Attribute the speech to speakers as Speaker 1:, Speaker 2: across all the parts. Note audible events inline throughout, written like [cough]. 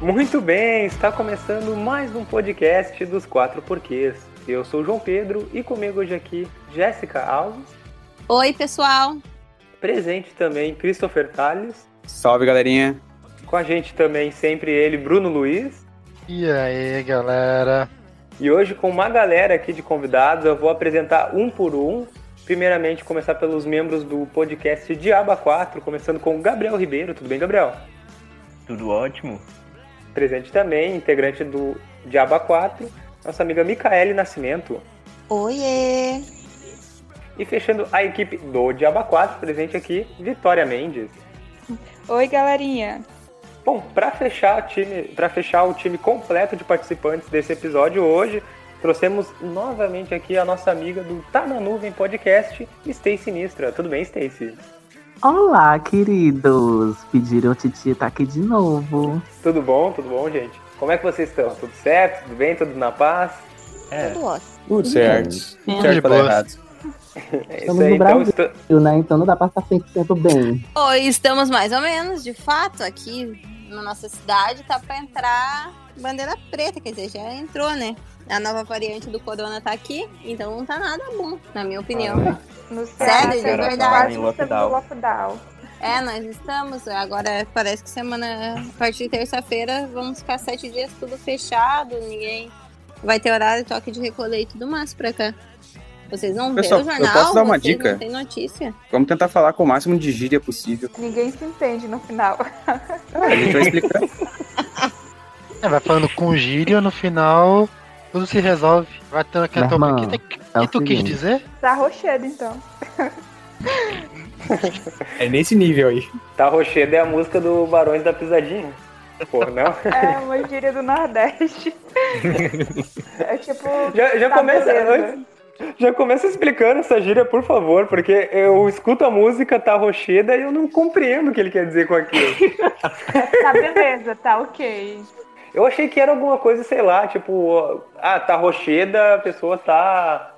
Speaker 1: Muito bem, está começando mais um podcast dos Quatro Porquês. Eu sou o João Pedro e comigo hoje aqui Jéssica Alves,
Speaker 2: Oi, pessoal.
Speaker 1: presente também Christopher Tales,
Speaker 3: Salve, galerinha.
Speaker 1: com a gente também sempre ele, Bruno Luiz.
Speaker 4: E aí, galera?
Speaker 1: E hoje, com uma galera aqui de convidados, eu vou apresentar um por um. Primeiramente, começar pelos membros do podcast Diaba 4, começando com o Gabriel Ribeiro. Tudo bem, Gabriel?
Speaker 5: Tudo ótimo?
Speaker 1: Presente também, integrante do Diaba 4, nossa amiga Micaele Nascimento.
Speaker 2: Oiê.
Speaker 1: E fechando a equipe do Diaba 4, presente aqui, Vitória Mendes.
Speaker 6: Oi, galerinha.
Speaker 1: Bom, para fechar, o time- pra fechar o time completo de participantes desse episódio hoje, trouxemos novamente aqui a nossa amiga do Tá na Nuvem Podcast, Stacy Nistra. Tudo bem, Stacy?
Speaker 7: Olá, queridos! Pediram Titi tá aqui de novo.
Speaker 1: Tudo bom? Tudo bom, gente? Como é que vocês estão? Tudo certo? Tudo bem? Tudo na paz?
Speaker 5: É,
Speaker 2: Tudo ótimo.
Speaker 3: Tudo certo. Tudo
Speaker 4: De
Speaker 3: certo pra dar
Speaker 4: boa.
Speaker 3: errado.
Speaker 1: É
Speaker 7: Estamos no
Speaker 1: Então,
Speaker 7: Brasil.
Speaker 1: estu-
Speaker 7: Eu, né? Então não dá pra estar 100% bem.
Speaker 2: Oi, estamos mais ou menos, de fato, aqui na nossa cidade. Tá pra entrar bandeira preta, quer dizer, já entrou, né? A nova variante do corona tá aqui, então não tá nada bom, na minha opinião.
Speaker 3: Ah.
Speaker 6: No
Speaker 2: Sério, de
Speaker 6: Ceará,
Speaker 1: Tá
Speaker 2: verdade.
Speaker 6: estamos no lockdown.
Speaker 2: É, nós estamos. Agora parece que semana, a partir de terça-feira, vamos ficar sete dias tudo fechado, ninguém vai ter horário, toque de recolher e tudo mais pra cá. Vocês não vê
Speaker 3: Pessoal,
Speaker 2: o
Speaker 3: eu
Speaker 2: jornal?
Speaker 3: posso dar uma
Speaker 2: Vocês
Speaker 3: dica?
Speaker 2: Não tem notícia?
Speaker 3: Vamos tentar falar com o máximo de gíria possível.
Speaker 6: Ninguém se entende no final. [laughs]
Speaker 3: A gente vai explicar.
Speaker 4: É, vai falando com gíria, no final tudo se resolve. Vai tendo aquela
Speaker 7: Meu
Speaker 4: turma. O
Speaker 7: irmão,
Speaker 4: que, tu-
Speaker 7: é o
Speaker 4: que tu quis
Speaker 7: seguinte.
Speaker 4: dizer?
Speaker 6: Tá rochedo, então.
Speaker 3: [laughs] É nesse nível aí.
Speaker 1: Tá Rochedo é a música do Barões da Pisadinha. Pô,
Speaker 7: [laughs]
Speaker 1: não?
Speaker 6: É uma gíria
Speaker 1: [laughs]
Speaker 6: do Nordeste. É tipo.
Speaker 1: Já, já
Speaker 6: tá
Speaker 1: começa.
Speaker 6: beleza.
Speaker 7: né?
Speaker 1: antes- Já começa explicando essa gíria, por favor, porque eu escuto a música Tá Rocheda e eu não compreendo o que ele quer dizer com aquilo.
Speaker 6: Tá beleza, tá ok.
Speaker 1: Eu achei que era alguma coisa, sei lá, tipo, ah, tá Rocheda, a pessoa tá.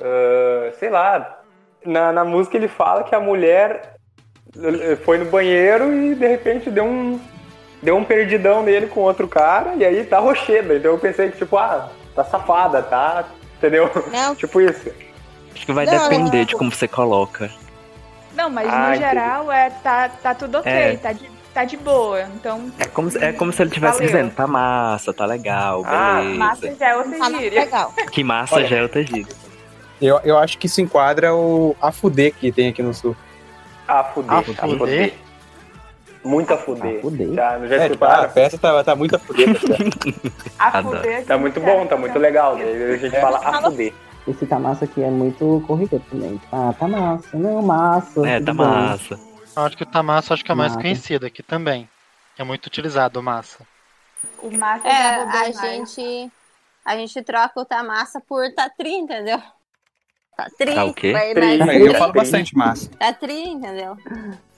Speaker 1: ah, sei lá. Na, na música ele fala que a mulher eh, foi no banheiro e de repente deu um. Deu um perdidão nele com outro cara e aí tá Rocheda. Então eu pensei que, tipo, ah, tá safada, tá. Entendeu? [laughs]
Speaker 2: Não,
Speaker 1: tipo isso.
Speaker 5: Acho que vai
Speaker 2: Não,
Speaker 5: depender
Speaker 2: não.
Speaker 5: de como você coloca.
Speaker 6: Não, mas
Speaker 1: Ah,
Speaker 6: no
Speaker 1: entendi.
Speaker 6: geral é tá, tá tudo ok,
Speaker 5: É.
Speaker 6: tá, de, tá de boa. Então,
Speaker 5: É como, se- é como se ele estivesse
Speaker 6: Valeu.
Speaker 5: dizendo, tá massa, tá legal,
Speaker 1: Ah,
Speaker 5: beleza.
Speaker 6: massa já é outra
Speaker 2: tá nada
Speaker 6: gíria.
Speaker 2: legal.
Speaker 5: Que massa
Speaker 3: Olha.
Speaker 5: já é outra gíria.
Speaker 3: Eu, eu acho que se enquadra o a fuder que tem aqui no sul.
Speaker 1: A fuder.
Speaker 4: A fuder.
Speaker 1: Muito a fuder. Tá,
Speaker 7: A fuder.
Speaker 1: Já, já
Speaker 3: É, tipo, ah, a
Speaker 1: escutaram?
Speaker 3: festa tá, tá muito a fuder. tá [laughs] certo.
Speaker 6: A
Speaker 5: Adoro.
Speaker 6: fuder aqui Então,
Speaker 1: Tá
Speaker 6: no
Speaker 1: muito
Speaker 6: Ceará
Speaker 1: bom, tá muito
Speaker 6: tão-
Speaker 1: legal. Daí A
Speaker 3: É.
Speaker 1: gente fala a fuder.
Speaker 7: Esse tá massa aqui é muito corrido também. Ah, tá massa. Não, massa.
Speaker 5: É,
Speaker 7: tudo
Speaker 5: tá
Speaker 7: bem.
Speaker 5: massa.
Speaker 4: Acho que o Tamassa acho que é mais
Speaker 7: Massa.
Speaker 4: conhecido aqui também. É muito utilizado o massa.
Speaker 6: O massa
Speaker 2: É,
Speaker 6: já mudou
Speaker 2: a
Speaker 6: mais.
Speaker 2: gente, a gente troca o Tamassa por Tatri, entendeu? Tatri.
Speaker 5: Tá o quê?
Speaker 2: vai-
Speaker 1: Tri.
Speaker 2: vai-
Speaker 3: Mas Eu falo bastante massa.
Speaker 2: Tatri, entendeu?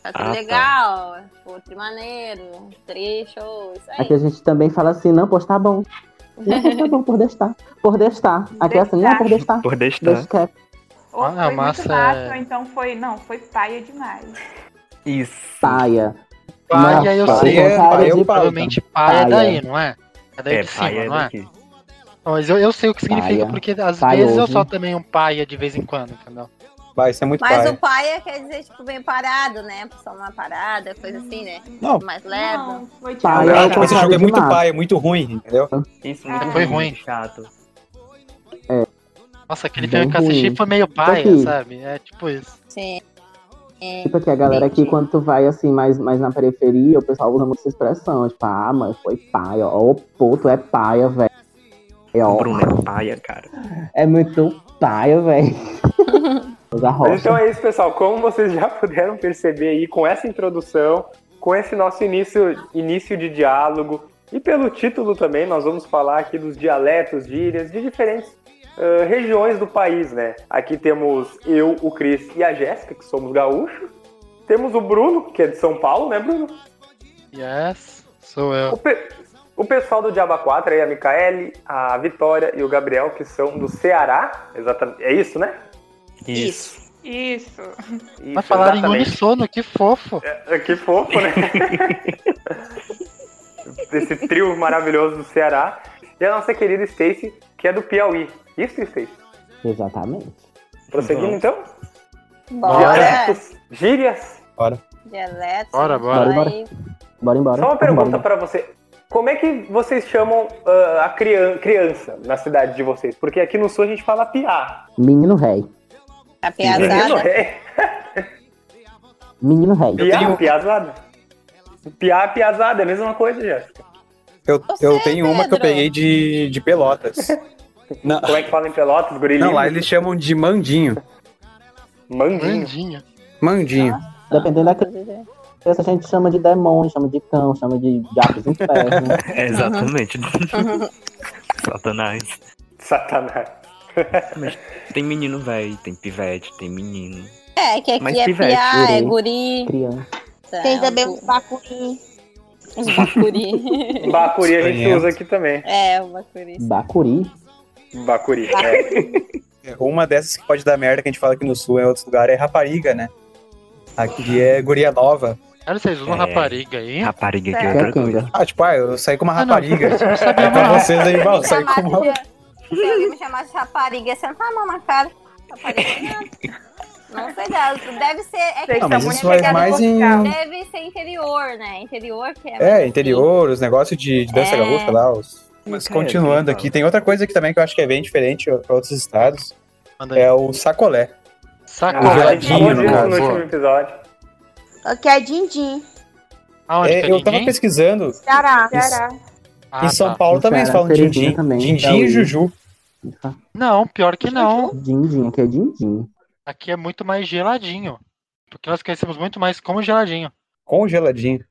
Speaker 2: Tatri
Speaker 5: Ah, tá.
Speaker 2: legal, pô, tri maneiro, tri show, isso aí.
Speaker 7: Aqui a gente também fala assim, não, pois tá bom. Não, pois tá bom, por destar. Por destar. Aqui é assim, não, por destar.
Speaker 5: Por deixar.
Speaker 7: Destar.
Speaker 6: Ou
Speaker 4: Ah,
Speaker 6: foi
Speaker 4: a
Speaker 6: muito
Speaker 4: massa
Speaker 6: massa,
Speaker 4: é-
Speaker 6: ou então foi. Não, foi paia demais.
Speaker 5: Isso.
Speaker 7: Paia.
Speaker 4: Paia, eu
Speaker 7: Nossa,
Speaker 4: sei.
Speaker 7: o
Speaker 4: É,
Speaker 7: contrário
Speaker 4: paia,
Speaker 7: de
Speaker 4: provavelmente paia é
Speaker 7: Paia.
Speaker 4: daí, não é? É daí
Speaker 5: É,
Speaker 4: de cima,
Speaker 5: pai é
Speaker 4: não é?
Speaker 5: daqui.
Speaker 4: Mas eu, eu sei o que significa,
Speaker 7: Paia.
Speaker 4: porque às
Speaker 7: Paia
Speaker 4: vezes eu
Speaker 7: hoje.
Speaker 4: sou também um paia de vez em quando, entendeu?
Speaker 3: Vai, isso é muito
Speaker 2: Mas
Speaker 3: pai.
Speaker 2: o paia quer dizer, tipo, bem parado, né? Só uma parada, coisa assim, né?
Speaker 3: Não.
Speaker 2: Mais leve.
Speaker 6: Não, foi tipo.
Speaker 7: Paia
Speaker 3: Ah,
Speaker 7: é o
Speaker 3: tipo, esse
Speaker 7: contrário
Speaker 3: jogo é
Speaker 7: de
Speaker 3: muito
Speaker 7: massa.
Speaker 3: pai, é muito ruim, entendeu?
Speaker 5: Isso
Speaker 6: Ah.
Speaker 5: muito
Speaker 4: Foi ruim.
Speaker 5: Chato.
Speaker 4: Nossa, aquele
Speaker 7: Bem
Speaker 4: filme que eu assisti
Speaker 7: ruim.
Speaker 4: foi meio paia,
Speaker 7: aqui.
Speaker 4: sabe? É tipo isso.
Speaker 2: Sim. É,
Speaker 7: Tipo aqui, a galera aqui, quando tu vai assim, mais, mais na periferia, o pessoal usa muito essa expressão. Tipo, ah, mas foi paia. Ó, pô, tu é paia, velho. É,
Speaker 5: O
Speaker 7: ó,
Speaker 5: Bruno é paia, cara.
Speaker 7: É muito paia, velho. Usa
Speaker 1: Mas
Speaker 7: rocha.
Speaker 1: então é isso, pessoal. Como vocês já [laughs] puderam perceber aí com essa introdução, com esse nosso início, início de diálogo e pelo título também, nós vamos falar aqui dos dialetos, gírias de diferentes ah, regiões do país, né? Aqui temos eu, o Cris e a Jéssica, que somos gaúchos. Temos o Bruno, que é de São Paulo, né, Bruno?
Speaker 4: Yes, sou
Speaker 1: O,
Speaker 4: eu.
Speaker 1: pe- o pessoal do Diaba 4 aí, a Micaele, a Vitória e o Gabriel, que são do Ceará. Exatamente. É isso, né?
Speaker 5: Isso.
Speaker 6: Isso.
Speaker 1: Isso,
Speaker 4: Mas falaram em
Speaker 5: É,
Speaker 1: [laughs] exatamente. né?
Speaker 4: [laughs] unissono, que fofo.
Speaker 1: Que fofo, né? desse trio maravilhoso do Ceará. E a nossa querida Stacy, que é do Piauí. Isso, Stacy? é
Speaker 7: Exatamente.
Speaker 1: Prosseguindo,
Speaker 5: Vamos.
Speaker 1: então?
Speaker 2: Bora!
Speaker 1: Dialetos, gírias.
Speaker 2: Dialeto.
Speaker 4: Bora, bora.
Speaker 7: Bora, bora. Bora embora.
Speaker 1: Só uma pergunta
Speaker 7: Bora.
Speaker 1: pra você. Como é que vocês chamam ah, a crian- criança na cidade de vocês? Porque aqui no sul a gente fala piá. É,
Speaker 7: Menino rei.
Speaker 1: Menino
Speaker 2: A tá piazada.
Speaker 1: ré.
Speaker 7: Menino rei.
Speaker 1: Piá,
Speaker 3: tenho-
Speaker 1: piazada. Piá, piazada, é a mesma coisa, Jéssica.
Speaker 3: Eu,
Speaker 2: Você,
Speaker 3: eu tenho uma que eu
Speaker 2: Pedro.
Speaker 3: peguei de, de [laughs] pelotas. Não,
Speaker 1: Como é que fala em Pelotas, gurilinho?
Speaker 3: não, lá eles chamam de mandinho. Hum.
Speaker 1: Mandinho.
Speaker 4: Mandinha.
Speaker 3: Mandinho.
Speaker 7: Dependendo da criança, a gente chama de demônio, chama de cão, chama de diabos inferno.
Speaker 5: É, exatamente. [laughs] Satanás.
Speaker 1: Satanás.
Speaker 5: Tem menino velho, tem pivete, tem menino.
Speaker 2: É, que aqui
Speaker 5: Mas
Speaker 2: é
Speaker 5: pivete,
Speaker 2: piá, é
Speaker 7: guri.
Speaker 2: guri.
Speaker 7: criança.
Speaker 2: Então,
Speaker 8: Tem também os
Speaker 2: os
Speaker 8: é um bacuri.
Speaker 2: Um bacuri. [laughs]
Speaker 1: Bacuri a gente
Speaker 3: Estranhento.
Speaker 1: usa aqui também.
Speaker 2: é, o bacuri.
Speaker 7: Bacuri.
Speaker 1: Bacuri. É.
Speaker 3: Uma dessas que pode dar merda que a gente fala aqui no sul, em outros lugares, é rapariga, né? Aqui é guria nova.
Speaker 4: Cara, vocês usam
Speaker 5: É.
Speaker 4: rapariga aí?
Speaker 5: Rapariga aqui é
Speaker 7: Que
Speaker 5: outra
Speaker 7: é
Speaker 5: coisa.
Speaker 7: Kenga.
Speaker 3: Ah, tipo, ah, eu saí com uma
Speaker 4: Ah, não.
Speaker 3: rapariga.
Speaker 4: Não
Speaker 3: Aí
Speaker 4: sabia
Speaker 3: pra
Speaker 4: mais.
Speaker 3: vocês aí, mal, saí com uma.
Speaker 2: Se alguém me chamasse de rapariga, ia sentar a mão na cara. Rapariga não. Não sei dela. Deve ser. É que
Speaker 3: Não, mas
Speaker 2: essa
Speaker 3: isso
Speaker 2: mulher
Speaker 3: é
Speaker 2: deve-
Speaker 3: mais em-
Speaker 2: Deve ser interior, né? Interior que é. mais
Speaker 3: É,
Speaker 2: assim.
Speaker 3: interior, os negócios de, de dança
Speaker 2: É.
Speaker 3: gaúcha lá. Os... Mas
Speaker 5: Nunca é,
Speaker 3: continuando
Speaker 5: nunca
Speaker 3: aqui, tem outra coisa aqui também que eu acho que é bem diferente para outros estados,
Speaker 4: Manda aí.
Speaker 3: é o sacolé.
Speaker 1: Ah,
Speaker 4: Saco
Speaker 1: a gente falou
Speaker 3: Geladinho,
Speaker 1: disso
Speaker 4: né?
Speaker 3: cara,
Speaker 1: no último episódio.
Speaker 8: Aqui é din-din.
Speaker 4: Aonde
Speaker 3: É,
Speaker 4: que é
Speaker 3: eu tava
Speaker 4: ninguém?
Speaker 3: pesquisando,
Speaker 8: Ceará.
Speaker 6: Ceará.
Speaker 4: Ah,
Speaker 3: em São
Speaker 4: tá.
Speaker 3: Paulo
Speaker 7: No
Speaker 3: também Tá eles
Speaker 7: Ceará,
Speaker 3: falam
Speaker 7: Teresina
Speaker 3: dindim.
Speaker 7: também,
Speaker 3: Dindim
Speaker 7: Piauí.
Speaker 3: e juju.
Speaker 4: Não, pior que não.
Speaker 7: Dindim, aqui é dindim.
Speaker 4: Aqui é muito mais geladinho. Porque nós conhecemos muito mais como geladinho.
Speaker 3: Congeladinho.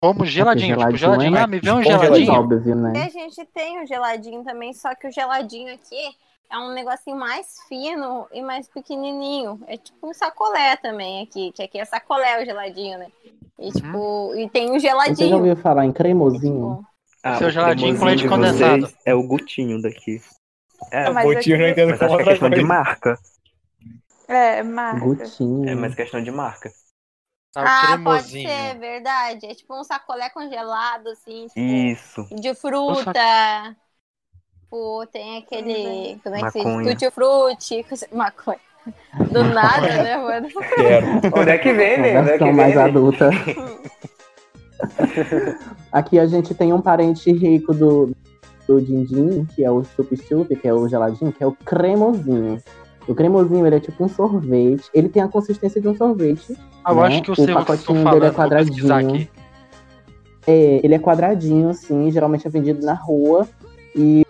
Speaker 4: Como geladinho,
Speaker 7: Porque
Speaker 4: tipo geladinho.
Speaker 3: né?
Speaker 7: geladinho é
Speaker 4: Ah, me vê um
Speaker 3: mais
Speaker 7: É
Speaker 4: geladinho.
Speaker 3: congeladinho.
Speaker 7: óbvio,
Speaker 2: E
Speaker 7: né?
Speaker 2: a gente tem o geladinho também, só que o geladinho aqui é um negocinho mais fino e mais pequenininho. É tipo um sacolé também aqui, que aqui é sacolé o geladinho, né? E tipo, e tem o
Speaker 7: Você já
Speaker 2: geladinho.
Speaker 7: ouviu falar em cremosinho?
Speaker 2: Tipo,
Speaker 5: Ah,
Speaker 4: Seu
Speaker 5: o
Speaker 4: geladinho com leite
Speaker 5: cremosinho de
Speaker 4: condensado.
Speaker 5: vocês É o gutinho daqui. É,
Speaker 6: Não, mas
Speaker 3: Botinho eu já
Speaker 6: aqui-
Speaker 3: entendo
Speaker 5: mas
Speaker 3: como
Speaker 5: acho que
Speaker 3: outra
Speaker 5: é questão de
Speaker 3: coisa.
Speaker 5: marca.
Speaker 6: É, marca.
Speaker 7: Gutinho.
Speaker 5: É
Speaker 2: Uhum.
Speaker 5: mais questão de marca.
Speaker 4: Tá o
Speaker 2: ah, pode
Speaker 4: cremosinho.
Speaker 2: ser, verdade. É tipo um sacolé congelado, assim, tipo,
Speaker 5: Isso.
Speaker 2: de fruta. Pô, tem
Speaker 6: Hum, né?
Speaker 2: aquele. Como é que se diz?
Speaker 5: Maconha.
Speaker 2: Tutti-frutti. [laughs] Maconha. Do nada, né, mano?
Speaker 3: Quero.
Speaker 1: Onde é que vem,
Speaker 7: Uma
Speaker 1: né? Onde é que
Speaker 7: versão
Speaker 1: vem?
Speaker 7: mais
Speaker 1: né? [laughs]
Speaker 7: adulta. Aqui a gente tem um parente rico do, do Dindim, que é o chup-chup, que é o geladinho, que é o cremosinho. O cremosinho, ele é tipo um sorvete. Ele tem a consistência de um sorvete.
Speaker 4: Ah, eu
Speaker 7: né?
Speaker 4: acho que o
Speaker 7: O
Speaker 4: seu que eu
Speaker 7: pacotinho
Speaker 4: tô
Speaker 7: dele é
Speaker 4: falando, vou pesquisar
Speaker 7: quadradinho.
Speaker 4: aqui.
Speaker 7: É, ele é quadradinho, assim, geralmente é vendido na rua. E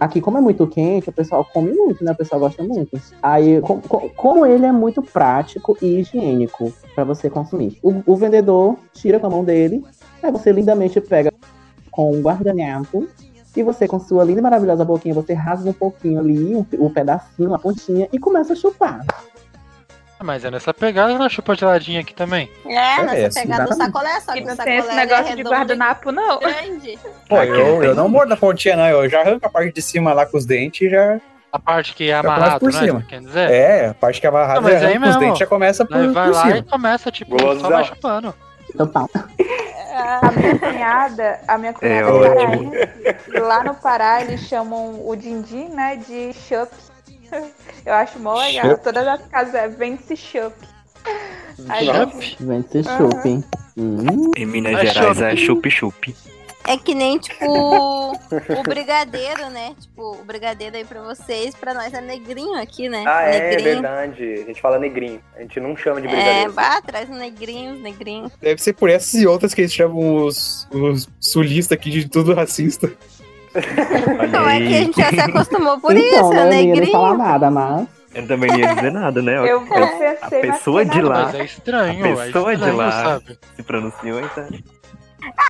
Speaker 7: aqui, como é muito quente, o pessoal come muito, né? O pessoal gosta muito. Aí, com- com- como ele é muito prático e higiênico pra você consumir, o, o vendedor tira com a mão dele, aí você lindamente pega com um guardanapo e você, com sua linda e maravilhosa boquinha, você rasga um pouquinho ali, um, um pedacinho, uma pontinha, e começa a chupar.
Speaker 4: Mas é nessa pegada que ela chupa geladinho aqui também.
Speaker 2: É, mas
Speaker 3: Parece,
Speaker 2: você pegar do
Speaker 7: exatamente.
Speaker 2: sacolé, só que
Speaker 6: E
Speaker 2: o
Speaker 6: não
Speaker 2: sacolé
Speaker 6: tem esse
Speaker 2: ele é
Speaker 6: negócio de
Speaker 2: redondo [laughs]
Speaker 6: guardanapo, não.
Speaker 2: e grande.
Speaker 3: Pô,
Speaker 5: Aqui
Speaker 3: eu,
Speaker 5: tem.
Speaker 3: eu não mordo a pontinha, não. Eu já arranco a parte de cima lá com os dentes e já.
Speaker 4: A parte que é
Speaker 3: começo
Speaker 4: amarrado,
Speaker 3: Tá por
Speaker 4: né?
Speaker 3: cima.
Speaker 4: Quer dizer,
Speaker 3: É, a parte que é amarrada
Speaker 4: Não,
Speaker 3: já
Speaker 4: mas aí
Speaker 3: arranca com os
Speaker 4: mesmo.
Speaker 3: dentes já começa por,
Speaker 4: Daí vai
Speaker 3: por
Speaker 4: lá
Speaker 3: cima.
Speaker 4: e começa, tipo, só
Speaker 1: Golosão.
Speaker 4: vai chupando.
Speaker 7: Então, pá,
Speaker 6: A minha cunhada, a minha cunhada
Speaker 5: É
Speaker 6: é paraense. Lá no Pará eles chamam o dindim, né, de chup. Eu acho mó legal.
Speaker 3: Chup.
Speaker 6: Todas as casas é, vende-se chup. Aí
Speaker 4: Chup.
Speaker 7: vende se chupa, é hein? Hum,
Speaker 5: Em Minas
Speaker 4: É
Speaker 5: Gerais
Speaker 4: chope.
Speaker 5: é
Speaker 2: [laughs]
Speaker 5: chup-chup.
Speaker 2: É que nem, tipo, o brigadeiro, né? Tipo, o brigadeiro aí pra vocês, pra nós é negrinho aqui, né?
Speaker 1: Ah, é
Speaker 2: negrinho.
Speaker 1: verdade. A gente fala negrinho. A gente não chama de
Speaker 2: É,
Speaker 1: brigadeiro.
Speaker 2: bah, traz um negrinho, os negrinhos.
Speaker 3: Deve ser por essas e outras que eles chamam os, os sulistas aqui de tudo racista.
Speaker 2: Então é que a gente já se acostumou por
Speaker 7: então,
Speaker 2: isso, é
Speaker 7: né? Eu não ia nem falar
Speaker 2: negrinho.
Speaker 7: nada, mas.
Speaker 5: Eu também não ia dizer nada, né?
Speaker 6: Eu, eu pensei,
Speaker 5: a
Speaker 6: mas
Speaker 5: pessoa
Speaker 6: fiquei
Speaker 5: de
Speaker 6: na
Speaker 5: lá.
Speaker 4: Mas é estranho,
Speaker 5: A pessoa
Speaker 4: é
Speaker 5: de
Speaker 4: estranho,
Speaker 5: lá.
Speaker 4: sabe?
Speaker 5: Se pronunciou, então.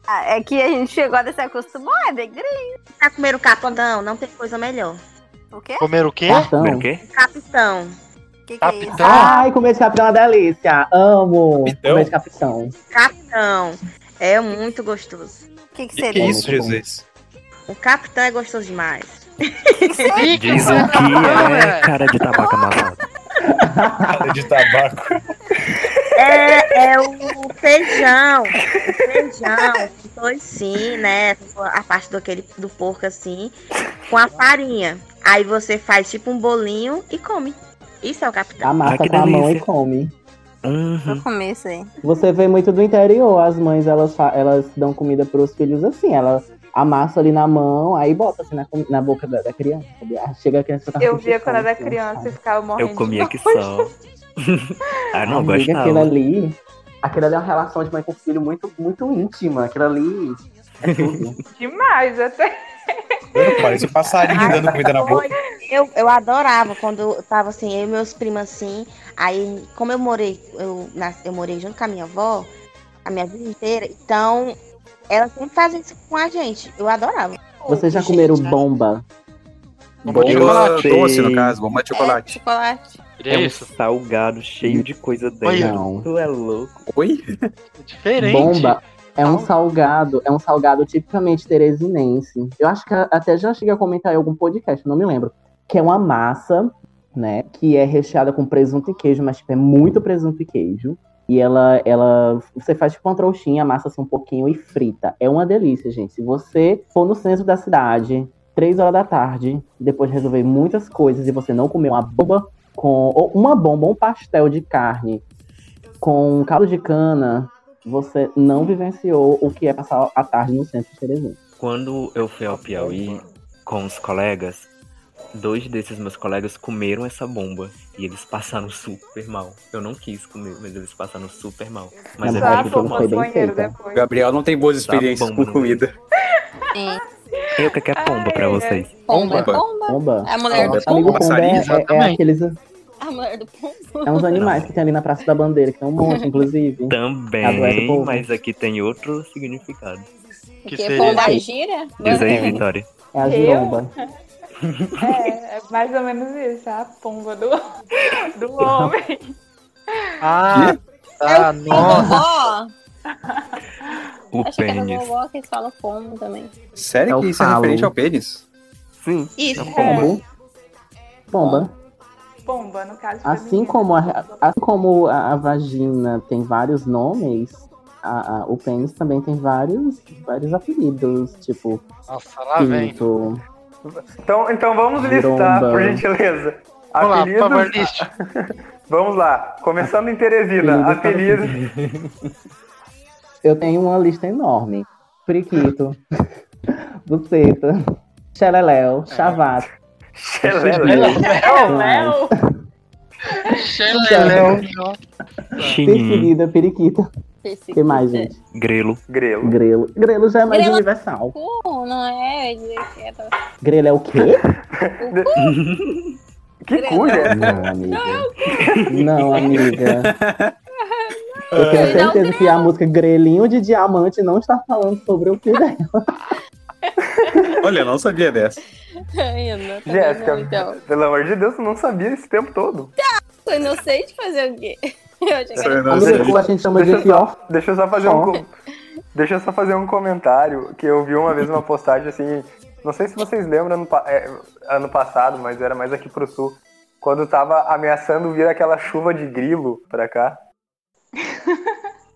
Speaker 2: Ah, É que a gente chegou a se acostumar, é negrinho.
Speaker 8: Pra comer o capitão, Tá não tem coisa melhor.
Speaker 2: O quê?
Speaker 4: Comer o
Speaker 5: É?
Speaker 4: quê?
Speaker 7: Cartão.
Speaker 5: Primeiro o quê?
Speaker 8: Capitão.
Speaker 2: O que, que é isso?
Speaker 4: Capitão?
Speaker 7: Ai, comer de capitão é uma delícia. Amo.
Speaker 5: Então?
Speaker 3: Capitão?
Speaker 7: Comer de capitão.
Speaker 8: Capitão. É muito gostoso.
Speaker 2: O que,
Speaker 3: Que,
Speaker 2: que seria?
Speaker 3: que é isso,
Speaker 7: Muito bom.
Speaker 3: Jesus?
Speaker 8: O capitão é gostoso demais.
Speaker 4: Ih, que né?
Speaker 5: Dizem
Speaker 4: coisa boa,
Speaker 5: que é
Speaker 4: velho.
Speaker 5: cara de tabaco amassado.
Speaker 3: Cara de tabaco.
Speaker 8: É, é o feijão. o feijão. Então, sim, né? A parte do, aquele, do porco assim. Com a farinha. Aí você faz tipo um bolinho e come. Isso é o capitão.
Speaker 7: Amassa
Speaker 5: que
Speaker 7: com a mão e
Speaker 5: delícia.
Speaker 7: come.
Speaker 5: Uhum.
Speaker 2: Vou comer isso aí.
Speaker 7: Você vê muito do interior, as mães elas, fa- elas dão comida pros filhos assim, ela amassa ali na mão, aí bota assim na, com- na boca da, da criança. sabe? Ah, Chega a criança tá
Speaker 6: Eu
Speaker 7: com
Speaker 6: via quando
Speaker 7: fome,
Speaker 6: era
Speaker 7: assim,
Speaker 6: criança e
Speaker 7: sabe?
Speaker 6: ficava morrendo.
Speaker 5: Eu
Speaker 6: de
Speaker 5: comia que
Speaker 6: nojo.
Speaker 5: só. [laughs] ah, não,
Speaker 7: Amiga, Aquilo
Speaker 5: gostava.
Speaker 7: ali, aquilo ali é uma relação de mãe com filho muito, muito íntima. Aquilo ali é tudo.
Speaker 6: [laughs] Demais, até.
Speaker 3: Parece um passarinho
Speaker 8: Ai,
Speaker 3: dando
Speaker 5: Tá
Speaker 3: comida na boca.
Speaker 8: Oi, Eu, eu adorava quando eu tava assim, eu e meus primos assim. Aí, como eu morei, eu, nas- eu morei junto com a minha avó, a minha vida inteira, então ela sempre fazia isso com a gente. Eu adorava.
Speaker 7: Vocês já
Speaker 8: Gente, né?
Speaker 7: comeram
Speaker 6: né?
Speaker 8: a-
Speaker 7: bomba?
Speaker 9: Bomba de
Speaker 5: Eu
Speaker 9: chocolate,
Speaker 5: sei.
Speaker 9: doce no caso, bomba de
Speaker 2: É,
Speaker 9: chocolate.
Speaker 2: chocolate.
Speaker 4: E
Speaker 5: É
Speaker 4: é
Speaker 5: um
Speaker 4: isso.
Speaker 5: salgado cheio de coisa dentro.
Speaker 7: Não.
Speaker 5: Tu é louco.
Speaker 9: Oi?
Speaker 4: É diferente.
Speaker 7: Bomba é um
Speaker 4: Salgado.
Speaker 7: salgado, é um salgado tipicamente teresinense. Eu acho que a- até já cheguei a comentar em algum podcast, não me lembro. Que é uma massa, né? Que é recheada com presunto e queijo, mas tipo, é muito presunto e queijo. E ela, ela. Você faz tipo uma trouxinha, amassa assim um pouquinho e frita. É uma delícia, gente. Se você for no centro da cidade, três horas da tarde, depois de resolver muitas coisas e você não comer uma bomba com. Ou uma bomba, ou um pastel de carne com um caldo de cana, você não vivenciou o que é passar a tarde no centro de Teresina.
Speaker 5: Quando eu fui ao Piauí com os colegas, dois desses meus colegas comeram essa bomba e eles passaram super mal. Eu não quis comer, mas eles passaram super mal. Mas
Speaker 7: Na
Speaker 5: é
Speaker 7: verdade,
Speaker 5: velho
Speaker 6: Só
Speaker 7: porque
Speaker 5: foi
Speaker 6: vou
Speaker 7: não
Speaker 5: mal.
Speaker 7: foi
Speaker 6: no
Speaker 7: bem
Speaker 6: banheiro
Speaker 7: feita.
Speaker 6: depois.
Speaker 9: Gabriel não tem boas
Speaker 5: Tá
Speaker 9: experiências
Speaker 5: bomba
Speaker 9: com
Speaker 5: no
Speaker 9: comida.
Speaker 2: Sim.
Speaker 5: E o que que é pomba pra vocês?
Speaker 2: Pomba.
Speaker 9: Pomba.
Speaker 2: Pomba.
Speaker 7: Pomba.
Speaker 2: A mulher
Speaker 9: Pomba.
Speaker 2: do
Speaker 7: Amigo
Speaker 2: pombo.
Speaker 7: pomba é, é- é
Speaker 4: Exatamente.
Speaker 7: aqueles
Speaker 2: A mulher do pombo.
Speaker 7: é uns animais que tem ali na Praça da Bandeira, que tem um monte, inclusive. A doença
Speaker 5: Também,
Speaker 7: pomba.
Speaker 5: mas aqui tem outro significado.
Speaker 4: Que
Speaker 2: Porque
Speaker 4: seria-
Speaker 2: pomba gira?
Speaker 5: Diz aí,
Speaker 7: Bom.
Speaker 5: Vitória.
Speaker 7: É a
Speaker 6: Eu?
Speaker 7: giromba.
Speaker 6: É, é mais ou menos isso, a pomba do, do homem.
Speaker 4: Ah, tá, nossa.
Speaker 2: Ó,
Speaker 5: O
Speaker 2: acho que era
Speaker 5: pênis.
Speaker 2: vovó que eles falam pombo também.
Speaker 9: Sério
Speaker 3: É
Speaker 9: que
Speaker 3: o
Speaker 9: isso é
Speaker 3: falo.
Speaker 9: referente ao pênis?
Speaker 5: Sim.
Speaker 2: Isso.
Speaker 7: Pombo. Pomba.
Speaker 6: Pomba, no caso.
Speaker 7: Assim como a, assim como a, a vagina tem vários nomes, a- a- o pênis também tem vários, vários apelidos, tipo
Speaker 4: Nossa, lá vem.
Speaker 7: pinto.
Speaker 1: Então, então vamos listar,
Speaker 7: Gromba.
Speaker 1: por gentileza.
Speaker 4: Vamos lá, por favor,
Speaker 1: Apelidos.
Speaker 4: list.
Speaker 1: Vamos lá. Começando em Teresina.
Speaker 7: Apelidos.
Speaker 1: Apelidos.
Speaker 7: Eu tenho uma lista enorme.
Speaker 4: [laughs]
Speaker 7: Priquito, buceta,
Speaker 4: É.
Speaker 7: xeleléu, chavato.
Speaker 1: Xelele.
Speaker 6: Léo,
Speaker 4: Xeleléu.
Speaker 5: Chininho.
Speaker 7: Perseguida, periquita. O que mais,
Speaker 2: né?
Speaker 7: gente?
Speaker 5: Grelo.
Speaker 1: Grelo.
Speaker 7: Grelo. Grelo já é mais
Speaker 2: Grelo-
Speaker 7: universal.
Speaker 2: Cu, não é? Eu ia dizer que [laughs] era.
Speaker 7: Grelo é o quê?
Speaker 1: Que
Speaker 2: Grelo.
Speaker 1: cuja?
Speaker 7: Não, amiga. Não, amiga. Eu tenho certeza que a música Grelinho de Diamante não está falando sobre o que é.
Speaker 9: Olha, eu não sabia dessa.
Speaker 2: Ainda, tá
Speaker 1: Jéssica.
Speaker 2: bom, então.
Speaker 1: Pelo amor de Deus, tu não sabia esse tempo todo.
Speaker 2: Sou inocente fazer o quê? [laughs] Eu achei que
Speaker 9: Essa é eu
Speaker 2: era...
Speaker 7: A
Speaker 9: não
Speaker 7: música
Speaker 9: sabia.
Speaker 7: que a gente chama de
Speaker 1: Deixa eu
Speaker 7: fior.
Speaker 1: Deixa eu só fazer um. co- Deixa eu só fazer um comentário que eu vi uma vez uma postagem assim. Não sei se vocês lembram ano, pa- é, ano passado, mas era mais aqui pro sul. Quando tava ameaçando vir aquela chuva de grilo pra cá.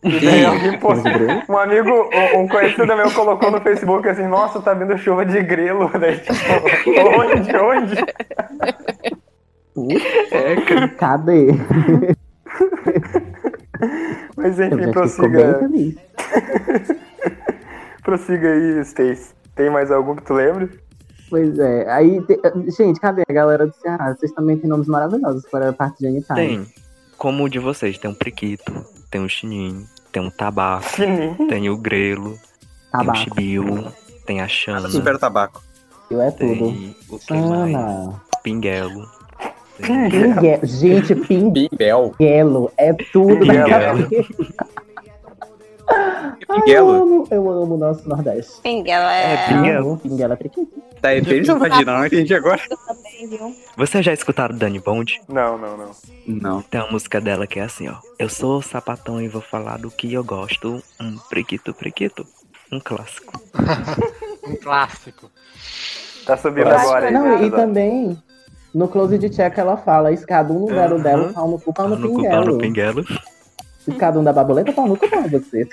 Speaker 1: E daí alguém postou. Um amigo, um- um conhecido meu colocou no Facebook assim, nossa, tá vindo chuva de grilo. [laughs] Daí, tipo, onde, onde?
Speaker 5: É, [laughs]
Speaker 7: Cadê?
Speaker 1: Mas
Speaker 7: Eu
Speaker 1: enfim,
Speaker 7: já fico bem
Speaker 1: prossiga,
Speaker 7: feliz.
Speaker 1: prossiga aí, Stace. Tem mais algum que tu lembra?
Speaker 7: Pois é. Aí, te- gente, cadê a galera do Ceará? Vocês também têm nomes maravilhosos para a parte genital.
Speaker 5: Tem. Como o de vocês, tem um priquito, tem um chininho, tem um tabaco,
Speaker 1: Chininho.
Speaker 5: tem o grelo, tem o
Speaker 7: Tabaco.
Speaker 5: chibiu, tem a chana,
Speaker 9: Super tabaco.
Speaker 7: É tudo. Ah.
Speaker 5: tem o que mais?
Speaker 7: Sana.
Speaker 5: Pinguelo.
Speaker 7: Pingue- Gente,
Speaker 9: Bimbel.
Speaker 7: pinguelo é tudo.
Speaker 1: Pinguelo.
Speaker 7: Ai, eu,
Speaker 9: Pinguelo.
Speaker 7: amo, eu amo o nosso Nordeste.
Speaker 2: Pinguela é...
Speaker 5: É, pinguela. Pinguelo.
Speaker 7: Eu amo Pinguelo é triquito.
Speaker 9: Tá, é pênis ou vagina? Não entendi agora.
Speaker 8: Também, viu?
Speaker 5: Vocês já escutaram Dani Bond?
Speaker 1: Não, não, não.
Speaker 9: Não.
Speaker 5: Tem uma música dela que é assim, ó. Eu sou sapatão e vou falar do que eu gosto. Um priquito, priquito. Um clássico.
Speaker 4: Um clássico.
Speaker 1: Tá subindo
Speaker 6: Clássico.
Speaker 1: agora. aí,
Speaker 7: Não, e
Speaker 1: Eduardo.
Speaker 7: também, no close de check ela fala, escada um no lugar
Speaker 5: Aham.
Speaker 7: dela, pau no cu, pau
Speaker 5: Pau
Speaker 7: no
Speaker 5: no cu, pau no
Speaker 7: [laughs] pinguelo.
Speaker 5: pinguelo.
Speaker 7: Escadão da baboleta, pau no cu pra você.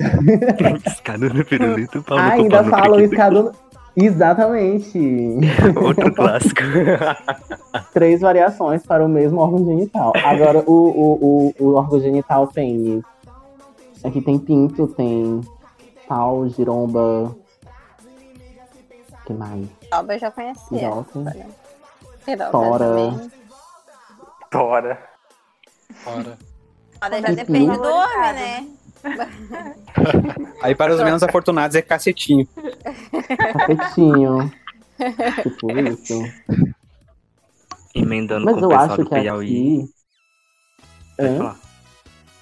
Speaker 5: Escada no pirulito, pau no cu,
Speaker 7: Ainda
Speaker 5: pau no
Speaker 7: falam
Speaker 5: periquito.
Speaker 7: escadão... Exatamente.
Speaker 5: Outro
Speaker 7: [laughs]
Speaker 5: clássico.
Speaker 7: Três variações para o mesmo órgão genital. Agora, o, o, o, o órgão genital tem... Aqui tem pinto, tem pau, giromba... que mais?
Speaker 2: Alba eu já
Speaker 5: É.
Speaker 2: conhecia.
Speaker 7: Jota.
Speaker 2: Peroba
Speaker 7: Tora.
Speaker 2: também.
Speaker 1: Tora.
Speaker 10: Fora.
Speaker 2: Tora já
Speaker 7: Pipi.
Speaker 2: depende do homem, né?
Speaker 9: Aí para os menos afortunados é cacetinho.
Speaker 7: [laughs] Capetinho. tipo
Speaker 5: É,
Speaker 7: isso.
Speaker 5: Emendando
Speaker 7: Mas
Speaker 5: com o
Speaker 7: eu
Speaker 5: pessoal
Speaker 7: acho
Speaker 5: do
Speaker 7: que é
Speaker 5: Piauí.
Speaker 7: aqui...
Speaker 5: Pode
Speaker 7: Hã? É,
Speaker 5: falar.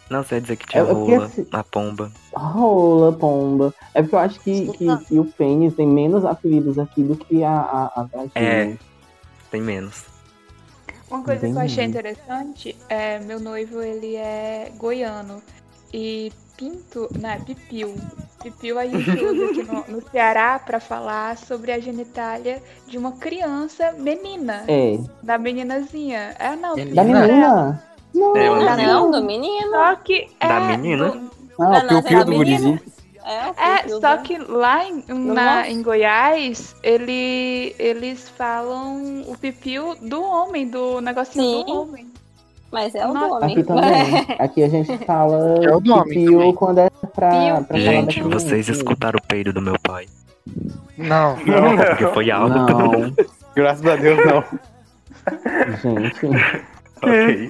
Speaker 5: Não, você ia dizer que tinha
Speaker 7: Eu- eu queria
Speaker 5: rola,
Speaker 7: se-
Speaker 5: a pomba.
Speaker 7: Rola, pomba. É porque eu acho que, que, que o pênis tem menos apelidos aqui do que a, a, a vagina.
Speaker 5: É. Tem menos.
Speaker 6: Uma coisa que eu
Speaker 7: Entendi.
Speaker 6: achei interessante é meu noivo, ele é goiano. E pinto, não, é pipiu. Pipiu a
Speaker 7: [laughs]
Speaker 6: gente usa aqui no, no Ceará pra falar sobre a genitália de uma criança menina.
Speaker 7: É.
Speaker 6: Da meninazinha. É, não.
Speaker 10: Menina?
Speaker 7: Da
Speaker 6: pipiu
Speaker 10: Não.
Speaker 6: dela.
Speaker 7: menina? Não,
Speaker 5: É,
Speaker 2: Não,
Speaker 5: uma
Speaker 2: não, do menino.
Speaker 6: Só que. É,
Speaker 5: Da menina?
Speaker 6: do-
Speaker 7: não,
Speaker 2: Não, não,
Speaker 9: o pio
Speaker 2: é
Speaker 9: do
Speaker 2: menina.
Speaker 9: gurizinho.
Speaker 2: É, o
Speaker 6: É,
Speaker 2: Piu,
Speaker 6: só
Speaker 2: né?
Speaker 6: que lá em, na,
Speaker 2: Nossa.
Speaker 6: em Goiás, ele, eles falam o pipiu do homem, do negocinho do
Speaker 2: Sim.
Speaker 6: homem.
Speaker 2: Mas é o
Speaker 6: Nossa.
Speaker 2: nome.
Speaker 7: aqui
Speaker 2: [laughs]
Speaker 7: também. [laughs] Aqui a gente fala
Speaker 4: É o nome
Speaker 7: pio
Speaker 4: também.
Speaker 7: quando é pra, pra falar da
Speaker 5: Gente,
Speaker 7: criança.
Speaker 5: vocês escutaram o peido do meu pai.
Speaker 4: Não.
Speaker 5: Porque foi algo.
Speaker 7: Não,
Speaker 9: Graças a Deus, não.
Speaker 7: gente.
Speaker 5: Ok.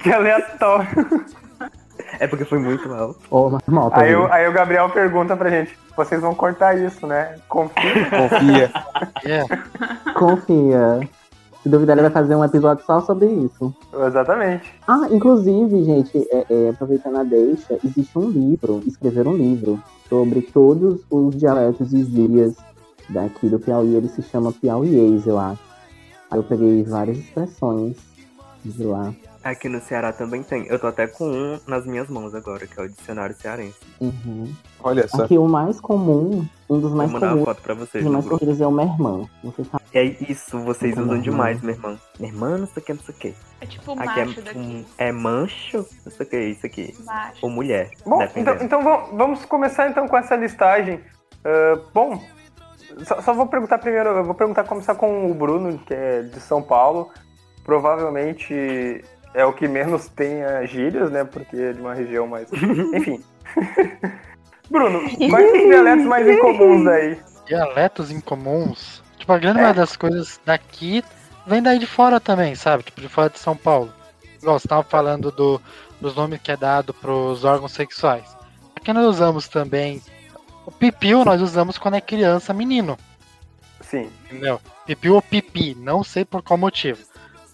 Speaker 1: [laughs] Que aleatório.
Speaker 5: É porque foi muito alto.
Speaker 7: Ô, mas mal, tá
Speaker 1: Aí,
Speaker 7: vendo?
Speaker 1: o- aí o Gabriel pergunta pra gente: vocês vão cortar isso, né?
Speaker 9: [laughs]
Speaker 1: Confia.
Speaker 9: Confia.
Speaker 4: É.
Speaker 7: Confia. Se duvidar, ele vai fazer um episódio só sobre isso.
Speaker 1: Exatamente.
Speaker 7: Ah, inclusive, gente, é- é, aproveitando a deixa, existe um livro, escrever um livro, sobre todos os dialetos e gírias daqui do Piauí. Ele se chama Piauiês, eu acho. Aí eu peguei várias expressões de lá.
Speaker 5: Aqui no Ceará também tem. Eu tô até com um nas minhas mãos agora, que é o dicionário cearense.
Speaker 7: Uhum.
Speaker 9: Olha só.
Speaker 7: Aqui o mais comum, um dos
Speaker 5: Vou
Speaker 7: mais
Speaker 5: mandar uma
Speaker 7: comuns,
Speaker 5: foto pra vocês.
Speaker 7: os
Speaker 5: no
Speaker 7: mais
Speaker 5: grupo.
Speaker 7: corridos é o meu irmão. Você tá sabe?
Speaker 5: É isso, vocês
Speaker 7: Tá
Speaker 5: usam
Speaker 7: bom.
Speaker 5: demais, meu irmão. Meu irmão, não sei o que, não sei o que.
Speaker 6: É tipo o
Speaker 5: Aqui é,
Speaker 6: macho daqui.
Speaker 5: um- é mancho, não sei o que, é isso aqui.
Speaker 6: Macho.
Speaker 5: Ou mulher.
Speaker 1: Bom, então,
Speaker 5: dependendo.
Speaker 1: então vamos- vamos começar então com essa listagem. Ah, bom, só, só vou perguntar primeiro, eu vou perguntar começar com o Bruno, que é de São Paulo. Provavelmente é o que menos tem ah, gírias, né? Porque é de uma região mais. Enfim. [laughs] Bruno, quais são os dialetos mais incomuns aí?
Speaker 4: Dialetos incomuns. Tipo, a grande maioria das coisas daqui vem daí de fora também, sabe? Tipo, de fora de São Paulo. Igual, você tava falando do, dos nomes que é dado pros órgãos sexuais. Aqui nós usamos também. O pipiu nós usamos quando é criança, menino.
Speaker 1: Sim.
Speaker 4: Entendeu? Pipi ou pipi, não sei por qual motivo,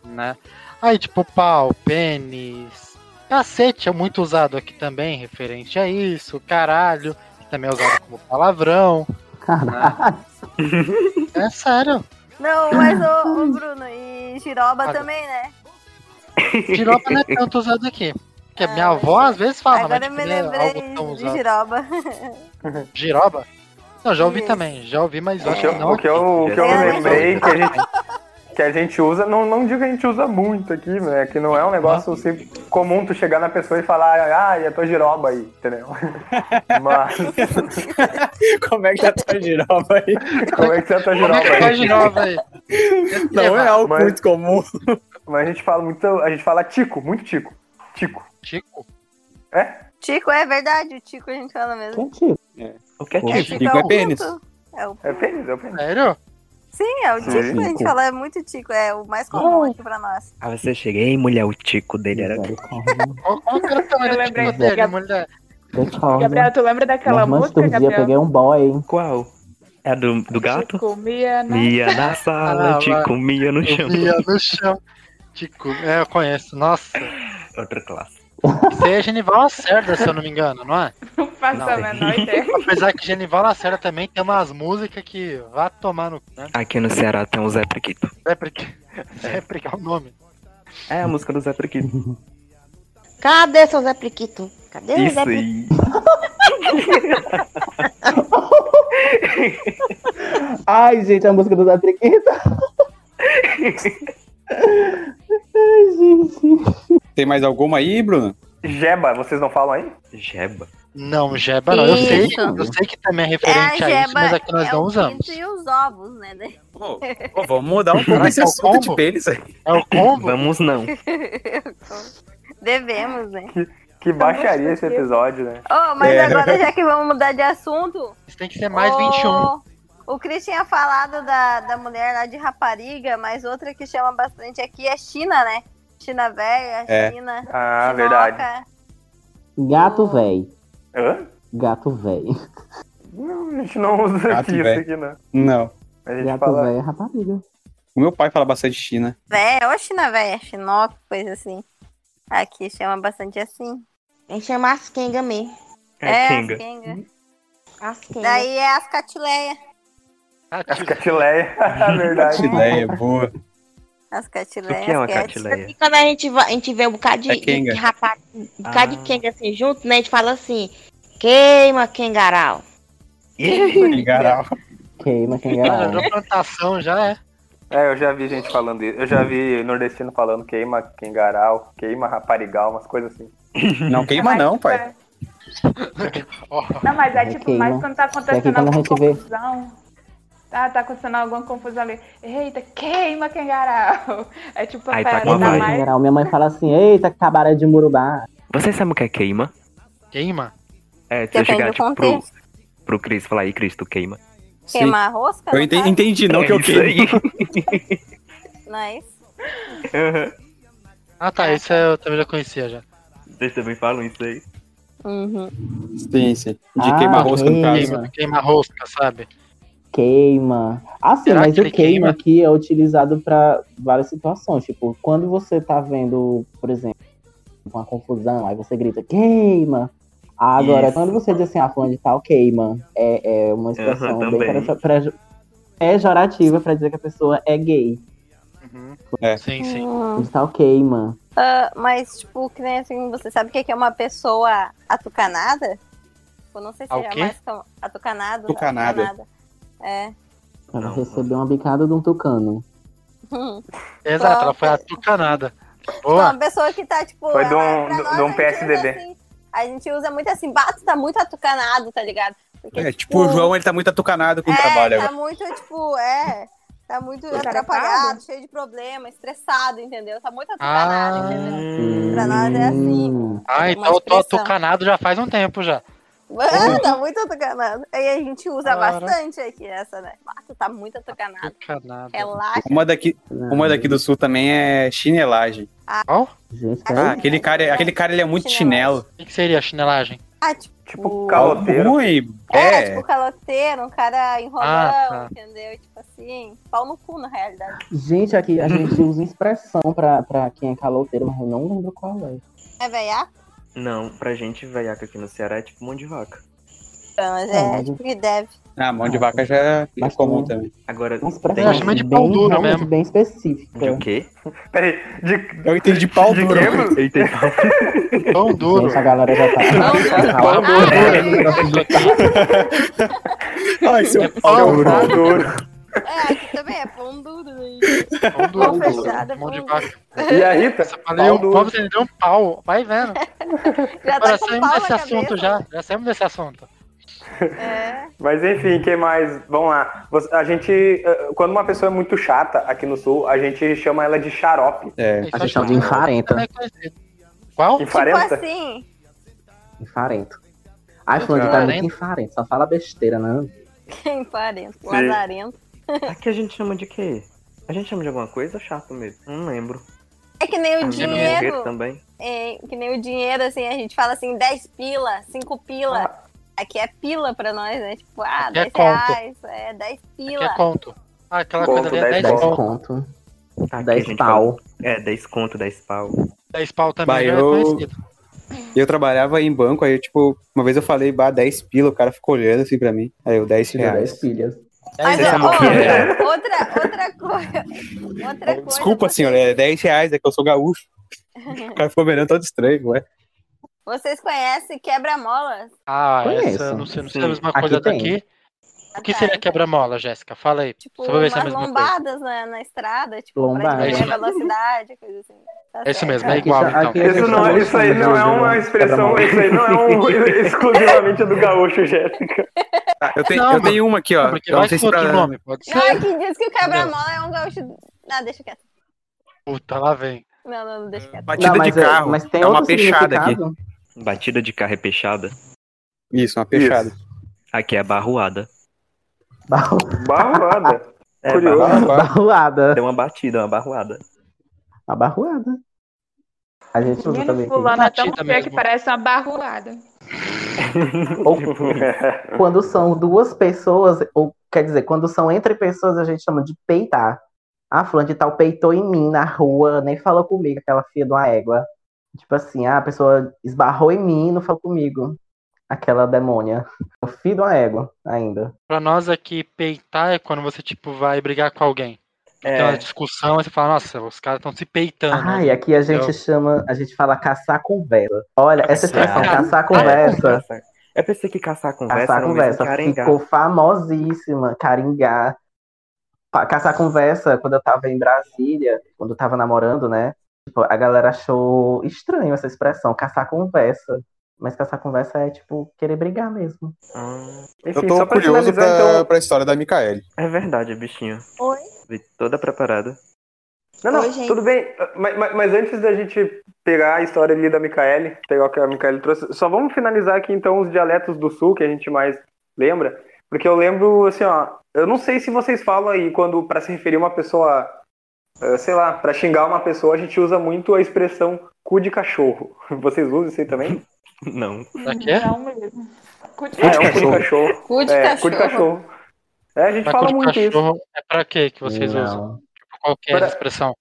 Speaker 4: né? Aí, tipo, pau, pênis, cacete é muito usado aqui também, referente a isso, caralho, que também é usado como palavrão. né?
Speaker 7: Caralho.
Speaker 4: É sério,
Speaker 2: Não, mas o, o Bruno e Giroba
Speaker 4: Ah,
Speaker 2: também, né?
Speaker 4: giroba não é tanto usado aqui. Porque
Speaker 2: Ah,
Speaker 4: minha avó às vezes fala, mas
Speaker 2: Agora eu
Speaker 4: tipo,
Speaker 2: me
Speaker 4: não é
Speaker 2: lembrei
Speaker 4: algo tão
Speaker 2: de
Speaker 4: usado.
Speaker 2: Giroba.
Speaker 4: Giroba? Não, já ouvi
Speaker 2: Isso.
Speaker 4: também, já ouvi, mas eu
Speaker 1: O
Speaker 4: acho
Speaker 1: que eu,
Speaker 4: que não.
Speaker 1: o que eu, o que eu
Speaker 2: É,
Speaker 1: lembrei que a gente, que a gente usa, não, não digo que a gente usa muito aqui, né? Que não é um negócio assim, comum tu chegar na pessoa e falar, ah, e a tua giroba aí, entendeu? Mas
Speaker 9: [laughs] Como é que tá tua giroba aí?
Speaker 1: como é que você é a tua
Speaker 4: Como
Speaker 1: giroba
Speaker 4: é que faz
Speaker 1: aí?
Speaker 4: giroba aí?
Speaker 9: Não é algo
Speaker 1: Mas-
Speaker 9: muito comum.
Speaker 1: Mas a gente fala muito, a gente fala tico, muito tico. Tico.
Speaker 4: Tico?
Speaker 2: Tico, é verdade, o Tico a gente fala mesmo.
Speaker 7: Quem tira?
Speaker 4: então,
Speaker 5: O que é
Speaker 9: Poxa.
Speaker 5: que
Speaker 4: Tico
Speaker 2: é
Speaker 9: é
Speaker 2: o
Speaker 9: pênis.
Speaker 2: pinto. É o...
Speaker 1: É pênis, é pênis.
Speaker 4: Sério?
Speaker 2: Sim, é o
Speaker 9: Sim,
Speaker 2: Tico que a gente
Speaker 9: Tico.
Speaker 2: fala, é muito Tico, é o mais comum aqui pra nós.
Speaker 5: Ah, você chega, ei, mulher, o tico dele era.
Speaker 7: Misericórdia.
Speaker 4: Qual qual que era o tamanho
Speaker 6: Eu
Speaker 4: do
Speaker 6: lembrei
Speaker 4: tico
Speaker 6: que-
Speaker 4: dele, mulher?
Speaker 7: Misericórdia.
Speaker 6: Gabriel, tu lembra daquela
Speaker 7: Normandes
Speaker 6: música,
Speaker 7: Turdia,
Speaker 6: Gabriel?
Speaker 7: peguei um boy.
Speaker 5: Qual? É a do, do gato?
Speaker 6: Te comia né? na...
Speaker 5: Mia na
Speaker 4: Ah,
Speaker 5: sala, te
Speaker 4: vai.
Speaker 5: comia no
Speaker 4: Eu
Speaker 5: chão.
Speaker 4: via no chão. Tico, é, eu conheço, nossa.
Speaker 5: Outra classe.
Speaker 4: Isso aí é Genival Lacerda, se eu não me engano, não é?
Speaker 6: Não faço
Speaker 5: Não.
Speaker 6: a menor ideia.
Speaker 4: Apesar que Genival Lacerda também tem umas músicas que vá tomar no. cu, Né? é
Speaker 5: Aqui no Ceará tem o Zé Prequito.
Speaker 4: Vai pregar, vai pregar é o nome.
Speaker 5: É a música do
Speaker 4: [laughs]
Speaker 5: Zé Prequito.
Speaker 8: Cadê seu Zé Priquito? Cadê
Speaker 4: É,
Speaker 8: o Zé
Speaker 5: Isso
Speaker 8: Priquito?
Speaker 5: aí.
Speaker 7: Ai, gente, a música do Zé Prequito. Ai, gente.
Speaker 9: Tem mais alguma aí, Bruno?
Speaker 1: Jeba, vocês não falam aí?
Speaker 5: Jeba.
Speaker 4: Não, jeba
Speaker 9: é
Speaker 4: não. Eu sei,
Speaker 2: Isso.
Speaker 4: eu sei que também é referente a, isso, mas aqui nós
Speaker 2: é
Speaker 4: não
Speaker 2: o
Speaker 4: usamos.
Speaker 2: pinto e os ovos, né?
Speaker 9: Pô, pô, vamos mudar um pouco esse
Speaker 4: Caraca,
Speaker 9: assunto de
Speaker 4: combo.
Speaker 9: pênis aí.
Speaker 4: É o combo?
Speaker 5: Vamos
Speaker 6: [laughs]
Speaker 5: não.
Speaker 2: Devemos, né?
Speaker 1: Que baixaria esse episódio, né?
Speaker 2: Oh, mas
Speaker 9: É.
Speaker 2: agora, já que vamos mudar de assunto...
Speaker 4: Isso tem que ser É mais
Speaker 2: o-
Speaker 4: 21.
Speaker 2: O Cris tinha falado da, da mulher lá de rapariga, mas outra que chama bastante aqui é China, né? China velha,
Speaker 9: É.
Speaker 2: China...
Speaker 1: Ah,
Speaker 2: chinoca.
Speaker 1: verdade.
Speaker 7: Gato véi.
Speaker 1: Hã?
Speaker 7: Gato véi.
Speaker 1: Não, a gente não usa
Speaker 9: Gato
Speaker 1: aqui, isso
Speaker 9: velho.
Speaker 1: aqui, né?
Speaker 9: Não.
Speaker 1: A gente
Speaker 7: Gato
Speaker 1: fala.
Speaker 7: véi é rapariga.
Speaker 9: O meu pai fala bastante de China.
Speaker 2: Véia, ou China velha, chinoca, coisa assim. Aqui chama bastante assim.
Speaker 8: A gente chama as Kenga mesmo.
Speaker 5: É, Kinga.
Speaker 2: as Kenga.
Speaker 8: As Kenga.
Speaker 2: Daí é as catileias.
Speaker 4: Ah,
Speaker 1: é [laughs]
Speaker 4: tio,
Speaker 1: Catileia, na É verdade.
Speaker 9: [laughs] Chileia, boa.
Speaker 2: As
Speaker 5: O
Speaker 2: catileias.
Speaker 5: que é uma
Speaker 2: as cat-
Speaker 5: catileia?
Speaker 8: E quando a gente, va- a gente vê um bocado de,
Speaker 9: É Kenga.
Speaker 8: de rapaz, um bocado
Speaker 5: Ah.
Speaker 8: de Kenga assim junto, né? A gente fala assim, queima Kengarau.
Speaker 9: Engaral.
Speaker 7: Queima quem é.
Speaker 4: cara, na Ah, plantação já é.
Speaker 1: É, eu já vi gente falando isso. Eu já vi nordestino falando queima quengarau, queima raparigal, umas coisas assim.
Speaker 9: Não queima
Speaker 6: Mas,
Speaker 9: não,
Speaker 6: tipo,
Speaker 9: pai.
Speaker 6: é- Não, mas é tipo,
Speaker 7: Ok,
Speaker 6: mais
Speaker 7: né?
Speaker 6: quando tá
Speaker 7: Daqui
Speaker 6: acontecendo
Speaker 7: quando a
Speaker 6: alguma
Speaker 7: gente vê-
Speaker 6: confusão. Tá, tá acontecendo alguma confusão ali. Eita, queima Kengarau. É tipo,
Speaker 5: Aí
Speaker 6: a
Speaker 5: tá
Speaker 6: parada
Speaker 5: com a
Speaker 6: tá
Speaker 5: vai.
Speaker 6: mais.
Speaker 7: Minha mãe fala assim, eita, cabaré de Murubá.
Speaker 5: Você sabe o que é queima?
Speaker 4: Queima.
Speaker 5: É, se eu
Speaker 2: Depende
Speaker 5: chegar
Speaker 2: do
Speaker 5: tipo, pro, pro Cris e falar, aí, Cris, tu queima.
Speaker 9: Sim.
Speaker 2: Queimar a rosca? né?
Speaker 9: Eu
Speaker 2: no
Speaker 9: entendi,
Speaker 2: caso?
Speaker 9: entendi, não
Speaker 5: É
Speaker 9: que eu
Speaker 5: isso
Speaker 9: queime.
Speaker 2: Não é isso?
Speaker 5: aí.
Speaker 4: Ah, tá, isso eu também já conhecia já.
Speaker 5: [laughs] Vocês também falam isso aí?
Speaker 2: Uhum.
Speaker 9: Sim, sim. De
Speaker 7: Ah,
Speaker 9: queimar rosca no
Speaker 7: queima.
Speaker 9: caso.
Speaker 4: Queima, queima rosca, sabe?
Speaker 7: Queima. Assim,
Speaker 4: Será
Speaker 7: mas
Speaker 4: que
Speaker 7: o
Speaker 4: ele
Speaker 7: queima,
Speaker 4: queima?
Speaker 7: aqui é utilizado pra várias situações. Tipo, quando você tá vendo, por exemplo, uma confusão, aí você grita queima. Agora,
Speaker 5: Isso.
Speaker 7: quando você diz assim, ah, fulano de tal queima, é, é uma expressão bem
Speaker 5: também.
Speaker 7: pejo- prejo- pejorativa pra dizer que a pessoa é gay.
Speaker 9: É.
Speaker 4: Sim, sim.
Speaker 2: Hum.
Speaker 7: De tal queima.
Speaker 2: Ah, mas, tipo, que nem assim, você sabe o que é que é uma pessoa atucanada? Tipo, não sei se
Speaker 4: Ah, o
Speaker 2: é
Speaker 4: quê?
Speaker 2: mais tão- atucanado. né?
Speaker 9: Atucanada.
Speaker 2: atucanada. É. [laughs]
Speaker 7: Ela
Speaker 5: Não.
Speaker 7: recebeu uma bicada de um tucano.
Speaker 4: Exato, ela
Speaker 2: Pronto.
Speaker 4: foi atucanada.
Speaker 2: Então,
Speaker 4: Boa.
Speaker 2: uma pessoa que tá, tipo.
Speaker 1: Foi
Speaker 2: ela-
Speaker 1: de um-
Speaker 2: pra
Speaker 1: de-
Speaker 2: nós,
Speaker 1: de um
Speaker 2: a gente
Speaker 1: PSDB.
Speaker 2: usa assim- a gente usa muito assim, bato tá muito atucanado, tá ligado? Porque,
Speaker 9: É, tipo, o João, ele tá muito atucanado com o
Speaker 2: é,
Speaker 9: trabalho
Speaker 2: Tá
Speaker 9: agora.
Speaker 2: muito, tipo, é. Tá muito
Speaker 6: Estressado?
Speaker 2: atrapalhado, cheio de problema, estressado, entendeu? Tá muito atucanado, entendeu?
Speaker 4: Ah,
Speaker 2: Pra nós é assim.
Speaker 7: Hum.
Speaker 4: ah, então eu tô
Speaker 2: Uma expressão.
Speaker 4: atucanado já faz um tempo já. Uhum.
Speaker 2: Mano, tá muito atucanado. E a gente usa
Speaker 4: Cara.
Speaker 2: bastante aqui essa, né? Bato tá muito atucanado. É
Speaker 4: Atucanado.
Speaker 2: Relaxa.
Speaker 9: Uma daqui, uma daqui do sul também é chinelagem.
Speaker 4: Qual?
Speaker 7: Gente,
Speaker 9: Ah,
Speaker 7: cara,
Speaker 9: aquele cara, é- aquele cara ele é muito chinelo.
Speaker 4: O que que seria a chinelagem?
Speaker 2: Ah, tipo,
Speaker 1: Tipo,
Speaker 2: O-
Speaker 9: Algo
Speaker 1: caloteiro.
Speaker 9: ruim.
Speaker 2: é,
Speaker 9: É.
Speaker 2: tipo caloteiro, um cara enrolão,
Speaker 4: Ah, tá.
Speaker 2: entendeu? Tipo assim, pau no cu, na realidade.
Speaker 7: gente, aqui a gente
Speaker 4: Uhum.
Speaker 7: usa expressão pra, pra quem é caloteiro, mas eu não lembro qual é.
Speaker 2: É veiaco?
Speaker 5: Não, pra gente, veiaca aqui no Ceará é tipo mão de vaca.
Speaker 2: Mas
Speaker 7: Não,
Speaker 2: é,
Speaker 7: mas-
Speaker 2: tipo que deve.
Speaker 9: Ah, mão de vaca já é
Speaker 7: Mas
Speaker 9: comum
Speaker 7: também-
Speaker 9: também.
Speaker 5: Agora, um
Speaker 7: Uma expressão
Speaker 4: Eu acho meio de pau
Speaker 7: bem,
Speaker 4: duro
Speaker 7: realmente
Speaker 4: mesmo.
Speaker 7: bem específica.
Speaker 5: de o quê?
Speaker 1: Peraí, de,
Speaker 9: Eu entendi pau
Speaker 1: de
Speaker 9: duro.
Speaker 1: quê?
Speaker 5: Eu entendi.
Speaker 4: Pão duro.
Speaker 7: Gente, a galera já tá.
Speaker 4: Pão duro.
Speaker 9: [laughs]
Speaker 7: né?
Speaker 9: Ai, seu
Speaker 4: É
Speaker 9: pau
Speaker 4: pau,
Speaker 9: duro.
Speaker 4: pau
Speaker 2: É, aqui também é pão duro. né?
Speaker 4: Pão
Speaker 2: Mão
Speaker 4: duro.
Speaker 2: fechada,
Speaker 4: Mão de
Speaker 2: pão
Speaker 4: vaca.
Speaker 1: E a Rita?
Speaker 4: Você falei
Speaker 1: Pau
Speaker 4: um
Speaker 1: duro.
Speaker 4: pau, você entendeu um pau. Vai vendo.
Speaker 2: [laughs] Já tá
Speaker 4: Agora
Speaker 2: com pau
Speaker 4: saímos
Speaker 2: na
Speaker 4: desse
Speaker 2: cabeça.
Speaker 4: assunto já. Já saímos desse assunto.
Speaker 2: É.
Speaker 1: Mas enfim, que mais? Vamos lá. Você- A gente, eh, quando uma pessoa é muito chata aqui no sul, a gente chama ela de xarope.
Speaker 9: É.
Speaker 4: Isso
Speaker 7: A gente
Speaker 4: é
Speaker 7: chama de
Speaker 4: chinelagem.
Speaker 7: enfarenta.
Speaker 4: Também é conhecido. Qual?
Speaker 1: Enfarenta?
Speaker 2: Tipo assim, [laughs]
Speaker 7: Enfarento. Ai, fulano tá muito enfarento, só fala besteira, né? não.
Speaker 2: quem parenta?
Speaker 1: Sim.
Speaker 2: Lazarento.
Speaker 5: [laughs] Aqui a gente chama de quê? A gente chama de alguma coisa chato mesmo? Não lembro.
Speaker 2: É que nem o
Speaker 5: Chama de
Speaker 2: dinheiro.
Speaker 5: morrer também.
Speaker 2: é, que nem o dinheiro, assim, a gente fala assim, 10 pila, 5 pila. Aqui é pila pra nós, né? Tipo, ah,
Speaker 4: Aqui é
Speaker 2: 10
Speaker 4: conto.
Speaker 2: reais, é 10
Speaker 4: Que
Speaker 2: pila.
Speaker 4: é conto. Ah, aquela
Speaker 1: Conto,
Speaker 4: coisa ali
Speaker 1: 10
Speaker 4: é Tá 10
Speaker 7: 10
Speaker 4: pau.
Speaker 7: conto,
Speaker 5: Aqui a
Speaker 7: 10
Speaker 5: gente fala-
Speaker 7: pau.
Speaker 5: É, 10 conto, 10 pau.
Speaker 4: 10 pau também
Speaker 9: Vai,
Speaker 4: já é
Speaker 9: eu-
Speaker 4: conhecido.
Speaker 9: Eu trabalhava em banco, aí eu, tipo, uma vez eu falei, bah, 10 pila, o cara ficou olhando assim pra mim. Aí eu, 10
Speaker 1: É
Speaker 7: Tirou
Speaker 9: reais.
Speaker 7: 10 pilhas.
Speaker 2: Mas, né?
Speaker 4: 10 reais.
Speaker 2: ó,
Speaker 9: é.
Speaker 2: outra, outra coisa. Outra coisa
Speaker 9: Desculpa, senhora, é 10 reais, é que eu sou gaúcho. O cara ficou me olhando todo estranho, ué.
Speaker 2: Vocês conhecem quebra-molas?
Speaker 4: Ah,
Speaker 7: Conheço.
Speaker 4: essa, não sei, não sei é
Speaker 5: Sim.
Speaker 4: a mesma
Speaker 7: Aqui
Speaker 4: coisa
Speaker 7: tem.
Speaker 4: daqui. O que seria quebra-mola, Jéssica? Fala aí.
Speaker 2: Tipo,
Speaker 4: Só pra ver
Speaker 2: umas
Speaker 4: se é a mesma coisa.
Speaker 2: lombadas na, na estrada, tipo,
Speaker 7: Lombada.
Speaker 2: pra diminuir a velocidade, coisa assim. Tá
Speaker 4: É isso
Speaker 2: certo.
Speaker 4: mesmo, é
Speaker 7: Aqui
Speaker 4: igual
Speaker 7: tá-
Speaker 4: então.
Speaker 7: aqui-
Speaker 1: Isso, não, isso aí não
Speaker 7: né?
Speaker 1: é uma expressão, isso aí não é um, exclusivamente do gaúcho, Jéssica.
Speaker 9: Ah, eu, tenho,
Speaker 4: Não,
Speaker 9: eu
Speaker 4: mas-
Speaker 9: tenho uma aqui, ó.
Speaker 4: Porque
Speaker 9: Eu não
Speaker 4: vai
Speaker 9: sei
Speaker 4: com
Speaker 9: se Tá, então pra...
Speaker 4: outro nome, pode
Speaker 2: Ai,
Speaker 4: ser.
Speaker 2: é que diz que o quebra-mola é um gaúcho. Ah, deixa quieto.
Speaker 4: Puta, lá vem.
Speaker 2: Não, não, não, deixa quieto.
Speaker 9: Batida
Speaker 7: Não,
Speaker 9: de
Speaker 7: mas é-
Speaker 9: carro.
Speaker 7: mas tem
Speaker 9: é uma
Speaker 7: outro
Speaker 9: peixada aqui.
Speaker 7: significado?
Speaker 5: Batida de carro é peixada.
Speaker 9: Isso, uma peixada.
Speaker 5: Aqui é barruada.
Speaker 7: Barro-
Speaker 1: Barroada.
Speaker 5: É,
Speaker 1: Curioso.
Speaker 5: barruada.
Speaker 7: Barroada.
Speaker 5: Deu uma batida, uma barruada.
Speaker 7: A barroada. A gente usa
Speaker 6: Menino
Speaker 7: também. Tá aqui.
Speaker 6: fulano é tão
Speaker 4: Batida
Speaker 6: feio
Speaker 4: mesmo.
Speaker 6: que parece uma barruada.
Speaker 7: Ou quando são duas pessoas, ou quer dizer, quando são entre pessoas, a gente chama de peitar. Ah, fulano de tal peitou em mim na rua, nem falou comigo, aquela filha de uma égua. Tipo assim, ah, a pessoa esbarrou em mim e não falou comigo. Aquela demônia. O filho de uma égua, ainda.
Speaker 4: Pra nós aqui, peitar é quando você, tipo, vai brigar com alguém. Tem
Speaker 9: É.
Speaker 4: uma discussão, aí você fala, nossa, os caras estão se peitando.
Speaker 7: Ah, e aqui a gente
Speaker 4: Eu-
Speaker 7: chama, a gente fala caçar conversa. Olha, essa expressão,
Speaker 5: Caçar. Ah, é
Speaker 7: caçar conversa.
Speaker 5: Eu pensei que caçar conversa
Speaker 7: é Caçar assim,
Speaker 5: era o
Speaker 7: Conversa
Speaker 5: mesmo que arengar.
Speaker 7: ficou famosíssima, Caringá. Pa- Caçar Conversa, quando eu tava em Brasília, quando eu tava namorando, né? Tipo, a galera achou estranho essa expressão, caçar conversa. Mas caçar conversa é, tipo, querer brigar mesmo.
Speaker 5: Ah,
Speaker 1: [laughs] Enfim, só pra finalizar, então.
Speaker 9: pra história da Micaele.
Speaker 5: é verdade, bichinho.
Speaker 8: Oi?
Speaker 5: Vi toda preparada. [laughs]
Speaker 1: Não, não,
Speaker 8: Oi, gente.
Speaker 1: tudo bem. Mas, mas- mas antes da gente pegar a história ali da Micaele, pegar o que a Micaele trouxe, só vamos finalizar aqui então os dialetos do sul que a gente mais lembra. Porque eu lembro, assim, ó, eu não sei se vocês falam aí quando, pra se referir a uma pessoa, eh, sei lá, pra xingar uma pessoa, a gente usa muito a expressão cu de cachorro. [laughs] Vocês usam isso aí também?
Speaker 5: Não.
Speaker 4: Aqui é?
Speaker 6: Não Então mesmo.
Speaker 1: É, [laughs] é um cu de
Speaker 9: cachorro.
Speaker 1: cachorro.
Speaker 2: Cu de
Speaker 1: É, cu de
Speaker 2: cachorro.
Speaker 1: cachorro. É, a gente
Speaker 4: Pra
Speaker 1: fala
Speaker 4: cor de
Speaker 1: muito isso.
Speaker 4: cachorro é pra quê que vocês
Speaker 7: Não.
Speaker 4: usam? Tipo, qual que é
Speaker 1: Pra-
Speaker 4: a expressão?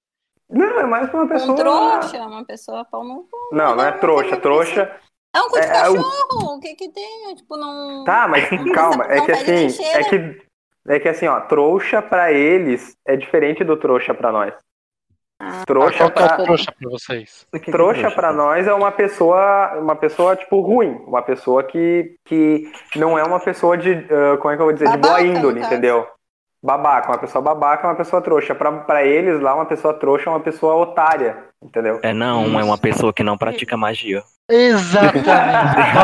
Speaker 1: Não, é mais pra uma
Speaker 2: Um
Speaker 1: pessoa.
Speaker 2: trouxa, uma pessoa pau no cu.
Speaker 1: Não, não é trouxa. Trouxa
Speaker 2: É um cu de
Speaker 1: É, é o-
Speaker 2: cachorro! O que que tem? Tipo, não.
Speaker 1: Tá,
Speaker 2: [laughs]
Speaker 1: mas calma, é
Speaker 2: Não tá
Speaker 1: que assim,
Speaker 2: pede nem cheira.
Speaker 1: é que é que assim, ó, trouxa pra eles é diferente do trouxa pra nós.
Speaker 2: tá.
Speaker 4: Ah,
Speaker 1: Trouxa
Speaker 4: qual que é o
Speaker 1: pra
Speaker 4: trouxa pra vocês?
Speaker 5: O que que é
Speaker 1: trouxa para nós é uma pessoa, uma pessoa tipo ruim, uma pessoa que que não é uma pessoa de, ah, como é que eu vou dizer, de boa
Speaker 2: Babaca,
Speaker 1: índole,
Speaker 2: no caso.
Speaker 1: entendeu? Babaca, uma pessoa babaca é uma pessoa trouxa. Pra, pra eles lá, uma pessoa trouxa é uma pessoa otária, entendeu?
Speaker 5: É não, é uma pessoa que não pratica magia.
Speaker 4: Exatamente.
Speaker 1: [laughs]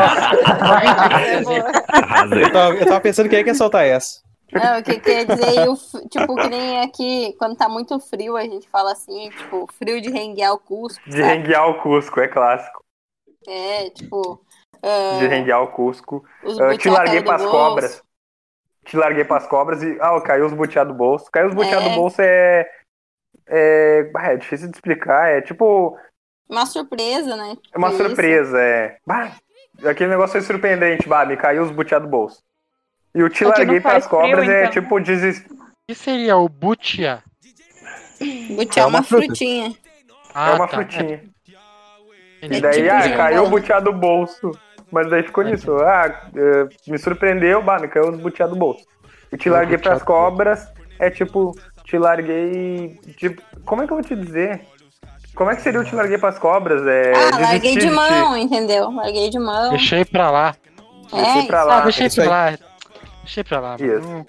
Speaker 4: Nossa,
Speaker 6: É
Speaker 4: alguém-
Speaker 5: Arrasei.
Speaker 3: Eu tava, eu tava pensando quem é que ia soltar essa.
Speaker 2: É, o que quer dizer, e o f- tipo, que nem aqui, quando tá muito frio, a gente fala assim, tipo, frio de renguear o Cusco,
Speaker 1: De
Speaker 2: sabe?
Speaker 1: renguear o Cusco, é clássico.
Speaker 2: É, tipo,
Speaker 1: De renguear o Cusco.
Speaker 2: os
Speaker 1: Eu
Speaker 2: butiá
Speaker 1: te larguei
Speaker 2: caiu do
Speaker 1: pras
Speaker 2: bolso.
Speaker 1: cobras. Te larguei pras cobras e. Ah, caiu os boteados do bolso. Caiu os boteados
Speaker 2: É.
Speaker 1: do bolso é. É, bah, é difícil de explicar. É tipo.
Speaker 2: Uma surpresa, né?
Speaker 1: É uma
Speaker 2: Isso.
Speaker 1: surpresa. É. Bah, aquele negócio é surpreendente, bah, me caiu os boteados do bolso. E o te
Speaker 6: É que não
Speaker 1: larguei
Speaker 6: faz
Speaker 1: pras
Speaker 6: frio,
Speaker 1: cobras é
Speaker 6: então.
Speaker 1: tipo deses...
Speaker 4: O que seria o butia?
Speaker 2: Butiá é uma frutinha.
Speaker 4: Ah,
Speaker 1: é uma
Speaker 4: tá. É
Speaker 1: frutinha.
Speaker 4: Entendi.
Speaker 1: E daí,
Speaker 2: tipo
Speaker 1: ah,
Speaker 4: né?
Speaker 2: de
Speaker 1: caiu
Speaker 2: bola.
Speaker 1: o boteado do bolso. Mas daí ficou nisso. Ah, eh, me surpreendeu, bah, me caiu os boteados do bolso. E te larguei pras cobras é tipo, te larguei. Tipo, como é que eu vou te dizer? Como é que seria o te larguei pras cobras? É,
Speaker 2: ah, larguei
Speaker 1: desistir
Speaker 2: de
Speaker 1: ti.
Speaker 2: mão, entendeu? Larguei de mão.
Speaker 4: Deixei pra lá.
Speaker 1: Deixei
Speaker 2: É,
Speaker 1: pra
Speaker 4: Ah,
Speaker 1: lá.
Speaker 4: deixei
Speaker 9: isso
Speaker 4: pra lá. Deixei pra lá.
Speaker 1: Isso.
Speaker 4: Não,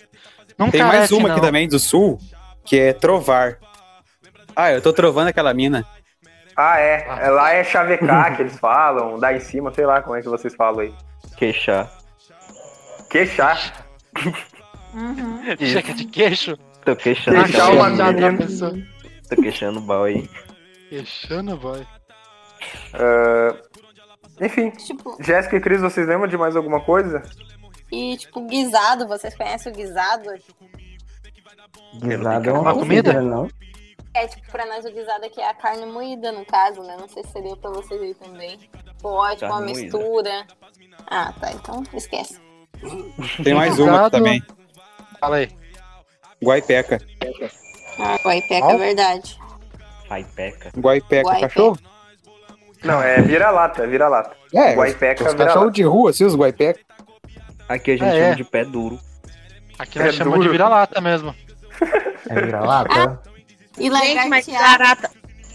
Speaker 4: não
Speaker 10: Um
Speaker 9: Tem mais
Speaker 4: carece,
Speaker 9: uma
Speaker 4: não.
Speaker 9: aqui também do sul, que é trovar. Ah, eu tô trovando aquela mina.
Speaker 1: Ah, é. é, Lá é chavecar que eles falam, dar em cima, sei lá como é que vocês falam aí.
Speaker 5: Queixar.
Speaker 1: Queixar.
Speaker 6: Uhum.
Speaker 4: Chega é de queixo.
Speaker 5: Tô queixando.
Speaker 1: Queixar
Speaker 5: essa
Speaker 1: uma
Speaker 5: menina.
Speaker 1: mina.
Speaker 4: outra pessoa.
Speaker 5: Tô queixando o bal aí.
Speaker 4: Queixando, boy.
Speaker 1: Enfim.
Speaker 2: tipo,
Speaker 1: Jéssica e Cris, vocês lembram de mais alguma coisa?
Speaker 2: e tipo, guisado, vocês conhecem o guisado?
Speaker 7: Guisado é
Speaker 4: Uma
Speaker 7: uma
Speaker 4: comida?
Speaker 7: comida, não?
Speaker 2: É, tipo, pra nós o guisado aqui é a carne moída, no caso, né? Não sei se seria pra vocês aí também. Pô, é, tipo, uma
Speaker 5: Carne moída.
Speaker 2: mistura. Ah, tá, então esquece.
Speaker 9: Tem mais uma aqui também.
Speaker 4: Fala aí.
Speaker 9: Guaipeca.
Speaker 2: Ah, guaipeca
Speaker 4: Qual?
Speaker 2: é verdade.
Speaker 5: Pai peca.
Speaker 9: Guaipeca,
Speaker 2: Guaipeca.
Speaker 9: cachorro?
Speaker 1: Não, é vira-lata, é vira-lata.
Speaker 9: É,
Speaker 1: Guaipeca,
Speaker 9: os
Speaker 1: vira-lata.
Speaker 9: cachorros de rua, assim, os guaipeca.
Speaker 5: Aqui a gente
Speaker 4: Ah, é?
Speaker 5: chama de pé duro.
Speaker 4: Aqui nós
Speaker 1: É
Speaker 4: chamamos
Speaker 1: duro.
Speaker 4: de vira-lata mesmo.
Speaker 7: É vira-lata?
Speaker 2: E
Speaker 8: Gente, mas
Speaker 2: lagartear.
Speaker 8: barata.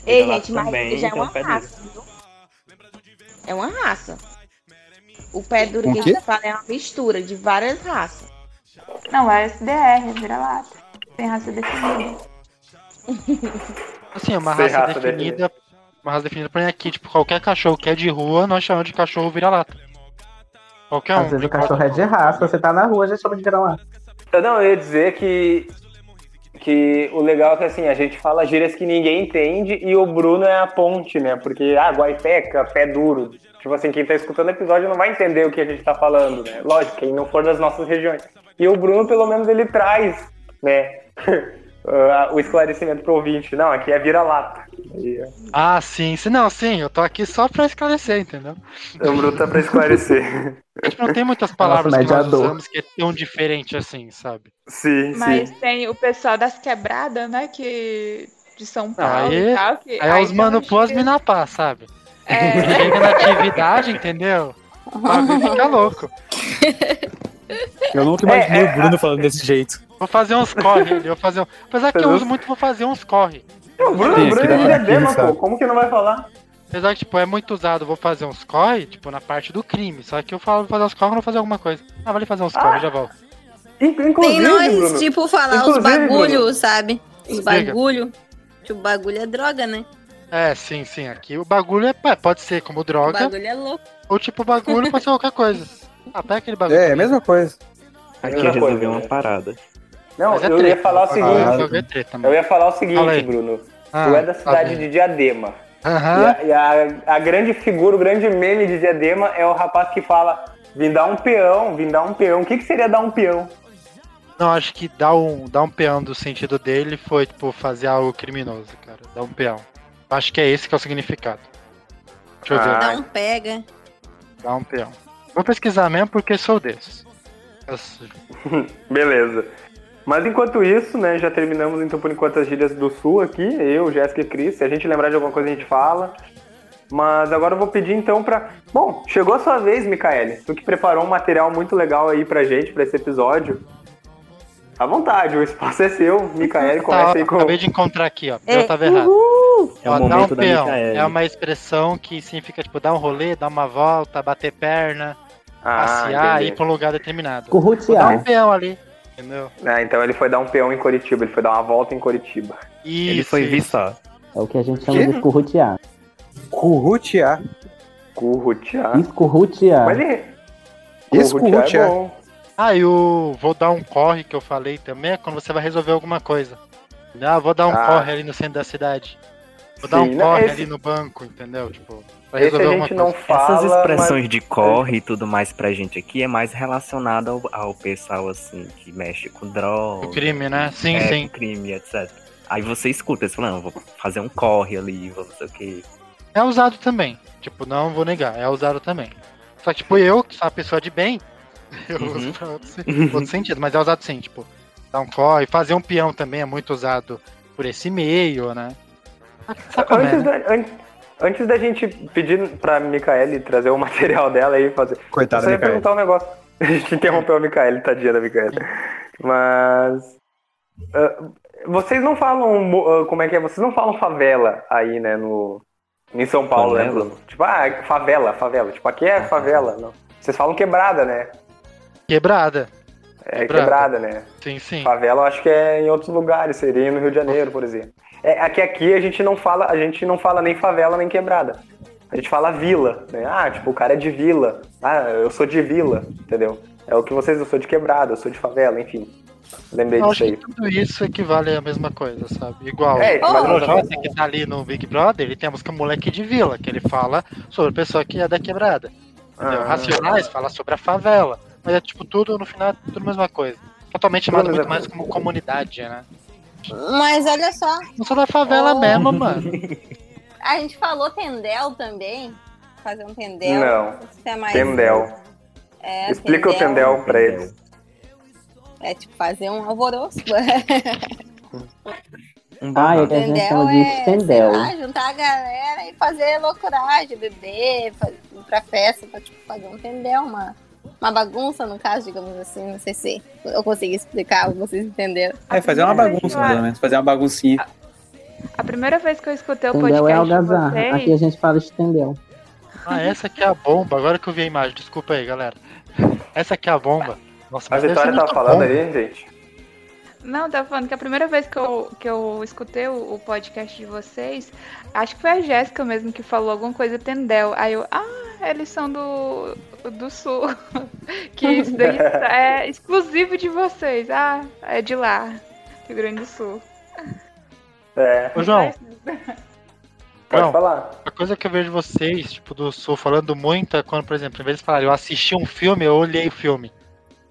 Speaker 8: Ei,
Speaker 5: Vira-lata
Speaker 8: gente, mas
Speaker 5: também,
Speaker 8: já é
Speaker 5: então
Speaker 8: uma
Speaker 5: pé duro.
Speaker 8: raça, viu? É uma raça. O pé duro
Speaker 9: Um
Speaker 8: que a
Speaker 9: quê?
Speaker 8: gente fala é uma mistura de várias raças.
Speaker 6: Não, é SDR, é vira-lata. Tem raça definida.
Speaker 4: Assim, uma
Speaker 1: Sem
Speaker 4: raça
Speaker 1: raça
Speaker 4: definida, uma raça definida pra mim aqui, tipo, qualquer cachorro que é de rua, nós chamamos de cachorro vira-lata.
Speaker 6: Ah,
Speaker 4: Qualquer um.
Speaker 7: Às vezes o cachorro é de raça, você tá na rua, já chama de virar lá.
Speaker 1: Eu não, eu ia dizer que, que o legal é que assim, a gente fala gírias que ninguém entende e o Bruno é a ponte, né? Porque, ah, guaipeca, pé duro. Tipo assim, quem tá escutando o episódio não vai entender o que a gente tá falando, né? Lógico, quem não for das nossas regiões. E o Bruno, pelo menos, ele traz, né? [laughs] ah, o esclarecimento pro ouvinte. Não, aqui é vira-lata. E
Speaker 4: Ah, sim, sim, não, sim, eu tô aqui só pra esclarecer, entendeu?
Speaker 1: O Bruno tá pra esclarecer.
Speaker 4: Tipo, não tem muitas palavras que nós
Speaker 7: mediador.
Speaker 4: usamos que é tão diferente assim, sabe?
Speaker 1: sim,
Speaker 6: Mas
Speaker 1: sim.
Speaker 6: tem o pessoal das quebradas, né? Que. De São Paulo
Speaker 4: aí-
Speaker 6: e tal. Que,
Speaker 4: Aí é os
Speaker 6: tem
Speaker 4: mano
Speaker 6: uns
Speaker 4: pós
Speaker 6: que-
Speaker 4: mina pá, sabe?
Speaker 6: É,
Speaker 4: Chega na atividade, entendeu? O bagulho fica louco.
Speaker 10: Eu nunca
Speaker 1: É,
Speaker 10: imaginei
Speaker 1: é,
Speaker 10: o Bruno falando desse jeito.
Speaker 4: Vou fazer uns corre, eu vou fazer um... Apesar que eu uso muito, vou fazer uns corre.
Speaker 1: O Bruno,
Speaker 9: Sim,
Speaker 1: o Bruno
Speaker 9: aqui dá
Speaker 1: ele
Speaker 9: pra
Speaker 1: é dema,
Speaker 9: pensar.
Speaker 1: pô. Como que não vai falar?
Speaker 4: Apesar que, tipo, é muito usado, vou fazer uns corre, tipo, na parte do crime. Só que eu falo, vou fazer uns corre, eu vou fazer alguma coisa. Ah, vale fazer uns
Speaker 1: Ah,
Speaker 4: corre, já volto.
Speaker 1: In-
Speaker 2: Tem
Speaker 1: Inclusive,
Speaker 2: nós,
Speaker 1: Bruno,
Speaker 2: tipo, falar os
Speaker 1: Inclusive,
Speaker 2: bagulho,
Speaker 1: Bruno.
Speaker 2: sabe? Os
Speaker 4: Diga.
Speaker 2: bagulho. Tipo, bagulho é droga, né?
Speaker 4: É, sim, sim, aqui o bagulho é, é, pode ser como droga,
Speaker 2: Bagulho é louco.
Speaker 4: ou tipo, bagulho pode ser qualquer coisa. Ah, pega aquele bagulho.
Speaker 9: É, é a mesma coisa.
Speaker 5: Aqui
Speaker 1: Mesma coisa,
Speaker 5: resolveu uma
Speaker 1: né?
Speaker 5: parada.
Speaker 1: Não,
Speaker 4: Mas é
Speaker 1: eu ia
Speaker 4: treta.
Speaker 1: falar o
Speaker 4: Ah,
Speaker 1: seguinte.
Speaker 4: jogo é treta,
Speaker 1: Eu
Speaker 4: mano.
Speaker 1: ia falar o
Speaker 4: Fala aí.
Speaker 1: seguinte, Bruno.
Speaker 4: Ah,
Speaker 1: tu é da
Speaker 4: tá
Speaker 1: cidade
Speaker 4: bom.
Speaker 1: de Diadema.
Speaker 4: Aham.
Speaker 1: E a- E, a, a grande figura, o grande meme de Diadema é o rapaz que fala: vim dar um peão, vim dar um peão. O que, que seria dar um peão?
Speaker 4: Não, acho que dar um, dar um peão do sentido dele foi, tipo, fazer algo criminoso, cara. Dar um peão. Acho que é esse que é o significado. Deixa eu
Speaker 1: Ah.
Speaker 4: ver.
Speaker 2: Dá um pega.
Speaker 4: Dar um peão. Vou pesquisar mesmo porque sou desses. Eu-
Speaker 1: Beleza. Mas enquanto isso, né, já terminamos então por enquanto as gírias do Sul aqui, eu, Jéssica e Cris. Se a gente lembrar de alguma coisa a gente fala. Mas agora eu vou pedir então pra. Bom, chegou a sua vez, Micaele. Tu que preparou um material muito legal aí pra gente, pra esse episódio. À vontade, o espaço é seu. Micaele,
Speaker 4: [laughs] Tá, ó,
Speaker 1: começa aí com.
Speaker 4: acabei de encontrar aqui, ó.
Speaker 8: É,
Speaker 4: Eu tava errado.
Speaker 5: É o
Speaker 4: Ó, dar um
Speaker 5: momento da
Speaker 4: peão
Speaker 5: Micaele.
Speaker 4: é uma expressão que significa, tipo, dar um rolê, dar uma volta, bater perna, passear,
Speaker 1: Ah, entendi.
Speaker 4: ir pra um lugar determinado. Dar um
Speaker 7: Currutear.
Speaker 4: peão ali, entendeu?
Speaker 1: Ah, então ele foi dar um peão em Curitiba, ele foi dar uma volta em Curitiba.
Speaker 4: Isso,
Speaker 5: Ele foi
Speaker 4: isso.
Speaker 5: viçar.
Speaker 7: É o que a gente chama de escurrutear.
Speaker 9: Currutear.
Speaker 7: Ah.
Speaker 1: Currutear. Mas
Speaker 7: Escurrutear.
Speaker 1: ele. Currutear é
Speaker 9: Escurrutear.
Speaker 1: bom.
Speaker 4: Ah, e o vou dar um corre que eu falei também é quando você vai resolver alguma coisa. Ah, vou dar um
Speaker 1: Ah.
Speaker 4: corre ali no centro da cidade. Vou dar
Speaker 1: Sim,
Speaker 4: um
Speaker 1: né?
Speaker 4: corre
Speaker 1: Esse-
Speaker 4: ali no banco, entendeu? Tipo, pra
Speaker 1: Esse
Speaker 4: resolver
Speaker 1: a
Speaker 4: alguma
Speaker 1: gente não
Speaker 4: coisa.
Speaker 1: fala.
Speaker 5: Essas
Speaker 1: mas-
Speaker 5: expressões de corre e tudo mais pra gente aqui é mais relacionada ao, ao pessoal assim que mexe com droga.
Speaker 4: O crime, né? Sim,
Speaker 5: é,
Speaker 4: sim.
Speaker 5: com crime, etc. Aí você escuta, você fala, não, vou fazer um corre ali, vou não sei o quê.
Speaker 4: É usado também. Tipo, não vou negar, é usado também. Só que, tipo, eu, que sou uma pessoa de bem, [laughs] eu
Speaker 5: Uhum.
Speaker 4: uso pra outro, sen- [laughs] outro sentido, mas é usado sim, tipo, dar um corre, fazer um peão também é muito usado por esse meio, né? Sabe como é,
Speaker 1: Antes
Speaker 4: né?
Speaker 1: da, an- antes da gente pedir pra Micaele trazer o [laughs] material dela aí e fazer. Eu
Speaker 9: Coitado,
Speaker 1: só ia
Speaker 9: né, cara?
Speaker 1: perguntar um negócio. [laughs] A gente interrompeu a Micaele, tadinha da Micaele. Mas. ah, vocês não falam. mo- ah, como é que é? Vocês não falam favela aí, né? No, em São Paulo, né?
Speaker 5: Favela?
Speaker 1: Bruno? Tipo, ah, favela, favela. Tipo, aqui é favela, não. Vocês falam quebrada, né?
Speaker 4: Quebrada.
Speaker 1: É
Speaker 4: Quebrada.
Speaker 1: quebrada, né?
Speaker 4: Sim, sim.
Speaker 1: Favela eu acho que é em outros lugares, seria no Rio de Janeiro, por exemplo. É, aqui aqui a gente não fala, a gente não fala nem favela nem quebrada. A gente fala vila, né? Ah, tipo, o cara é de vila. Ah, eu sou de vila, entendeu? É o que vocês, eu sou de quebrada, eu sou de favela, enfim. Lembrei
Speaker 4: Eu
Speaker 1: disso
Speaker 4: acho que
Speaker 1: aí.
Speaker 4: tudo isso equivale à mesma coisa, sabe? Igual.
Speaker 1: É,
Speaker 4: o
Speaker 1: mas não-
Speaker 4: Projota, que tá ali no Big Brother, ele tem a música Moleque de Vila, que ele fala sobre a pessoa que é da quebrada. entendeu?
Speaker 1: Ah.
Speaker 4: Racionais fala sobre a favela. Mas é tipo tudo, no final, tudo a mesma coisa. Totalmente chamado
Speaker 1: Mas
Speaker 4: muito
Speaker 1: é-
Speaker 4: mais como comunidade, né?
Speaker 2: Mas olha só,
Speaker 4: Não sou da favela
Speaker 2: Oh.
Speaker 4: mesmo, mano.
Speaker 2: a gente falou tendel também. Fazer um tendel.
Speaker 1: Não,
Speaker 2: Isso é mais-
Speaker 1: tendel.
Speaker 2: É,
Speaker 1: Explica o tendel pra eles.
Speaker 2: É tipo fazer um alvoroço. [laughs]
Speaker 5: Um
Speaker 7: Ah,
Speaker 5: babado.
Speaker 7: é que a gente
Speaker 2: Tendel
Speaker 7: chama de
Speaker 2: é
Speaker 7: estendel.
Speaker 2: sei lá, juntar a galera e fazer loucuragem, beber, fa- ir pra festa, pra tipo, fazer um tendel, uma, uma bagunça, no caso, digamos assim. Não sei se eu consegui explicar, vocês entenderam.
Speaker 6: a
Speaker 9: É, fazer uma
Speaker 6: primeira vez
Speaker 9: bagunça,
Speaker 6: que eu-
Speaker 9: mais ou menos. Fazer uma baguncinha.
Speaker 2: Ah,
Speaker 6: A primeira vez que eu escutei o
Speaker 7: Estendel
Speaker 6: podcast
Speaker 7: é
Speaker 6: de
Speaker 7: algazarra. Aqui a
Speaker 6: vocês,
Speaker 7: gente fala estendel.
Speaker 4: Ah, essa aqui é a bomba. Agora que eu vi a imagem, desculpa aí, galera. Essa aqui é a bomba. Nossa,
Speaker 1: A
Speaker 4: mas deve
Speaker 1: Vitória
Speaker 4: ser
Speaker 1: tava
Speaker 4: muito
Speaker 1: falando
Speaker 4: bom.
Speaker 1: ali, gente.
Speaker 6: Não, tava falando que a primeira vez que eu, que eu escutei o, o podcast de vocês, acho que foi a Jéssica mesmo que falou alguma coisa Tendel. Aí eu, ah, eles são do, do sul. [laughs] que isso daí é exclusivo de vocês. Ah, é de lá. Rio Grande do Sul.
Speaker 1: É,
Speaker 4: Ô, João,
Speaker 1: pode
Speaker 4: Não.
Speaker 1: falar.
Speaker 4: a coisa que eu vejo vocês, tipo, do Sul falando muito é quando, por exemplo, em vez de falar eu assisti um filme, eu olhei o filme.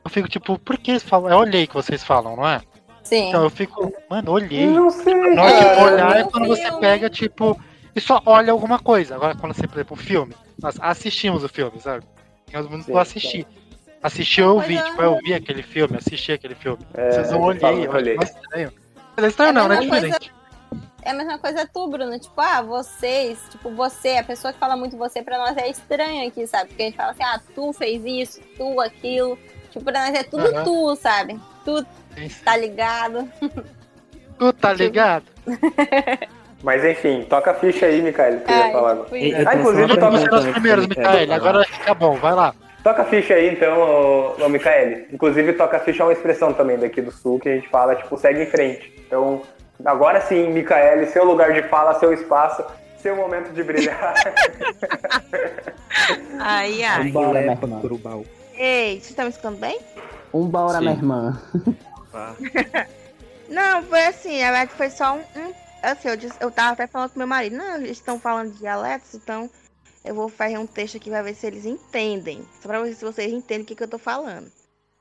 Speaker 4: Eu fico tipo, por que eles falam? É olhei que vocês falam, não é?
Speaker 2: Sim.
Speaker 4: Então eu fico, mano, olhei.
Speaker 1: Não sei,
Speaker 4: Não,
Speaker 2: É,
Speaker 4: tipo,
Speaker 1: cara.
Speaker 4: olhar é
Speaker 2: um
Speaker 4: quando você
Speaker 2: filme.
Speaker 4: pega, tipo, e só olha alguma coisa. Agora, quando você, por exemplo, o filme, nós assistimos o filme, sabe? Tem outros mundos que eu
Speaker 1: Sim,
Speaker 4: assisti. Assisti eu
Speaker 2: Mas
Speaker 4: vi,
Speaker 2: é-
Speaker 4: tipo, eu vi aquele filme, assisti aquele filme.
Speaker 1: É,
Speaker 4: Vocês não
Speaker 1: fala,
Speaker 4: olhei, eu
Speaker 1: olhei.
Speaker 4: olhei. estranho. Mas é estranho não,
Speaker 2: É a
Speaker 4: né?
Speaker 2: mesma coisa-
Speaker 4: Diferente.
Speaker 2: É a mesma coisa tu, Bruno. Tipo, ah, vocês, tipo, você, a pessoa que fala muito você, pra nós é estranho aqui, sabe? Porque a gente fala assim, ah, tu fez isso, tu aquilo. Tipo, pra nós é tudo
Speaker 4: Aham.
Speaker 2: tu, sabe? Tu tá ligado.
Speaker 4: Tu tá ligado?
Speaker 1: Mas enfim, toca a ficha aí, Micael, que eu ia
Speaker 2: Ai,
Speaker 1: falar.
Speaker 2: tipo,
Speaker 5: Eu-
Speaker 2: isso.
Speaker 5: eu
Speaker 1: Ah,
Speaker 5: tenho
Speaker 1: inclusive,
Speaker 5: só uma
Speaker 1: eu tava-
Speaker 4: Você
Speaker 5: pergunta
Speaker 4: é os
Speaker 5: antes
Speaker 4: primeiros,
Speaker 1: tá
Speaker 5: do Micael
Speaker 4: Micael.
Speaker 5: falar.
Speaker 4: Agora fica tá bom, vai lá.
Speaker 1: Toca a ficha aí, então, ô, ô Micaele. Inclusive, toca a ficha é uma expressão também daqui do Sul que a gente fala, tipo, segue em frente. Então, agora sim, Micaele, seu lugar de fala, seu espaço, seu momento de brilhar.
Speaker 8: [laughs] Ai, ai.
Speaker 7: Um Bora,
Speaker 5: Leva
Speaker 7: minha irmã.
Speaker 5: Curubau.
Speaker 9: É
Speaker 8: Ei, vocês estão me escutando bem?
Speaker 7: Um baura,
Speaker 5: Sim.
Speaker 7: minha irmã.
Speaker 5: Pá.
Speaker 8: Não, foi assim, na verdade foi só um. um- assim, eu, disse- eu tava até falando com meu marido, não, eles estão falando de dialetos, então eu vou fazer um texto aqui pra ver se eles entendem. Só pra ver se vocês entendem o que, que eu tô falando.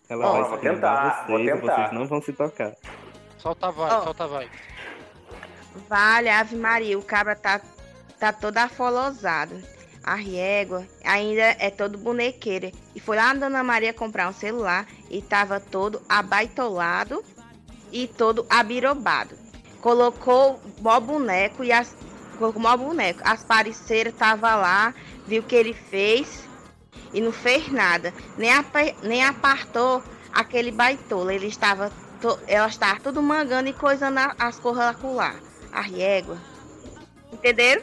Speaker 5: Ela
Speaker 8: Ó,
Speaker 5: vai
Speaker 1: vou
Speaker 5: se lembrar
Speaker 1: tentar, vou
Speaker 5: vocês, e
Speaker 1: tentar.
Speaker 5: vocês não vão se tocar.
Speaker 4: Solta a voz,
Speaker 8: Ó.
Speaker 4: solta a voz.
Speaker 8: Vale, Ave Maria, o cabra tá, tá todo afolosado. A régua ainda é todo bonequeira. E foi lá na Dona Maria comprar um celular e tava todo abaitolado e todo abirobado. Colocou mó boneco e as. Colocou mó boneco. As parceiras tava lá, viu o que ele fez e não fez nada. Nem, apa- nem apartou aquele baitola. Ele estava. To, ela estava tudo mangando e coisando a- as corras lá com lá. A régua. Entenderam?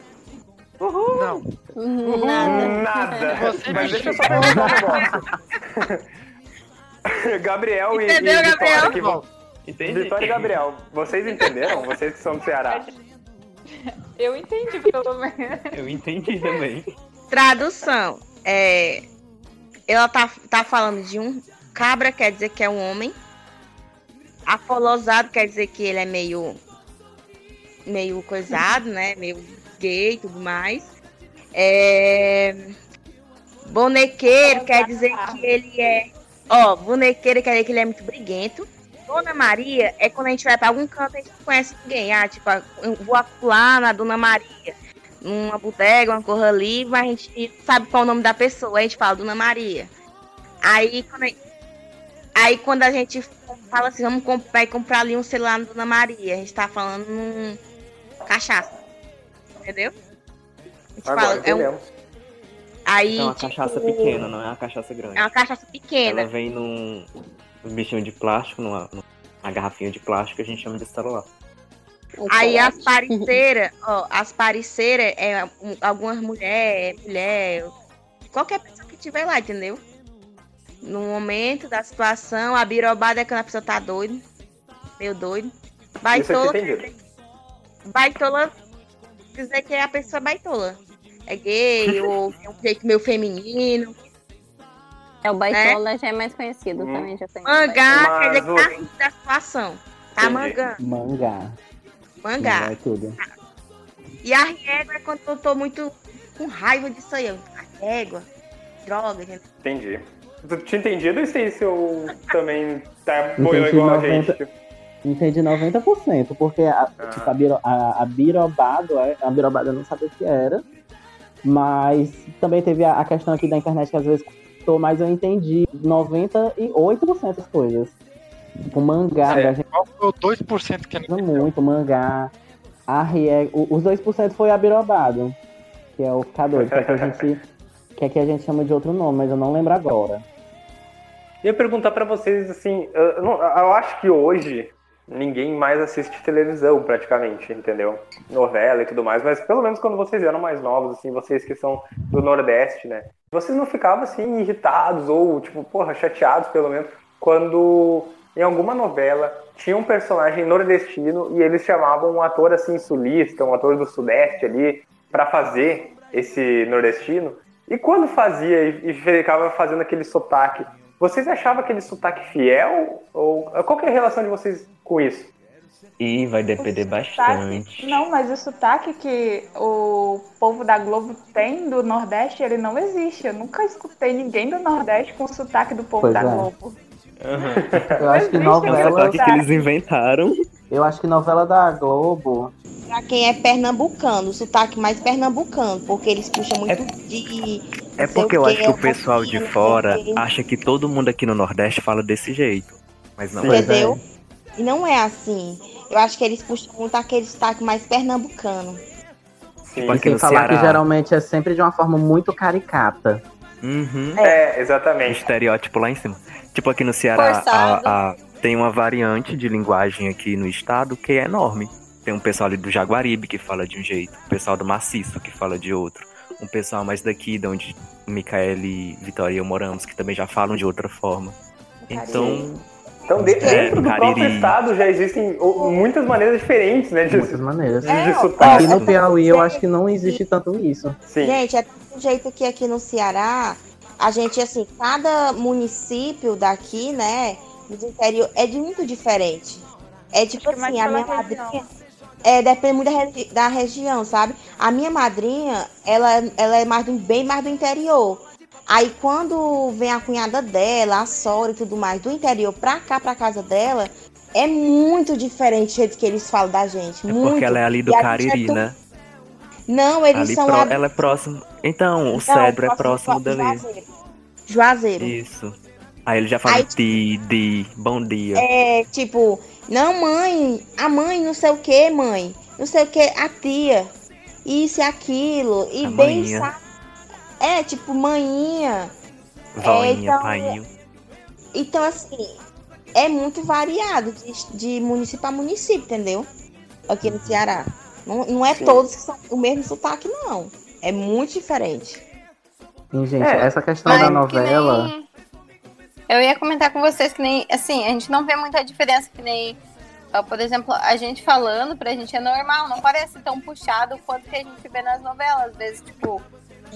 Speaker 4: Não.
Speaker 2: Uhum, Nada.
Speaker 1: Uhum. Nada.
Speaker 4: Você
Speaker 1: Mas
Speaker 4: me
Speaker 1: deixa eu só perguntar um negócio. [laughs] Gabriel e, e
Speaker 8: Entendeu,
Speaker 1: Vitória,
Speaker 8: Gabriel?
Speaker 4: tá
Speaker 1: que vão-
Speaker 5: Entendi.
Speaker 1: Vitória e [laughs] Gabriel, vocês entenderam? Vocês que são do Ceará.
Speaker 6: Eu entendi, pelo menos.
Speaker 5: Eu entendi também.
Speaker 8: Tradução. É, ela tá, tá falando de um. Cabra quer dizer que é um homem. Afolosado quer dizer que ele é meio. meio coisado, né? Meio gay e tudo mais. É, bonequeiro quer dizer que ele é. Ó, bonequeiro quer dizer que ele é muito briguento. Dona Maria é quando a gente vai pra algum canto e a gente não conhece ninguém. Ah, tipo, eu vou acular na Dona Maria numa bodega, uma corra ali, mas a gente sabe qual é o nome da pessoa, a gente fala Dona Maria. Aí quando a, aí, quando a gente fala assim, vamos comp- vai comprar ali um celular na Dona Maria, a gente tá falando num cachaça. Entendeu? A gente
Speaker 1: Agora
Speaker 8: fala, é um-
Speaker 1: entendemos.
Speaker 8: aí,
Speaker 5: É uma
Speaker 8: tipo,
Speaker 5: cachaça pequena, não é uma cachaça grande.
Speaker 8: É uma cachaça pequena.
Speaker 1: é
Speaker 5: Ela vem num num bichinho de plástico, numa, numa garrafinha de plástico, a gente chama de celular.
Speaker 8: Aí as parceiras,
Speaker 1: [laughs]
Speaker 8: ó, as parceiras é um- algumas mulheres, mulher, qualquer pessoa que tiver lá, entendeu? No momento da situação, a birobada é quando a pessoa tá doida, meio doido.
Speaker 1: Isso eu
Speaker 8: Baitola,
Speaker 1: tinha entendido.
Speaker 8: baitola quer dizer que é a pessoa baitola. É
Speaker 1: [laughs]
Speaker 8: gay ou é um jeito meio feminino.
Speaker 2: É o Baitola, já é mais conhecido
Speaker 1: Hum.
Speaker 2: também, já tem.
Speaker 8: Mangá quer dizer que tá
Speaker 1: Mas o-
Speaker 8: rindo da situação. Tá
Speaker 1: Entendi.
Speaker 8: mangando,
Speaker 7: Mangá.
Speaker 8: mangá.
Speaker 7: Mangá é tudo.
Speaker 8: E a régua é quando eu tô muito com raiva disso aí. eu, A régua, droga, gente.
Speaker 1: Entendi. Tu tinha entendido e sei se eu também tá boiou igual a gente.
Speaker 7: Entendi 90%, porque a, tipo, a, biro, a, a birobado, é- a birobada eu não sabia o que era, mas também teve a, a questão aqui da internet que às vezes cortou, mas eu entendi 98% das coisas. Tipo, mangá,
Speaker 4: É.
Speaker 7: a gente
Speaker 4: Qual foi o 2% que é
Speaker 7: usa
Speaker 4: não.
Speaker 7: muito mangá, a rie, o, os 2% foi a birobado, que é o K2, que é [laughs] que a gente... Que aqui a gente chama de outro nome, mas eu não lembro agora.
Speaker 1: Eu ia perguntar pra vocês assim, eu, não- eu acho que hoje ninguém mais assiste televisão praticamente, entendeu? Novela e tudo mais, mas pelo menos quando vocês eram mais novos, assim, vocês que são do Nordeste, né? Vocês não ficavam assim irritados ou tipo, porra, chateados pelo menos quando em alguma novela, tinha um personagem nordestino e eles chamavam um ator assim sulista, um ator do sudeste ali, pra fazer esse nordestino. E quando fazia e e ficava fazendo aquele sotaque, vocês achavam aquele sotaque fiel? Ou qual que é a relação de vocês com isso?
Speaker 5: E vai depender bastante.
Speaker 6: Não, mas o sotaque que o povo da Globo tem do Nordeste, ele não existe. Eu nunca escutei ninguém do Nordeste com o sotaque do povo
Speaker 7: Pois
Speaker 6: da
Speaker 7: é.
Speaker 6: Globo.
Speaker 7: Eu acho
Speaker 6: Existe
Speaker 7: que
Speaker 5: É o
Speaker 6: ela-
Speaker 7: novela.
Speaker 5: toque que eles inventaram.
Speaker 7: Eu acho que novela da Globo.
Speaker 8: Pra quem é pernambucano, o sotaque mais pernambucano, porque eles puxam muito de.
Speaker 5: É
Speaker 8: não sei
Speaker 5: porque eu acho
Speaker 8: quê,
Speaker 5: que o
Speaker 8: um
Speaker 5: pessoal de
Speaker 8: pouquinho,
Speaker 5: fora
Speaker 8: não sei o quê,
Speaker 5: acha que todo mundo aqui no Nordeste fala desse jeito. Mas não
Speaker 1: Pois
Speaker 5: é.
Speaker 1: é.
Speaker 8: Entendeu? E não é assim. Eu acho que eles puxam muito aquele sotaque mais pernambucano.
Speaker 1: Sim.
Speaker 5: Tipo
Speaker 7: E
Speaker 5: aqui
Speaker 7: sem
Speaker 5: no
Speaker 7: falar que
Speaker 5: Ceará.
Speaker 7: geralmente é sempre de uma forma muito caricata.
Speaker 5: [laughs] Uhum.
Speaker 1: É,
Speaker 5: Um
Speaker 1: exatamente.
Speaker 5: estereótipo lá em cima. Tipo aqui no Ceará,
Speaker 2: Forçado.
Speaker 5: a- a- tem uma variante de linguagem aqui no estado que é enorme. Tem um pessoal ali do Jaguaribe que fala de um jeito, um pessoal do Maciço que fala de outro, um pessoal mais daqui, de onde Micael e Vitória e eu moramos, que também já falam de outra forma. Então,
Speaker 1: Então, de-
Speaker 5: É,
Speaker 1: dentro do próprio
Speaker 5: Cariri.
Speaker 1: estado já existem o- muitas maneiras diferentes, né?
Speaker 7: De
Speaker 1: De,
Speaker 7: muitas maneiras.
Speaker 1: de
Speaker 6: É, ó,
Speaker 1: sotaque.
Speaker 7: Aqui no Piauí eu acho que não existe tanto isso.
Speaker 1: Sim.
Speaker 8: Gente, é do jeito que aqui no Ceará, a gente, assim, cada município daqui, né, do interior, é de muito diferente. É tipo
Speaker 6: Acho que mais
Speaker 8: assim, a
Speaker 6: pela
Speaker 8: minha
Speaker 6: região.
Speaker 8: madrinha. É, depende muito da, regi- da região, sabe? A minha madrinha, ela, ela é mais do, bem mais do interior. Aí quando vem a cunhada dela, a sogra e tudo mais, do interior pra cá, pra casa dela, é muito diferente o jeito que eles falam da gente.
Speaker 5: é
Speaker 8: muito.
Speaker 5: porque ela é ali do
Speaker 8: E a gente é
Speaker 5: Cariri,
Speaker 8: tão-
Speaker 5: né?
Speaker 8: Não, eles
Speaker 5: Ali
Speaker 8: são
Speaker 5: pro-
Speaker 8: lá
Speaker 5: Ela é próximo. Então, o
Speaker 8: não,
Speaker 5: cérebro é próximo
Speaker 8: de
Speaker 5: dali.
Speaker 8: Juazeiro. Juazeiro.
Speaker 5: Isso. Aí ele já fala
Speaker 8: Aí-
Speaker 5: ti, di, bom dia.
Speaker 8: É tipo, não, mãe, a mãe, não sei o que, mãe, não sei o que, a tia, isso e aquilo, e
Speaker 5: A
Speaker 8: bem
Speaker 5: manhinha.
Speaker 8: sabe. É, tipo, manhinha.
Speaker 5: Voinha,
Speaker 8: então-
Speaker 5: painho.
Speaker 8: Então, assim, é muito variado de, de município a município, entendeu? Aqui no Ceará. Não, não é
Speaker 1: Sim.
Speaker 8: todos que são o mesmo sotaque, não. É muito diferente.
Speaker 7: E, gente,
Speaker 1: É,
Speaker 7: essa questão
Speaker 2: Mas
Speaker 7: da
Speaker 2: que
Speaker 7: novela.
Speaker 2: nem- Eu ia comentar com vocês que nem, assim, a gente não vê muita diferença que nem, ó, por exemplo, a gente falando pra gente é normal, não parece tão puxado quanto que a gente vê nas novelas, às vezes, tipo,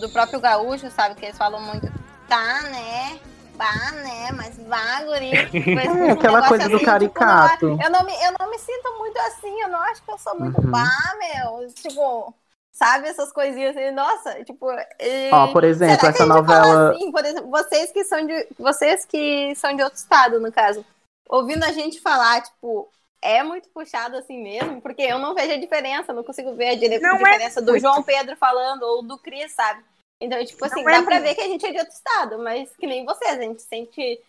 Speaker 2: do próprio gaúcho, sabe, que eles falam muito, tá, né, pá, né, mas vá, guri.
Speaker 7: [laughs]
Speaker 2: Tipo, esse
Speaker 7: É, aquela
Speaker 2: negócio
Speaker 7: coisa do
Speaker 2: assim, tipo, não é-
Speaker 7: caricato.
Speaker 2: eu, não me, eu não me sinto muito assim, eu não acho que eu sou muito
Speaker 7: Uhum.
Speaker 2: pá, meu, tipo... Sabe essas coisinhas assim, nossa, tipo. e-
Speaker 7: Ó, por exemplo,
Speaker 2: Será que
Speaker 7: essa
Speaker 2: a gente fala
Speaker 7: novela.
Speaker 2: assim, por exemplo, vocês que são de vocês que são de outro estado, no caso, ouvindo a gente falar, tipo, é muito puxado assim mesmo, porque eu não vejo a diferença, não consigo ver a dire-
Speaker 6: Não é
Speaker 2: diferença do
Speaker 6: muito.
Speaker 2: João Pedro falando ou do Cris, sabe? Então, tipo assim,
Speaker 6: Não é
Speaker 2: dá pra
Speaker 6: muito.
Speaker 2: ver que a gente é de outro estado, mas que nem vocês, a gente sente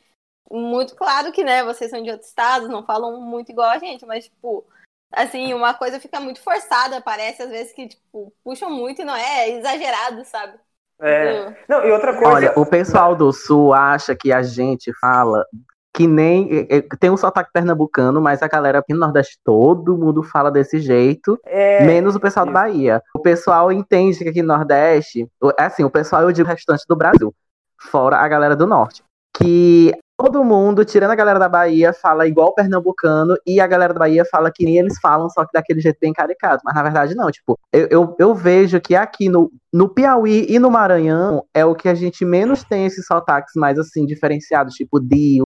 Speaker 2: muito claro que, né, vocês são de outro estado, não falam muito igual a gente, mas, tipo, assim, uma coisa fica muito forçada, parece às vezes que, tipo, puxam muito e não é, é exagerado, sabe?
Speaker 1: É.
Speaker 2: Tipo,
Speaker 1: Não, e outra coisa.
Speaker 7: Olha, o pessoal do Sul acha que a gente fala que nem. eh, eh, Tem um sotaque pernambucano, mas a galera aqui no Nordeste todo mundo fala desse jeito,
Speaker 1: é,
Speaker 7: menos o pessoal do
Speaker 1: isso.
Speaker 7: Bahia. O pessoal entende que aqui no Nordeste. o- é Assim, o pessoal, eu digo, o restante do Brasil, fora a galera do Norte. Que todo mundo, tirando a galera da Bahia, fala igual pernambucano e a galera da Bahia fala que nem eles falam, só que daquele jeito bem caricato. Mas na verdade, não. Tipo, eu, eu, eu vejo que aqui no, no Piauí e no Maranhão é o que a gente menos tem esses sotaques mais assim, diferenciados, tipo Dio,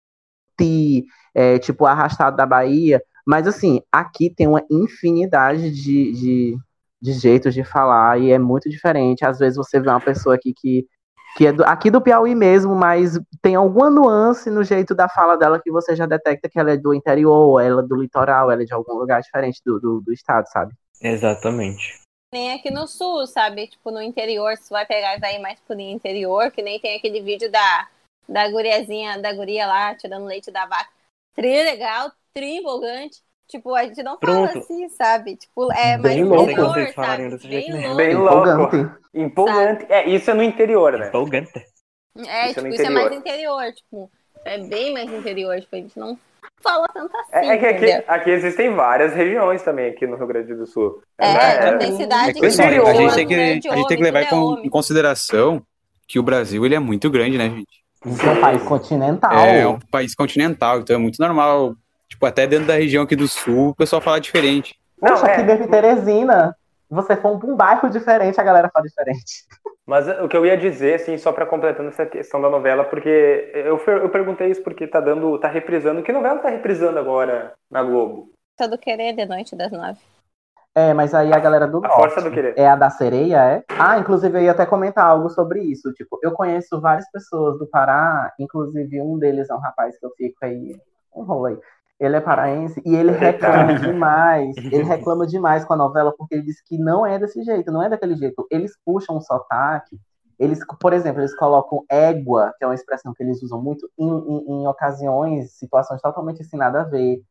Speaker 7: Ti, é, tipo Arrastado da Bahia. Mas assim, aqui tem uma infinidade de, de, de jeitos de falar e é muito diferente. Às vezes você vê uma pessoa aqui que. Que é do, aqui do Piauí mesmo, mas tem alguma nuance no jeito da fala dela que você já detecta que ela é do interior, ela é do litoral, ela é de algum lugar diferente do, do, do estado, sabe?
Speaker 8: é.
Speaker 5: Exatamente.
Speaker 2: nem aqui no sul, sabe? Tipo, no interior, se tu vai pegar e vai ir mais pro interior, que nem tem aquele vídeo da, da guriazinha, da guria lá, tirando leite da vaca. Tri legal, tri empolgante. Tipo, a gente não
Speaker 5: Pronto.
Speaker 2: fala assim, sabe? Tipo, é mais
Speaker 7: Bem
Speaker 5: louco.
Speaker 2: interior,
Speaker 5: Vocês falarem
Speaker 2: sabe?
Speaker 5: desse jeito
Speaker 2: Bem
Speaker 5: mesmo.
Speaker 2: louco.
Speaker 1: Bem louco.
Speaker 7: É Empolgante.
Speaker 1: Empolgante. É, isso é no interior, né?
Speaker 5: Empolgante.
Speaker 2: É,
Speaker 1: Isso é
Speaker 2: tipo,
Speaker 1: no
Speaker 2: isso é mais
Speaker 1: interior.
Speaker 2: interior, tipo, é bem mais interior, tipo, a gente não fala tanto assim,
Speaker 1: É, é que aqui,
Speaker 2: entendeu?
Speaker 1: aqui existem várias regiões também, aqui no Rio Grande do Sul.
Speaker 2: É,
Speaker 1: é,
Speaker 2: não tem cidade
Speaker 9: É
Speaker 1: que
Speaker 9: questão,
Speaker 1: interior,
Speaker 9: a gente
Speaker 2: né?
Speaker 9: tem que,
Speaker 2: Grande
Speaker 9: a gente tem que
Speaker 2: homem,
Speaker 9: levar
Speaker 2: tudo é
Speaker 9: com-
Speaker 2: homem.
Speaker 9: em consideração que o Brasil ele é muito grande, né, gente?
Speaker 7: Isso é um país continental.
Speaker 9: É, é um país continental, então é muito normal. Tipo, até dentro da região aqui do sul, o pessoal fala diferente.
Speaker 1: Não,
Speaker 7: Poxa,
Speaker 1: é.
Speaker 7: aqui mesmo em Teresina. Você for pra um bairro diferente, a galera fala diferente.
Speaker 1: Mas o que eu ia dizer, assim, só pra completando essa questão da novela, porque eu, fer- eu perguntei isso porque tá dando, tá reprisando. Que novela tá reprisando agora na Globo?
Speaker 2: Todo querer de noite das nove.
Speaker 7: É, mas aí a galera do
Speaker 1: A
Speaker 7: norte.
Speaker 1: Força do Querer.
Speaker 7: É a da sereia, é? Ah, inclusive eu ia até comentar algo sobre isso. Tipo, eu conheço várias pessoas do Pará, inclusive um deles é um rapaz que eu fico aí, um rolo aí. Ele é paraense e ele reclama demais. Ele reclama demais com a novela porque ele diz que não é desse jeito, não é daquele jeito. Eles puxam um sotaque. Eles, por exemplo, eles colocam égua, que é uma expressão que eles usam muito em, em- em ocasiões, situações totalmente sem nada a ver.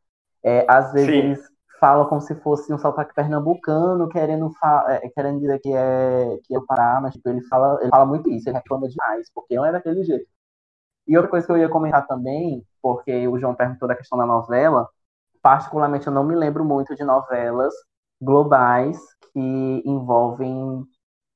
Speaker 7: É, às vezes
Speaker 1: Sim.
Speaker 7: eles falam como se fosse um sotaque pernambucano, querendo, fa- é, querendo dizer que é, que é o Pará, mas tipo, ele, fala, ele fala muito isso, ele reclama demais, porque não é daquele jeito. E outra coisa que eu ia comentar também, porque o João perguntou da questão da novela, particularmente eu não me lembro muito de novelas globais que envolvem,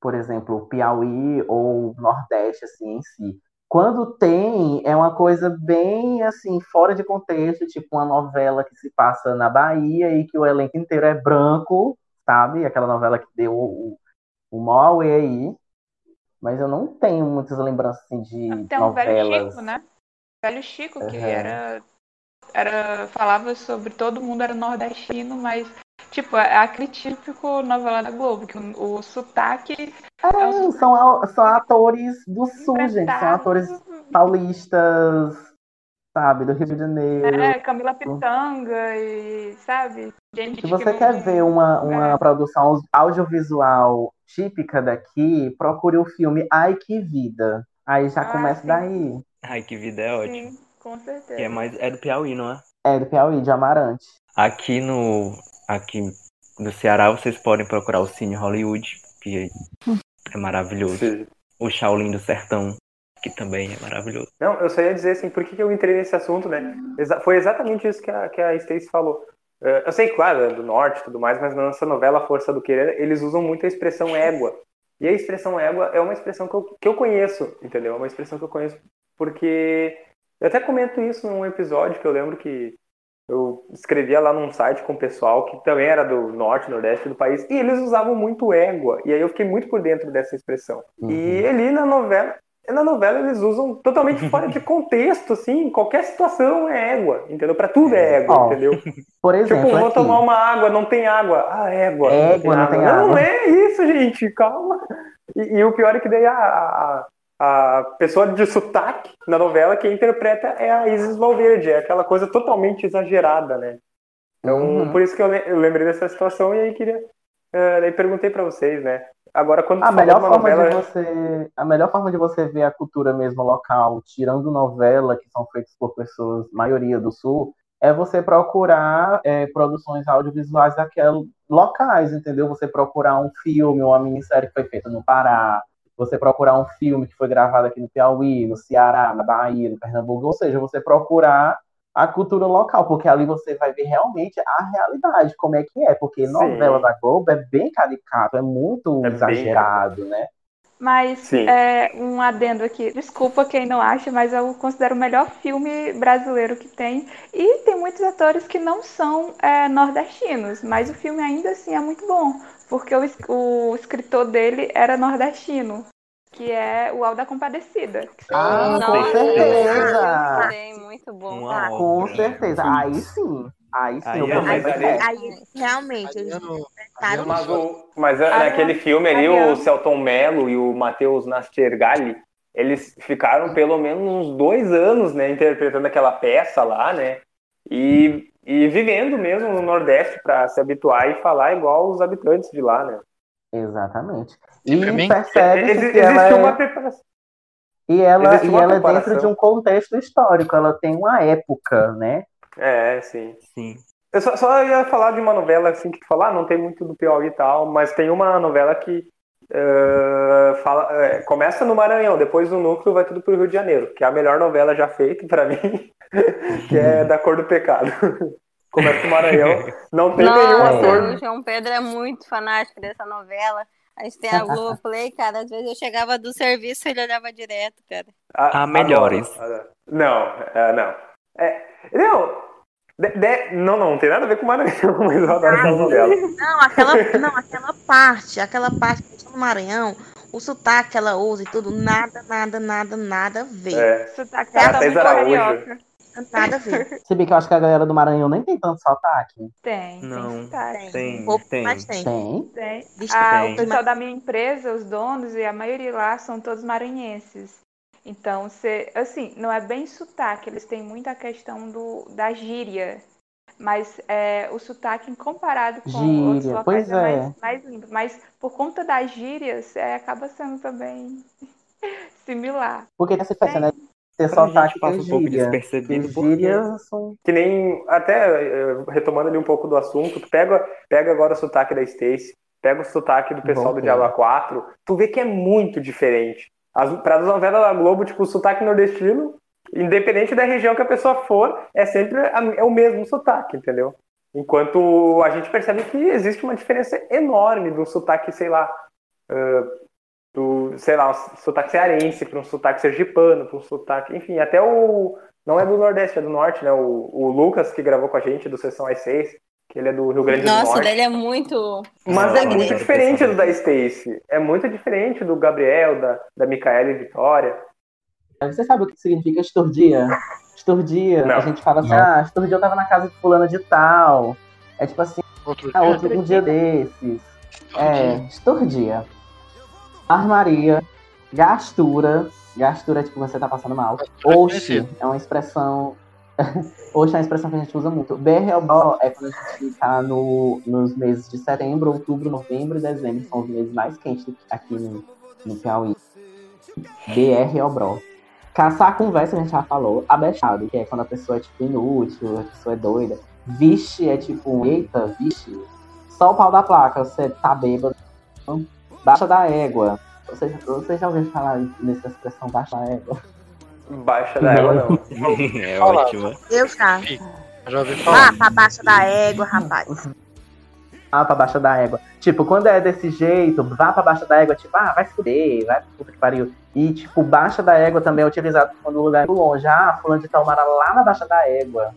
Speaker 7: por exemplo, o Piauí ou o Nordeste, assim, em si. Quando tem, é uma coisa bem, assim, fora de contexto, tipo uma novela que se passa na Bahia e que o elenco inteiro é branco, sabe? Aquela novela que deu o, o maior auê aí. Mas eu não tenho muitas lembranças, assim, de
Speaker 6: Até um velho
Speaker 7: novelas.
Speaker 6: Chico, né? Velho Chico, que
Speaker 7: Aham.
Speaker 6: era, era. falava sobre todo mundo era nordestino, mas, tipo, é aquele típico novela da Globo, que o, o sotaque.
Speaker 7: É, são, a- são atores do sul, gente. São
Speaker 6: emprestado.
Speaker 7: atores paulistas, sabe? Do Rio de Janeiro.
Speaker 6: É, Camila Pitanga e, sabe? Gente
Speaker 7: Se você quer ver um uma,
Speaker 6: É.
Speaker 7: uma produção audiovisual típica daqui, procure o filme Ai Que Vida. Aí já
Speaker 6: Ah,
Speaker 7: começa
Speaker 6: sim.
Speaker 7: daí.
Speaker 5: Ai, que vida é ótima.
Speaker 6: Sim, com certeza.
Speaker 5: Que é, mais, é do Piauí, não é?
Speaker 7: É, do Piauí, de Amarante.
Speaker 5: Aqui no, aqui no Ceará vocês podem procurar o Cine Hollywood, que é maravilhoso. O Shaolin do Sertão, que também é maravilhoso.
Speaker 1: Não, eu só ia dizer assim, por que que eu entrei nesse assunto, né? Exa- foi exatamente isso que a, que a Stacy falou. Eh, eu sei, claro, é do norte e tudo mais, mas na nossa novela Força do Querer, eles usam muito a expressão égua. E a expressão égua é uma expressão que eu, que eu conheço, entendeu? É uma expressão que eu conheço porque. Eu até comento isso num episódio que eu lembro que eu escrevia lá num site com o pessoal que também era do norte, nordeste do país, e eles usavam muito égua. E aí eu fiquei muito por dentro dessa expressão. E ali na novela na novela eles usam [laughs] totalmente fora de contexto, assim, qualquer situação é égua, entendeu? Pra tudo é égua,
Speaker 7: Ó, [laughs]
Speaker 1: entendeu?
Speaker 7: Por exemplo,
Speaker 1: Tipo, vou
Speaker 7: aqui.
Speaker 1: tomar uma água, não tem água. Ah, égua.
Speaker 7: Égua, não tem
Speaker 1: Não,
Speaker 7: água.
Speaker 1: é isso, gente, calma. E, e o pior é que daí a, a, a pessoa de sotaque na novela que interpreta é a Isis Valverde, é aquela coisa totalmente exagerada, né? Então,
Speaker 7: Uhum.
Speaker 1: por isso que eu, le- eu lembrei dessa situação e aí queria. eh, daí perguntei pra vocês, né? Agora, quando
Speaker 7: A
Speaker 1: tu falou
Speaker 7: melhor,
Speaker 1: de uma
Speaker 7: forma
Speaker 1: novela.
Speaker 7: de você, a melhor forma de você ver a cultura mesmo local, tirando novela, que são feitas por pessoas, maioria do sul, é você procurar é, produções audiovisuais daquelas locais, entendeu? Você procurar um filme, uma minissérie que foi feita no Pará, você procurar um filme que foi gravado aqui no Piauí, no Ceará, na Bahia, no Pernambuco, ou seja, você procurar a cultura local, porque ali você vai ver realmente a realidade, como é que é, porque
Speaker 1: Sim.
Speaker 7: novela da Globo é bem caricato, é muito
Speaker 1: É bem
Speaker 7: exagerado, né?
Speaker 6: Mas
Speaker 1: Sim.
Speaker 6: é, um adendo aqui. Desculpa quem não acha, mas eu considero o melhor filme brasileiro que tem. E tem muitos atores que não são é, nordestinos, mas o filme ainda assim é muito bom, porque o, es- o escritor dele era nordestino, que é o Alda Compadecida. que se-
Speaker 7: Ah,
Speaker 2: Nossa,
Speaker 7: com certeza!
Speaker 2: eu sei, muito bom. tá.
Speaker 5: Uma
Speaker 7: Com
Speaker 5: obra. né?
Speaker 7: certeza, aí sim, aí sim,
Speaker 5: Aí
Speaker 7: eu
Speaker 5: é
Speaker 7: vou
Speaker 5: mais
Speaker 7: mais
Speaker 1: ali.
Speaker 7: perto.
Speaker 8: Aí, realmente, eles
Speaker 4: Ariano,
Speaker 8: interpretaram
Speaker 1: Mas, o, mas a-
Speaker 6: Ah,
Speaker 1: naquele filme ali, o
Speaker 6: Ariano.
Speaker 1: Celton Mello e o Matheus Nastergalli, eles ficaram pelo menos uns dois anos, né, interpretando aquela peça lá, né? E, e vivendo mesmo no Nordeste pra se habituar e falar igual os habitantes de lá, né?
Speaker 7: Exatamente.
Speaker 4: Pra
Speaker 7: E
Speaker 4: mim,
Speaker 7: percebe-se
Speaker 1: Exi-
Speaker 7: que ela
Speaker 1: existe
Speaker 7: é...
Speaker 1: uma preparação.
Speaker 7: E ela,
Speaker 1: existe
Speaker 7: e
Speaker 1: uma
Speaker 7: ela é
Speaker 1: comparação.
Speaker 7: dentro de um contexto histórico, ela tem uma época, né?
Speaker 1: É, sim.
Speaker 5: Sim.
Speaker 1: Eu só, só ia falar de uma novela assim que tu falar, não tem muito do Piauí e tal, mas tem uma novela que eh, fala, eh, começa no Maranhão, depois no núcleo vai tudo pro Rio de Janeiro, que é a melhor novela já feita pra mim, [laughs] que é Da Cor do Pecado. [laughs] Começa no Maranhão, não tem nenhum
Speaker 2: Nossa, um
Speaker 1: ator.
Speaker 2: o João Pedro é muito fanático é dessa novela. A gente tem a Globoplay, cara. Às vezes eu chegava do serviço e ele olhava direto, cara.
Speaker 1: A,
Speaker 5: Ah, Há melhores.
Speaker 1: agora- Ah, Não, é, não. É, não, de- de- não, não, não tem nada a ver com Maranhão, [laughs] mas eu adoro aquela novela.
Speaker 8: Não, aquela, não, aquela parte, aquela parte que tá no Maranhão, o sotaque que ela usa e tudo, nada, nada, nada, nada a ver.
Speaker 1: É.
Speaker 6: Sotaque
Speaker 8: Até
Speaker 6: tá muito
Speaker 1: Araújo.
Speaker 6: carioca.
Speaker 8: Nada a ver.
Speaker 7: Se bem que eu acho que a galera do Maranhão nem tem tanto sotaque.
Speaker 6: Tem,
Speaker 5: Não.
Speaker 6: tem sotaque.
Speaker 5: Tem,
Speaker 8: Um Pouco,
Speaker 5: tem.
Speaker 8: mas tem.
Speaker 7: Tem.
Speaker 6: Tem.
Speaker 8: Vixe,
Speaker 6: Ah,
Speaker 5: Tem.
Speaker 6: o pessoal da minha empresa, os donos e a maioria lá são todos maranhenses. Então, você, assim, não é bem sotaque, eles têm muita questão do, da gíria. Mas é, o sotaque, comparado com outros
Speaker 7: Gíria,
Speaker 6: locais,
Speaker 7: pois
Speaker 6: é,
Speaker 7: é.
Speaker 6: Mais, mais lindo. Mas por conta das gírias, é, acaba sendo também [laughs] similar.
Speaker 7: Porque tem essa diferença, né? Ter
Speaker 5: Pra
Speaker 7: sotaque
Speaker 5: gente passa
Speaker 7: e
Speaker 5: um pouco
Speaker 7: gíria.
Speaker 5: despercebido porque
Speaker 7: Gírias são...
Speaker 1: Que nem, até eh, retomando ali um pouco do assunto, pega, pega agora o sotaque da Stacy, pega o sotaque do pessoal
Speaker 7: Bom,
Speaker 1: do
Speaker 7: cara.
Speaker 1: Diabo 4, tu vê que é muito diferente. As, para as novelas da Globo, tipo, o sotaque nordestino, independente da região que a pessoa for, é sempre a- é o mesmo sotaque, entendeu? Enquanto a gente percebe que existe uma diferença enorme do sotaque, sei lá, ah, do, sei lá, um sotaque cearense para um sotaque sergipano, para um sotaque, enfim, até o, não é do Nordeste, é do Norte, né? O, o Lucas, que gravou com a gente, do Sessão às 6, que ele é do Rio Grande do
Speaker 2: Nossa, o
Speaker 1: Norte.
Speaker 2: dele é muito.
Speaker 1: Mas é
Speaker 5: Nossa,
Speaker 1: muito
Speaker 5: cara,
Speaker 1: diferente
Speaker 5: pessoal.
Speaker 1: do da Stacy. É muito diferente do Gabriel, da, da Micaela e Vitória.
Speaker 7: Você sabe o que significa esturdia? Esturdia.
Speaker 1: Não.
Speaker 7: A gente fala assim,
Speaker 10: Não.
Speaker 7: ah, esturdia eu tava na casa de fulano de tal. É tipo assim,
Speaker 4: Outro
Speaker 7: ah,
Speaker 4: dia.
Speaker 7: outro, um dia desses. É, esturdia. Armaria. Gastura. Gastura é tipo você tá passando mal. Oxi é uma expressão. [laughs] Oxi é uma expressão que a gente usa muito. BRLBO é quando a gente tá no, nos meses de setembro, outubro, novembro e dezembro, que são os meses mais quentes aqui no, no Piauí. BRLBO. Caçar a conversa, a gente já falou. Abechado, que é quando a pessoa é tipo inútil, a pessoa é doida. Vixe é tipo, um, eita, vixe. Só o pau da placa, você tá bêbado. Baixa da égua. Vocês, vocês já ouviram falar nessa expressão baixa da égua?
Speaker 1: Baixa da ela, não.
Speaker 5: [laughs] é
Speaker 4: Fala.
Speaker 5: ótima.
Speaker 8: Eu já.
Speaker 1: é.
Speaker 4: Já ouvi falar.
Speaker 8: Vá pra baixo da égua, rapaz.
Speaker 7: Ah, pra baixo da égua. Tipo, quando é desse jeito, vá pra baixo da égua, tipo, ah, vai se fuder, vai pro puta que pariu. E, tipo, baixa da égua também é utilizado quando o lugar é muito longe. Ah, fulano de tal mora lá na baixa da égua.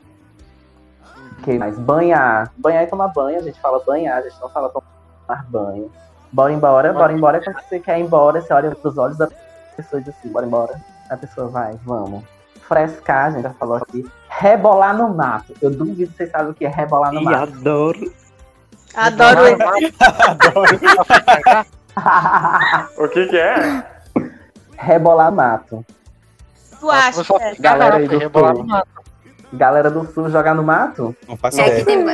Speaker 7: que mais? Banhar. Banhar e tomar banho, a gente fala banhar, a gente não fala tomar banho. Bora embora, bora embora. Quando você quer ir embora, você olha pros olhos da pessoa e diz assim, bora embora. A pessoa vai, vamos. Frescar, a gente já falou aqui. Rebolar no mato. Eu duvido que vocês sabem o que é rebolar no
Speaker 5: E
Speaker 7: mato.
Speaker 5: adoro.
Speaker 8: Adoro
Speaker 7: [laughs]
Speaker 1: O que que é?
Speaker 7: Rebolar mato.
Speaker 8: Tu acha,
Speaker 4: Você
Speaker 8: é?
Speaker 7: Galera aí do
Speaker 4: rebolar
Speaker 7: sul.
Speaker 4: no mato.
Speaker 7: Galera do sul jogar no mato?
Speaker 3: Não faço
Speaker 2: É que
Speaker 3: ideia.
Speaker 2: tem.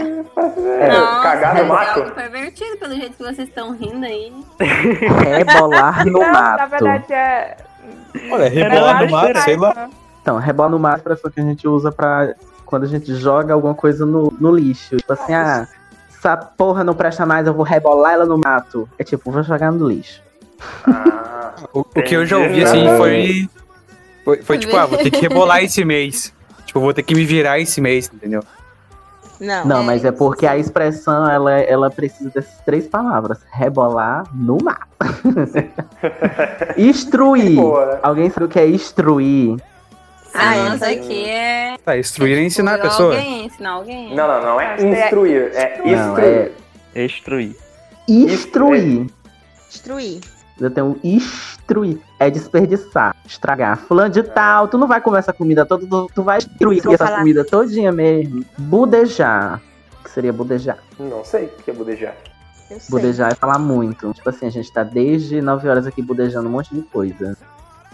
Speaker 1: É, cagar no
Speaker 2: mas é
Speaker 1: mato?
Speaker 2: algo pervertido pelo jeito que vocês estão rindo aí.
Speaker 7: Rebolar [laughs] no
Speaker 6: não, na
Speaker 7: mato.
Speaker 6: verdade é.
Speaker 3: Olha, rebolar no
Speaker 6: mais
Speaker 3: mar, sei lá.
Speaker 6: raiva.
Speaker 7: Então, rebolar no mato é a expressão que a gente usa pra quando a gente joga alguma coisa no, no lixo. Tipo assim, ah, essa porra não presta mais, eu vou rebolar ela no mato. É tipo, vou jogar no lixo.
Speaker 1: Ah,
Speaker 10: O, o que eu já ouvi, assim,
Speaker 1: Entendi.
Speaker 10: foi, foi. Foi tipo, ah, vou ter
Speaker 3: [laughs]
Speaker 10: que rebolar esse mês. Tipo, vou ter que me virar esse mês, entendeu?
Speaker 8: Não.
Speaker 7: Não, mas é porque a expressão, ela, ela precisa dessas três palavras. Rebolar no mato. Instruir.
Speaker 1: Boa.
Speaker 7: Alguém sabe o que é instruir?
Speaker 2: Ah,
Speaker 8: é,
Speaker 2: isso aqui é.
Speaker 10: Tá, instruir é ensinar a
Speaker 2: Por
Speaker 10: pessoa.
Speaker 2: Alguém, ensinar alguém.
Speaker 1: não, não, não é
Speaker 6: Mas é
Speaker 1: instruir, é
Speaker 6: instruir.
Speaker 7: Não, é
Speaker 1: instruir.
Speaker 5: Extruir.
Speaker 7: instruir.
Speaker 8: Destruir.
Speaker 7: Eu tenho instruir. É desperdiçar, estragar. Fulano de tal, tu não vai comer essa comida toda, tu, tu vai destruir
Speaker 8: Vou
Speaker 7: essa
Speaker 8: falar.
Speaker 7: comida todinha mesmo. Budejar. O que seria budejar?
Speaker 1: Não sei o que é budejar.
Speaker 8: Eu sei.
Speaker 7: Budejar é falar muito. Tipo assim, a gente tá desde 9 horas aqui budejando um monte de coisa.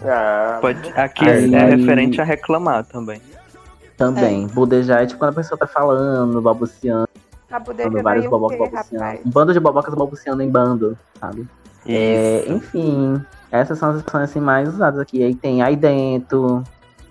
Speaker 1: Ah,
Speaker 5: Pode, aqui
Speaker 7: Aí-
Speaker 5: é referente a reclamar também.
Speaker 7: Também. Budejar é tipo quando a pessoa tá falando, balbuciando,
Speaker 6: A bodega daí
Speaker 7: vários
Speaker 6: é o
Speaker 7: bobocas
Speaker 6: quê,
Speaker 7: balbuciando.
Speaker 6: rapaz?
Speaker 7: Um bando de bobocas balbuciando em bando, sabe? É,
Speaker 5: Isso.
Speaker 7: enfim, essas são as expressões assim, mais usadas aqui. Aí tem aí dentro.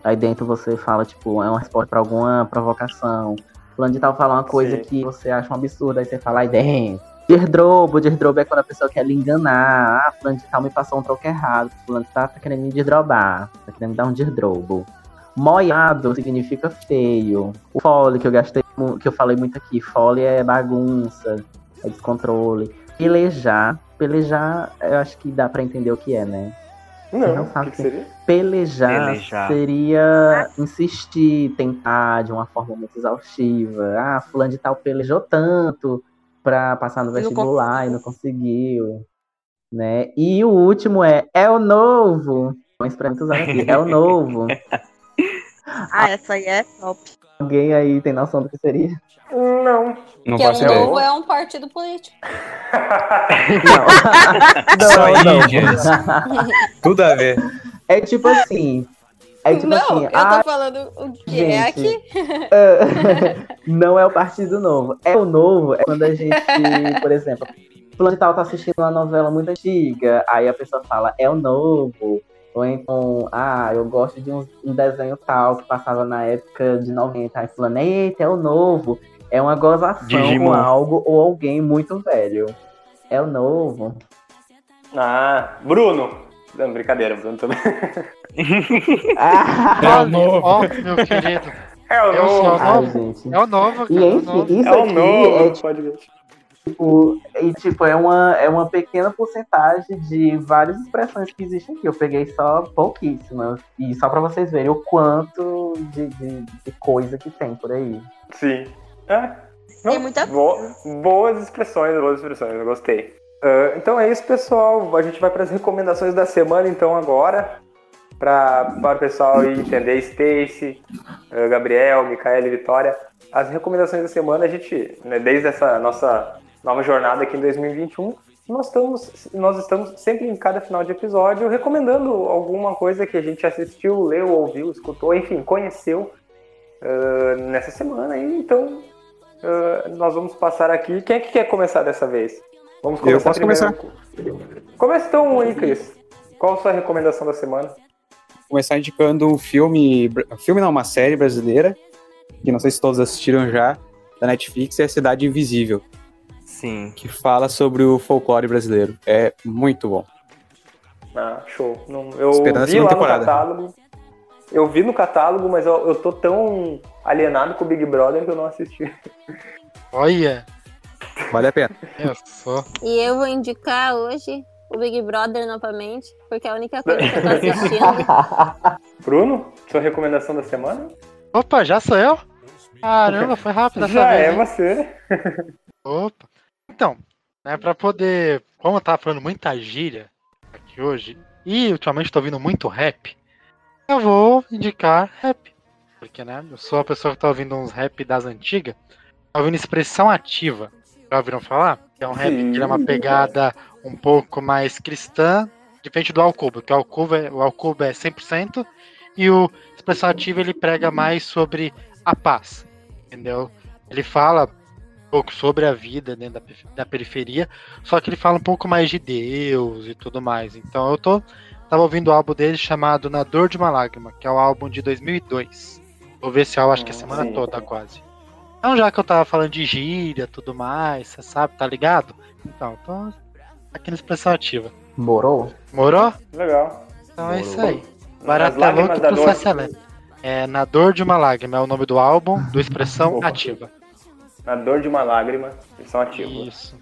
Speaker 7: Aí dentro você fala, tipo, é uma resposta pra alguma provocação. Fulano de tal fala uma coisa
Speaker 1: Sim.
Speaker 7: que você acha um absurdo, aí você fala aí dentro. Desdrobo, desdrobo é quando a pessoa quer lhe enganar. Ah, fulano de tal me passou um troco errado. Fulano de tal tá querendo me desdrobar. Tá querendo me dar um desdrobo. Moiado significa feio. O fole que eu gastei, mu- que eu falei muito aqui. Fole é bagunça. é descontrole. Pelejar, pelejar, eu acho que dá pra entender o que é, né? Eu
Speaker 1: Não, o
Speaker 7: faço
Speaker 1: que, que seria?
Speaker 7: Pelejar,
Speaker 5: Pelejar.
Speaker 7: seria insistir, tentar de uma forma muito exaustiva. Ah, fulano de tal pelejou tanto pra passar no
Speaker 8: E não
Speaker 7: vestibular e não conseguiu. Né? E o último é é o novo. Vamos pra muitos anos aqui. É o novo.
Speaker 8: Ah, essa aí é top.
Speaker 7: Alguém aí tem noção do que seria?
Speaker 1: Não.
Speaker 9: Não
Speaker 2: que é
Speaker 9: faço
Speaker 2: um
Speaker 9: ideia.
Speaker 2: novo é um partido político.
Speaker 9: Isso aí,
Speaker 7: não.
Speaker 2: [laughs]
Speaker 9: gente. Tudo a ver.
Speaker 7: É tipo assim. É tipo
Speaker 2: não,
Speaker 7: assim.
Speaker 2: eu tô
Speaker 7: ah,
Speaker 2: falando o que é
Speaker 7: gente.
Speaker 2: aqui.
Speaker 7: [laughs] não é o Partido Novo. É o novo, é quando a gente, por exemplo, fulano de tal tá assistindo uma novela muito antiga, aí a pessoa fala, é o novo. Ou então, ah, eu gosto de um, um desenho tal que passava na época de 90, aí fulano, eita, é o novo. É uma gozação
Speaker 5: Digimon.
Speaker 7: com algo ou alguém muito velho. É
Speaker 4: [laughs]
Speaker 7: o novo.
Speaker 1: Ah, Bruno. Não, brincadeira, Bruno também. [laughs]
Speaker 7: Ah,
Speaker 4: Olha,
Speaker 9: novo.
Speaker 4: Ó, meu querido.
Speaker 1: É o
Speaker 4: Eu
Speaker 1: novo.
Speaker 4: sou-
Speaker 7: ai, gente.
Speaker 4: É o novo,
Speaker 7: E
Speaker 4: cara. É o
Speaker 7: enfim,
Speaker 4: novo.
Speaker 7: isso
Speaker 1: É o
Speaker 7: aqui é
Speaker 1: novo. Pode ver.
Speaker 7: Tipo, e, tipo é, uma, é uma pequena porcentagem de várias expressões que existem aqui. Eu peguei só pouquíssimas. E só pra vocês verem o quanto de, de- de coisa que tem por aí.
Speaker 1: Sim. Ah,
Speaker 8: Tem
Speaker 1: não,
Speaker 8: muita
Speaker 1: bo- boas expressões, boas expressões, eu gostei. Ah, então é isso, pessoal. A gente vai para as recomendações da semana, então, agora. Pra- Para o pessoal aí entender, Stacy, ah, Gabriel, Micaela e Vitória. As recomendações da semana, a gente, né, desde essa nossa nova jornada aqui em 2021, nós estamos, nós estamos sempre em cada final de episódio recomendando alguma coisa que a gente assistiu, leu, ouviu, escutou, enfim, conheceu ah, nessa semana aí, então ah, nós vamos passar aqui. Quem é que quer começar dessa vez? Vamos
Speaker 9: Eu posso
Speaker 1: começar. Começa então aí, Cris. Qual a sua recomendação da semana?
Speaker 9: começar indicando um filme, br- filme não, uma série brasileira, que não sei se todos assistiram já, da Netflix, é Cidade Invisível,
Speaker 5: Sim.
Speaker 9: que fala sobre o folclore brasileiro. É muito bom.
Speaker 1: Ah, show. Não, eu
Speaker 9: Esperando a
Speaker 1: vi lá
Speaker 9: segunda temporada.
Speaker 1: no catálogo. Eu vi no catálogo, mas eu, eu tô tão alienado com o Big Brother que eu não assisti.
Speaker 4: Olha, é,
Speaker 9: Vale a pena.
Speaker 4: eu sou.
Speaker 2: E eu vou indicar hoje o Big Brother novamente, porque é a única coisa que eu tô assistindo.
Speaker 1: Bruno, sua recomendação da semana?
Speaker 4: Opa, já sou eu? Caramba, foi rápido essa
Speaker 1: Já
Speaker 4: vez.
Speaker 1: é
Speaker 4: hein?
Speaker 1: você.
Speaker 4: Opa. Então, né, pra poder. Como eu tava falando muita gíria aqui hoje, e ultimamente tô ouvindo muito rap, eu vou indicar rap. Porque, né, eu sou a pessoa que tá ouvindo uns rap das antigas, tá ouvindo expressão ativa. Já ouviram falar? Que é um rap que é uma pegada um pouco mais cristã, diferente do Alcubo, que o Alcubo é, o Alcubo é 100% e o expressão ativa ele prega mais sobre a paz, entendeu? Ele fala um pouco sobre a vida dentro da, perif- da periferia, só que ele fala um pouco mais de Deus e tudo mais. Então eu tô tava ouvindo o álbum dele chamado Na Dor de uma Lágrima, que é o álbum de 2002. Vou ver se eu acho que é a semana
Speaker 1: Hum, sim.
Speaker 4: toda quase. Então já que eu tava falando de gíria, tudo mais, você sabe, tá ligado? Então, tô aqui na expressão ativa.
Speaker 7: Morou?
Speaker 4: Morou?
Speaker 1: Legal.
Speaker 4: Então é isso aí.
Speaker 1: As
Speaker 4: Barata
Speaker 1: lágrimas
Speaker 4: louca
Speaker 1: da
Speaker 4: pro
Speaker 1: dor.
Speaker 4: Sacelé. É Na Dor de uma Lágrima, é o nome do álbum, do Expressão
Speaker 1: Boa.
Speaker 4: Ativa.
Speaker 1: Na dor de uma lágrima, eles são ativos.
Speaker 4: Isso.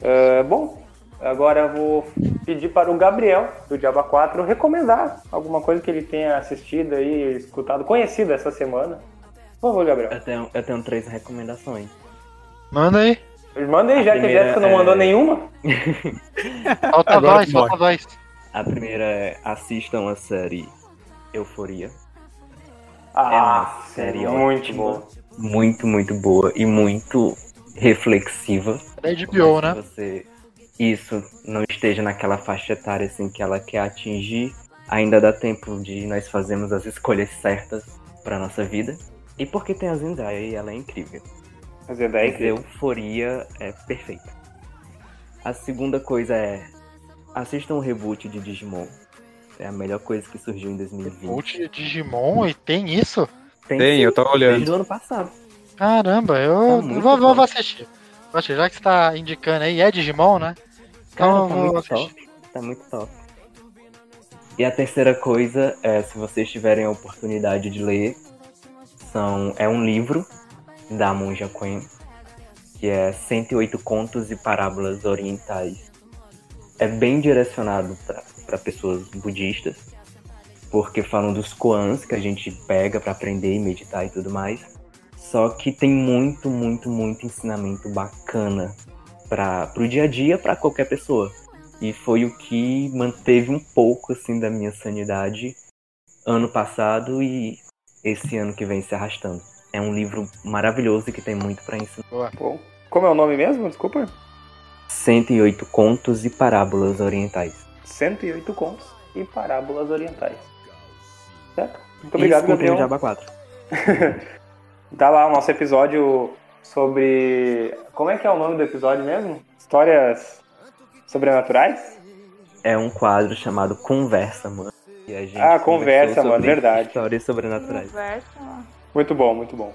Speaker 1: É, bom, agora eu vou pedir para o Gabriel, do Diaba 4, recomendar alguma coisa que ele tenha assistido aí, escutado, conhecido essa semana. Por favor, Gabriel.
Speaker 5: Eu tenho, eu tenho três recomendações.
Speaker 4: Manda [laughs] aí.
Speaker 1: Manda aí, já
Speaker 5: A
Speaker 1: que a
Speaker 5: primeira
Speaker 1: Jéssica não
Speaker 5: é-
Speaker 1: mandou nenhuma.
Speaker 4: Falta a
Speaker 9: Agora
Speaker 4: voz,
Speaker 9: tu
Speaker 4: falta a voz.
Speaker 5: A primeira é assistam a série Euforia.
Speaker 1: Ah,
Speaker 5: é série
Speaker 1: muito
Speaker 5: ótima.
Speaker 1: bom.
Speaker 5: Muito, muito boa e muito reflexiva.
Speaker 4: É de bio,
Speaker 5: Mas
Speaker 4: né?
Speaker 5: se você isso não esteja naquela faixa etária assim que ela quer atingir, ainda dá tempo de nós fazermos as escolhas certas para nossa vida. E porque tem a Zendaya e ela é incrível.
Speaker 1: Fazer
Speaker 9: É
Speaker 1: 10
Speaker 5: Mas Euforia é perfeita. A segunda coisa é assistam o reboot de Digimon. É a melhor coisa que surgiu em 2020.
Speaker 4: Ult de Digimon e tem isso?
Speaker 9: Tem,
Speaker 5: sim,
Speaker 9: eu tô olhando.
Speaker 5: Desde o ano passado.
Speaker 4: Caramba, eu
Speaker 5: Tá muito
Speaker 4: vou, vou,
Speaker 5: bom.
Speaker 4: vou assistir. Vou assistir, já que você tá indicando aí, é Digimon, né? Então
Speaker 5: Cara, tá
Speaker 4: eu vou
Speaker 5: muito
Speaker 4: assistir.
Speaker 5: top. Tá muito top. E a terceira coisa é, se vocês tiverem a oportunidade de ler, são, é um livro da Monja Quen, que é 108 Contos e Parábolas Orientais. É bem direcionado para pessoas budistas, porque falam dos koans que a gente pega para aprender e meditar e tudo mais. Só que tem muito, muito, muito ensinamento bacana para o dia a dia, para qualquer pessoa. E foi o que manteve um pouco assim da minha sanidade ano passado e esse ano que vem se arrastando. É um livro maravilhoso e que tem muito para ensinar.
Speaker 1: Bom, como é o nome mesmo? Desculpa.
Speaker 5: 108 Contos e Parábolas Orientais.
Speaker 1: 108 contos e parábolas orientais. Certo? Muito
Speaker 5: E
Speaker 1: obrigado,
Speaker 5: escutem o
Speaker 1: Gabriel.
Speaker 5: Jabá 4.
Speaker 1: Tá lá o nosso episódio sobre. Como é que é o nome do episódio mesmo? Histórias sobrenaturais?
Speaker 5: É um quadro chamado Conversa, mano. E a gente
Speaker 1: Ah,
Speaker 5: conversou
Speaker 1: Conversa, mano,
Speaker 5: sobre
Speaker 1: verdade.
Speaker 5: Histórias sobrenaturais.
Speaker 6: Conversa, ó.
Speaker 1: Muito bom, muito bom.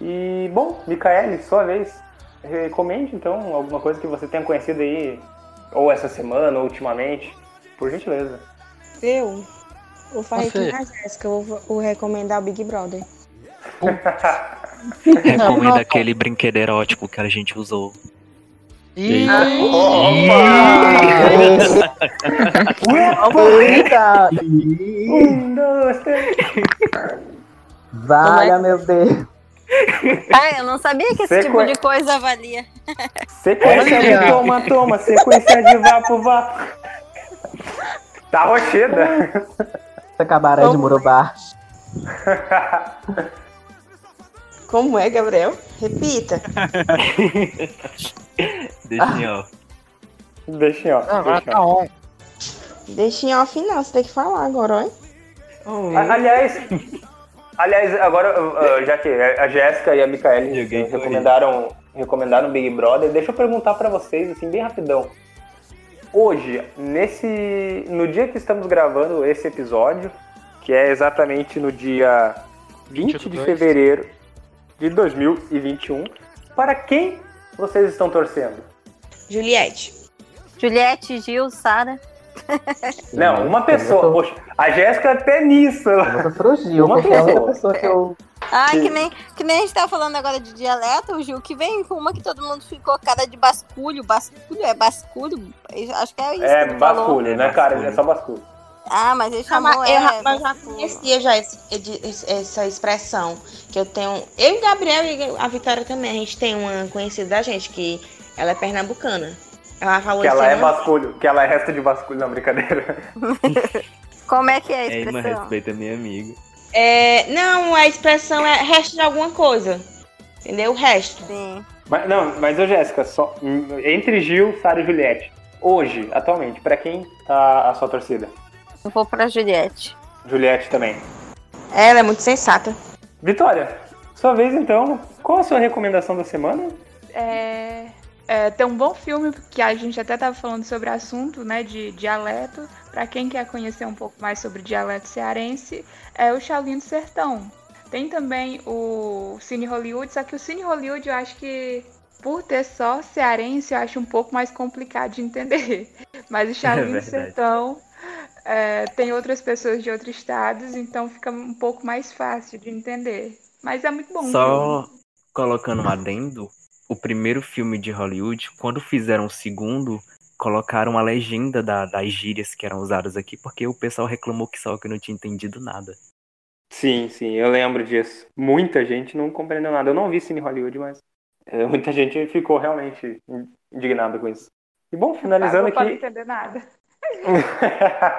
Speaker 1: E, bom, Micaele, sua vez. Eh, Comente então alguma coisa que você tenha conhecido aí, ou essa semana, ou ultimamente, por gentileza.
Speaker 8: Eu, eu falei
Speaker 4: Você.
Speaker 8: com a Jéssica, eu vou, vou recomendar o Big Brother.
Speaker 5: Recomendo É, aquele brinquedo erótico que a gente usou.
Speaker 4: Ih,
Speaker 7: Eita!
Speaker 1: Um, dois, três.
Speaker 7: Valha, meu Deus!
Speaker 2: Ah, eu não sabia que esse
Speaker 1: Você
Speaker 2: tipo
Speaker 1: conhe-
Speaker 2: de coisa valia.
Speaker 1: Sequência
Speaker 4: Olha!
Speaker 1: de toma, toma, sequência de vapo, vapo. Tá rocheda.
Speaker 7: Essa cabaré de Murubá.
Speaker 8: Como é, Gabriel? Repita.
Speaker 5: Deixa eu, ó.
Speaker 1: Deixa ó.
Speaker 4: não, agora
Speaker 1: deixa, ó.
Speaker 4: tá on.
Speaker 8: Deixa em off não, você tem que falar agora, ó.
Speaker 1: A- Aliás, aliás, agora, uh, uh, já que a Jéssica e a Micaele
Speaker 5: Joguei com
Speaker 1: recomendaram, recomendaram Big Brother, deixa eu perguntar pra vocês, assim, bem rapidão. Hoje, nesse, no dia que estamos gravando esse episódio, que é exatamente no dia 20 de
Speaker 4: 22.
Speaker 1: fevereiro de 2021, para quem vocês estão torcendo?
Speaker 8: Juliette.
Speaker 2: Juliette, Gil, Sara.
Speaker 1: Não, uma pessoa.
Speaker 7: tô-
Speaker 1: Poxa, a Jéssica é até nisso.
Speaker 7: Você fugiu,
Speaker 1: Uma
Speaker 7: porque é a única
Speaker 1: pessoa.
Speaker 7: pessoa que eu.
Speaker 2: Ah,
Speaker 1: Sim.
Speaker 2: que nem, que nem a gente tá falando agora de dialeto, o Gil, que vem com uma que todo mundo ficou cara de basculho. Basculho é basculho? Acho que é isso.
Speaker 1: É
Speaker 2: que ele falou.
Speaker 1: basculho, né, cara? É só basculho.
Speaker 2: Ah, mas ele
Speaker 8: Ah,
Speaker 2: chamou.
Speaker 8: mas eu,
Speaker 2: é,
Speaker 8: mas eu já
Speaker 2: basculho.
Speaker 8: conhecia já esse- esse- essa expressão que eu tenho. Eu e o Gabriel e a Vitória também, a gente tem uma conhecida da gente que ela é pernambucana. Ela falou
Speaker 1: Que ela é
Speaker 8: semana-
Speaker 1: basculho, que ela é resto de basculho, não, brincadeira.
Speaker 2: Como é que é a
Speaker 5: Ei, mas
Speaker 2: expressão?
Speaker 5: respeita minha amiga.
Speaker 8: É, não, a expressão é resto de alguma coisa. Entendeu? O resto.
Speaker 2: Sim.
Speaker 1: [laughs] Mas, não, mas ô Jéssica, só, hum, entre Gil, Sara e Juliette, hoje, atualmente, pra quem tá a sua torcida?
Speaker 2: Eu vou pra Juliette.
Speaker 1: Juliette também.
Speaker 8: Ela é muito sensata.
Speaker 1: Vitória, sua vez então, qual a sua recomendação da semana?
Speaker 6: É, é, tem um bom filme que a gente até tava falando sobre o assunto, né, de dialeto. Pra quem quer conhecer um pouco mais sobre dialeto cearense, é o Shaolin do Sertão. Tem também o Cine Hollywood, só que o Cine Hollywood eu acho que por ter só cearense, eu acho um pouco mais complicado de entender. [laughs] Mas o Shaolin do
Speaker 5: É verdade.
Speaker 6: Sertão é, tem outras pessoas de outros estados, então fica um pouco mais fácil de entender. Mas é muito bom. o filme.
Speaker 5: Só colocando um adendo, o primeiro filme de Hollywood, quando fizeram o segundo, colocaram a legenda da- das gírias que eram usadas aqui, porque o pessoal reclamou que só que eu não tinha entendido nada.
Speaker 1: Sim, sim, eu lembro disso. Muita gente não compreendeu nada. Eu não vi Cine Hollywood, mas é, muita gente ficou realmente indignada com isso. E bom, finalizando
Speaker 6: Pagou pra não
Speaker 1: aqui.
Speaker 6: entender nada.
Speaker 1: [laughs]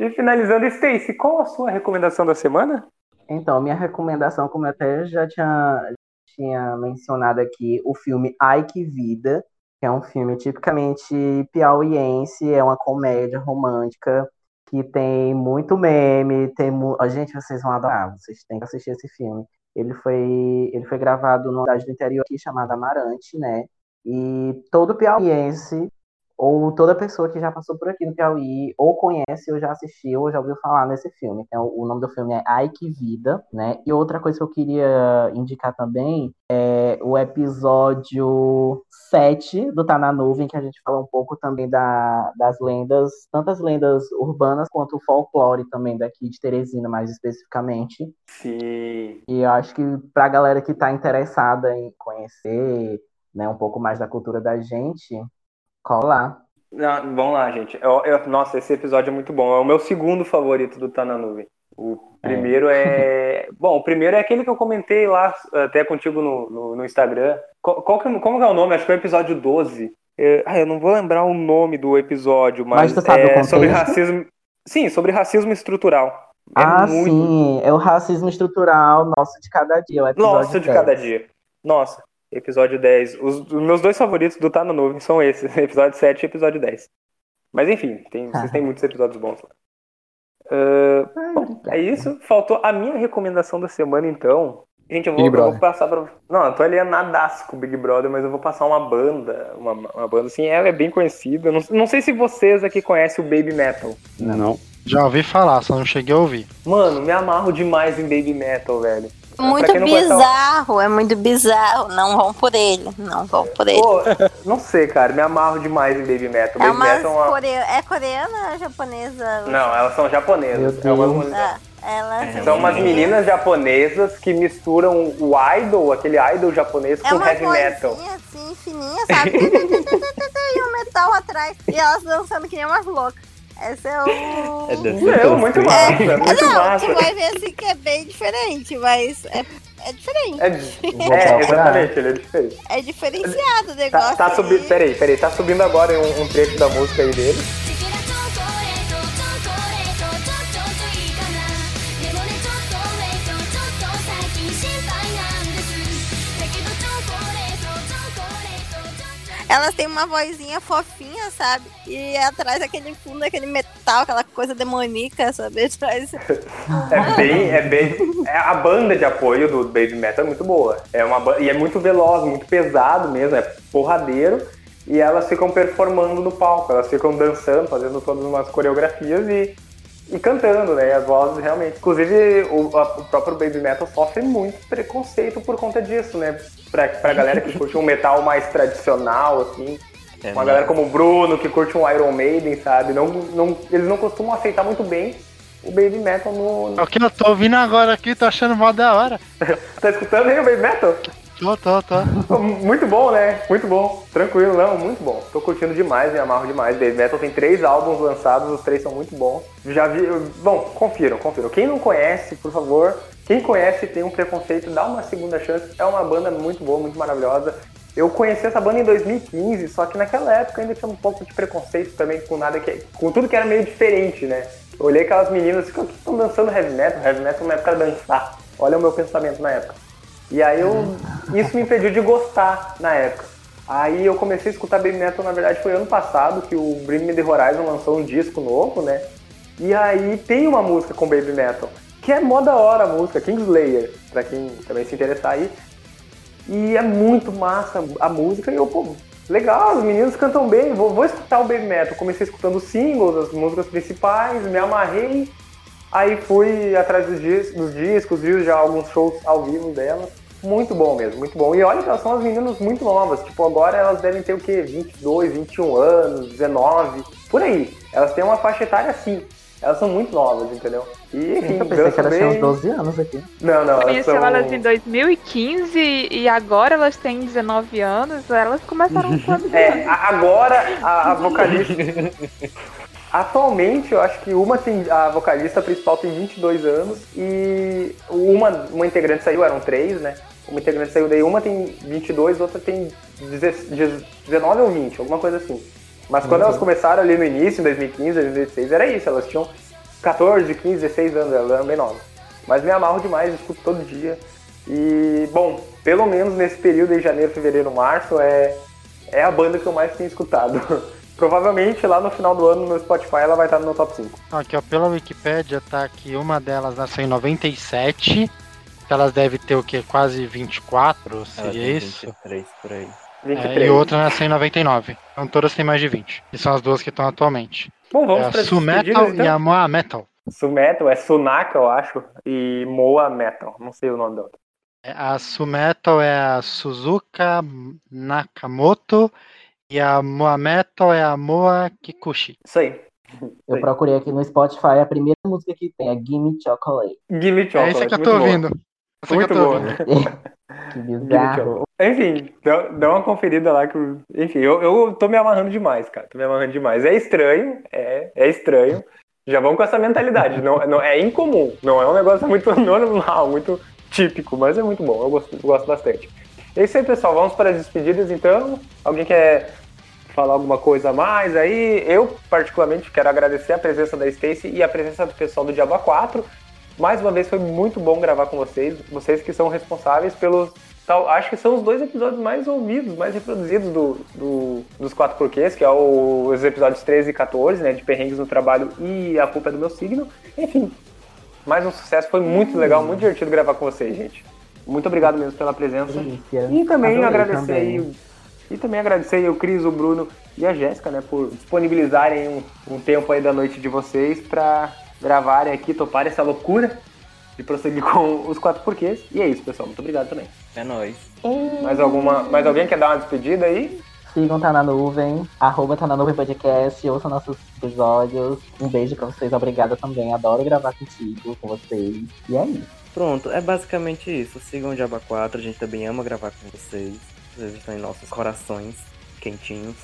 Speaker 1: e finalizando, Stacy, qual a sua recomendação da semana?
Speaker 7: Então, minha recomendação, como eu até já tinha, tinha mencionado aqui, o filme Ai Que Vida, que é um filme tipicamente piauiense, é uma comédia romântica que tem muito meme, tem mu... Ó, Gente, vocês vão adorar, vocês têm que assistir esse filme. Ele foi, ele foi gravado numa cidade do interior aqui chamada Amarante, né? E todo piauiense ou toda pessoa que já passou por aqui no Piauí, ou conhece, ou já assistiu, ou já ouviu falar nesse filme. Então, o nome do filme é Ai Que Vida, né? E outra coisa que eu queria indicar também é o episódio 7 do Tá Na Nuvem, que a gente fala um pouco também da, das lendas, tantas lendas urbanas quanto o folclore também daqui de Teresina, mais especificamente.
Speaker 1: Sim.
Speaker 7: E eu acho que pra galera que tá interessada em conhecer né, um pouco mais da cultura da gente, cola lá.
Speaker 1: Não, vamos lá, gente. Eu- eu- nossa, esse episódio é muito bom. É o meu segundo favorito do Tá na Nuvem. O primeiro
Speaker 7: [laughs]
Speaker 1: é. bom, o primeiro é aquele que eu comentei lá até contigo no, no, no Instagram. Qual, qual que, como que é o nome? Acho que é o episódio 12. É, ah, eu não vou lembrar o nome do episódio, mas,
Speaker 7: Mas tu sabe o
Speaker 1: é
Speaker 7: contexto?
Speaker 1: sobre racismo. Sim, sobre racismo estrutural. É
Speaker 7: ah,
Speaker 1: muito
Speaker 7: sim, é o racismo estrutural nosso de cada dia. o episódio
Speaker 1: Nossa, de
Speaker 7: 10.
Speaker 1: cada dia. Nossa, episódio 10. Os, os meus dois favoritos do Tá na Nuvem são esses, [laughs] episódio 7 e episódio 10. Mas enfim, tem,
Speaker 10: [laughs]
Speaker 1: vocês têm muitos episódios bons lá. Ah, bom, é isso. Faltou a minha recomendação da semana, então. Gente, eu vou,
Speaker 10: Big
Speaker 1: eu vou
Speaker 10: Brother.
Speaker 1: passar pra. Não, eu tô alienadaço com o Big Brother, mas eu vou passar uma banda. Uma, uma banda assim, ela é bem conhecida. Não, não sei se vocês aqui conhecem o Baby Metal.
Speaker 10: Não.
Speaker 4: Já ouvi falar, só não cheguei a ouvir.
Speaker 1: Mano, me amarro demais em Baby Metal, velho.
Speaker 2: Muito
Speaker 1: Pra quem não conhece, ela-
Speaker 2: bizarro, é muito bizarro. Não vão por ele, não vão por ele.
Speaker 1: Pô,
Speaker 2: [laughs]
Speaker 1: não sei, cara. Me amarro demais em Baby Metal.
Speaker 2: é
Speaker 1: Baby
Speaker 2: uma
Speaker 1: Metal é uma...
Speaker 2: core... é coreana ou japonesa?
Speaker 1: Não, elas são japonesas. É umas-
Speaker 2: Ah, ela
Speaker 5: É,
Speaker 1: São umas meninas japonesas que misturam o idol, aquele idol japonês,
Speaker 2: É
Speaker 1: com
Speaker 2: uma
Speaker 1: heavy metal.
Speaker 2: vozinha assim, fininha, sabe? e um metal atrás. E elas dançando que nem umas loucas. Esse é o.
Speaker 5: É dança
Speaker 1: Não,
Speaker 5: tão
Speaker 1: muito
Speaker 5: feia.
Speaker 1: massa, É muito
Speaker 2: É. Não,
Speaker 1: massa.
Speaker 2: tu vai ver assim que é bem diferente, mas é, é diferente.
Speaker 1: É, é, exatamente, ele é diferente.
Speaker 2: É diferenciado o
Speaker 1: Tá,
Speaker 2: negócio.
Speaker 1: tá subindo, peraí, peraí, tá subindo agora um, um trecho da música aí dele.
Speaker 2: Elas têm uma vozinha fofinha, sabe? E atrás aquele fundo, aquele metal, aquela coisa demoníaca, sabe? [laughs] Atrás.
Speaker 1: É bem, é bem. é a banda de apoio do Baby Metal é muito boa. É uma ba- e é muito veloz, muito pesado mesmo, é porradeiro. E elas ficam performando no palco, elas ficam dançando, fazendo todas umas coreografias e, e cantando, né? E as vozes realmente. Inclusive, o, a- o próprio Baby Metal sofre muito preconceito por conta disso, né? Pra, pra galera que curte um metal mais tradicional, assim.
Speaker 5: É,
Speaker 1: Uma galera como o Bruno, que curte um Iron Maiden, sabe? Não, não, eles não costumam aceitar muito bem o Baby Metal no,
Speaker 4: É o que eu tô ouvindo agora aqui, tô achando mó da hora.
Speaker 1: Tá escutando aí o Baby Metal?
Speaker 4: Tô, tô, tô.
Speaker 1: Muito bom, né? Muito bom. Tranquilo, não, muito bom. Tô curtindo demais, me amarro demais. Baby Metal tem três álbuns lançados, os três são muito bons. Já vi. Bom, confiram, confiram. Quem não conhece, por favor. Quem conhece e tem um preconceito, dá uma segunda chance. É uma banda muito boa, muito maravilhosa. Eu conheci essa banda em 2015, só que naquela época ainda tinha um pouco de preconceito também com nada que. com tudo que era meio diferente, né? Eu olhei aquelas meninas que estão dançando heavy metal, heavy metal não é pra dançar. Olha o meu pensamento na época. E aí eu. Isso me impediu de gostar na época. Aí eu comecei a escutar Baby Metal, na verdade, foi ano passado que o Bring Me The Horizon lançou um disco novo, né? E aí tem uma música com Baby Metal, que é mó da hora a música, Kingslayer, pra quem também se interessar aí. E é muito massa a música e eu, pô, legal, os meninos cantam bem, vou, vou escutar o Baby Metal. Comecei escutando os singles, as músicas principais, me amarrei. Aí fui atrás dos, dis- dos discos, vi já alguns shows ao vivo dela. Muito bom mesmo, muito bom. E olha que elas são as meninas muito novas. Tipo, agora elas devem ter o quê? 22, 21 anos, 19, por aí. Elas têm uma faixa etária assim. Elas são muito novas, entendeu? E enfim,
Speaker 7: Eu pensei que
Speaker 1: dançam
Speaker 7: elas tinham uns
Speaker 1: bem.
Speaker 7: 12 anos aqui.
Speaker 1: Não, não, elas
Speaker 6: Conheceu
Speaker 1: são...
Speaker 6: elas em 2015 e agora elas têm 19 anos. Elas
Speaker 1: [laughs]
Speaker 6: começaram um quando?
Speaker 1: É, a- agora a, a vocalista. Atualmente, eu acho que uma tem. A vocalista principal tem 22 anos e uma, uma integrante saiu, eram três, né? Uma integrante saiu daí, uma tem 22, outra tem 16 de- 19 ou 20, alguma coisa assim. Mas quando elas começaram ali no início, em 2015, 2016, era isso, elas tinham 14, 15, 16 anos, elas eram bem novas. Mas me amarro demais, escuto todo dia. E, bom, pelo menos nesse período de janeiro, fevereiro, março, é, é a banda que eu mais tenho escutado. [laughs] Provavelmente lá no final do ano no Spotify ela vai estar no meu top 5.
Speaker 4: Aqui, ó, pela Wikipédia tá que uma delas nasceu em 97. Elas devem ter o quê? Quase 24?
Speaker 5: Ela
Speaker 4: Seria
Speaker 5: tem
Speaker 4: É isso?
Speaker 5: 23 por aí.
Speaker 4: É, e outra nasceu em 99. Então todas têm mais de 20. E são as duas que estão atualmente.
Speaker 1: Bom, vamos
Speaker 4: é a
Speaker 1: para as
Speaker 4: Su Metal
Speaker 1: despedidas, então.
Speaker 4: e a Moa Metal.
Speaker 1: Sumetal, é Sunaka, eu acho, e Moa Metal, não sei o nome da outra.
Speaker 4: É, A Su Metal é a Suzuka Nakamoto e a Moa Metal é a Moa Kikuchi.
Speaker 1: Isso aí.
Speaker 7: Eu procurei aqui no Spotify a primeira música que tem, é Gimme
Speaker 1: [laughs]
Speaker 7: Chocolate.
Speaker 1: Gimme
Speaker 4: É
Speaker 1: Chocolate.
Speaker 4: isso que eu
Speaker 1: muito
Speaker 4: tô
Speaker 1: boa.
Speaker 4: ouvindo. Essa que eu
Speaker 1: Muito
Speaker 4: tô
Speaker 1: boa.
Speaker 4: ouvindo.
Speaker 7: Que bizarro.
Speaker 1: Enfim, dá, dá uma conferida lá que. eu- Enfim, eu, eu tô me amarrando demais, cara. Tô me amarrando demais. É estranho, é, é estranho. Já vamos com essa mentalidade. Não, não, é incomum, não é um negócio muito [laughs] normal, muito típico, mas é muito bom. Eu gosto, eu gosto bastante. É isso aí, pessoal. Vamos para as despedidas então. Alguém quer falar alguma coisa a mais aí? Eu, particularmente, quero agradecer a presença da Stacy e a presença do pessoal do Diaba 4. Mais uma vez foi muito bom gravar com vocês. Vocês que são responsáveis pelos tal, acho que são os dois episódios mais ouvidos, mais reproduzidos do, do- dos quatro porquês, que é o- os episódios 13 e 14, né? De Perrengues no Trabalho e A Culpa é do Meu Signo. Enfim, mais um sucesso, foi muito legal, muito divertido gravar com vocês, gente. Muito obrigado mesmo pela presença.
Speaker 7: Delícia.
Speaker 1: E também
Speaker 7: Adorei
Speaker 1: agradecer
Speaker 7: também.
Speaker 1: aí o- e também agradecer aí o Cris, o Bruno e a Jéssica, né, por disponibilizarem um, um tempo aí da noite de vocês pra gravarem aqui, toparem essa loucura de prosseguir [laughs] com os quatro porquês. E é isso, pessoal. Muito obrigado também.
Speaker 5: É nóis.
Speaker 1: Mais alguma, mais alguém quer dar uma despedida aí?
Speaker 7: Sigam Tá Na Nuvem, arroba Tá Na Nuvem Podcast, ouçam nossos episódios. Um beijo pra vocês, obrigada também. Adoro gravar contigo, com vocês. E é isso.
Speaker 5: Pronto, é basicamente isso. Sigam o Diaba 4, a gente também ama gravar com vocês. Vocês estão em nossos corações quentinhos.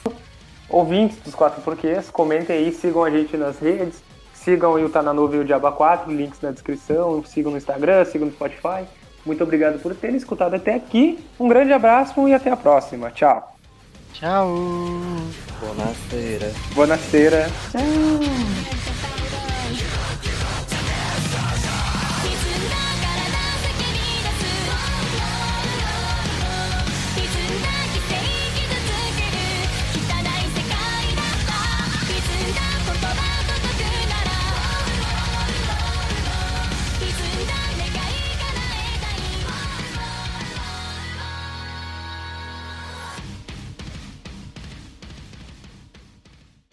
Speaker 1: Ouvintes dos quatro porquês, comentem aí, sigam a gente nas redes, sigam aí o Tá na Nuvem e o Diaba 4, links na descrição, sigam no Instagram, sigam no Spotify. Muito obrigado por terem escutado até aqui. Um grande abraço e até a próxima. Tchau.
Speaker 4: Tchau.
Speaker 5: Boa nasceira.
Speaker 1: Boa nasceira.
Speaker 2: Tchau.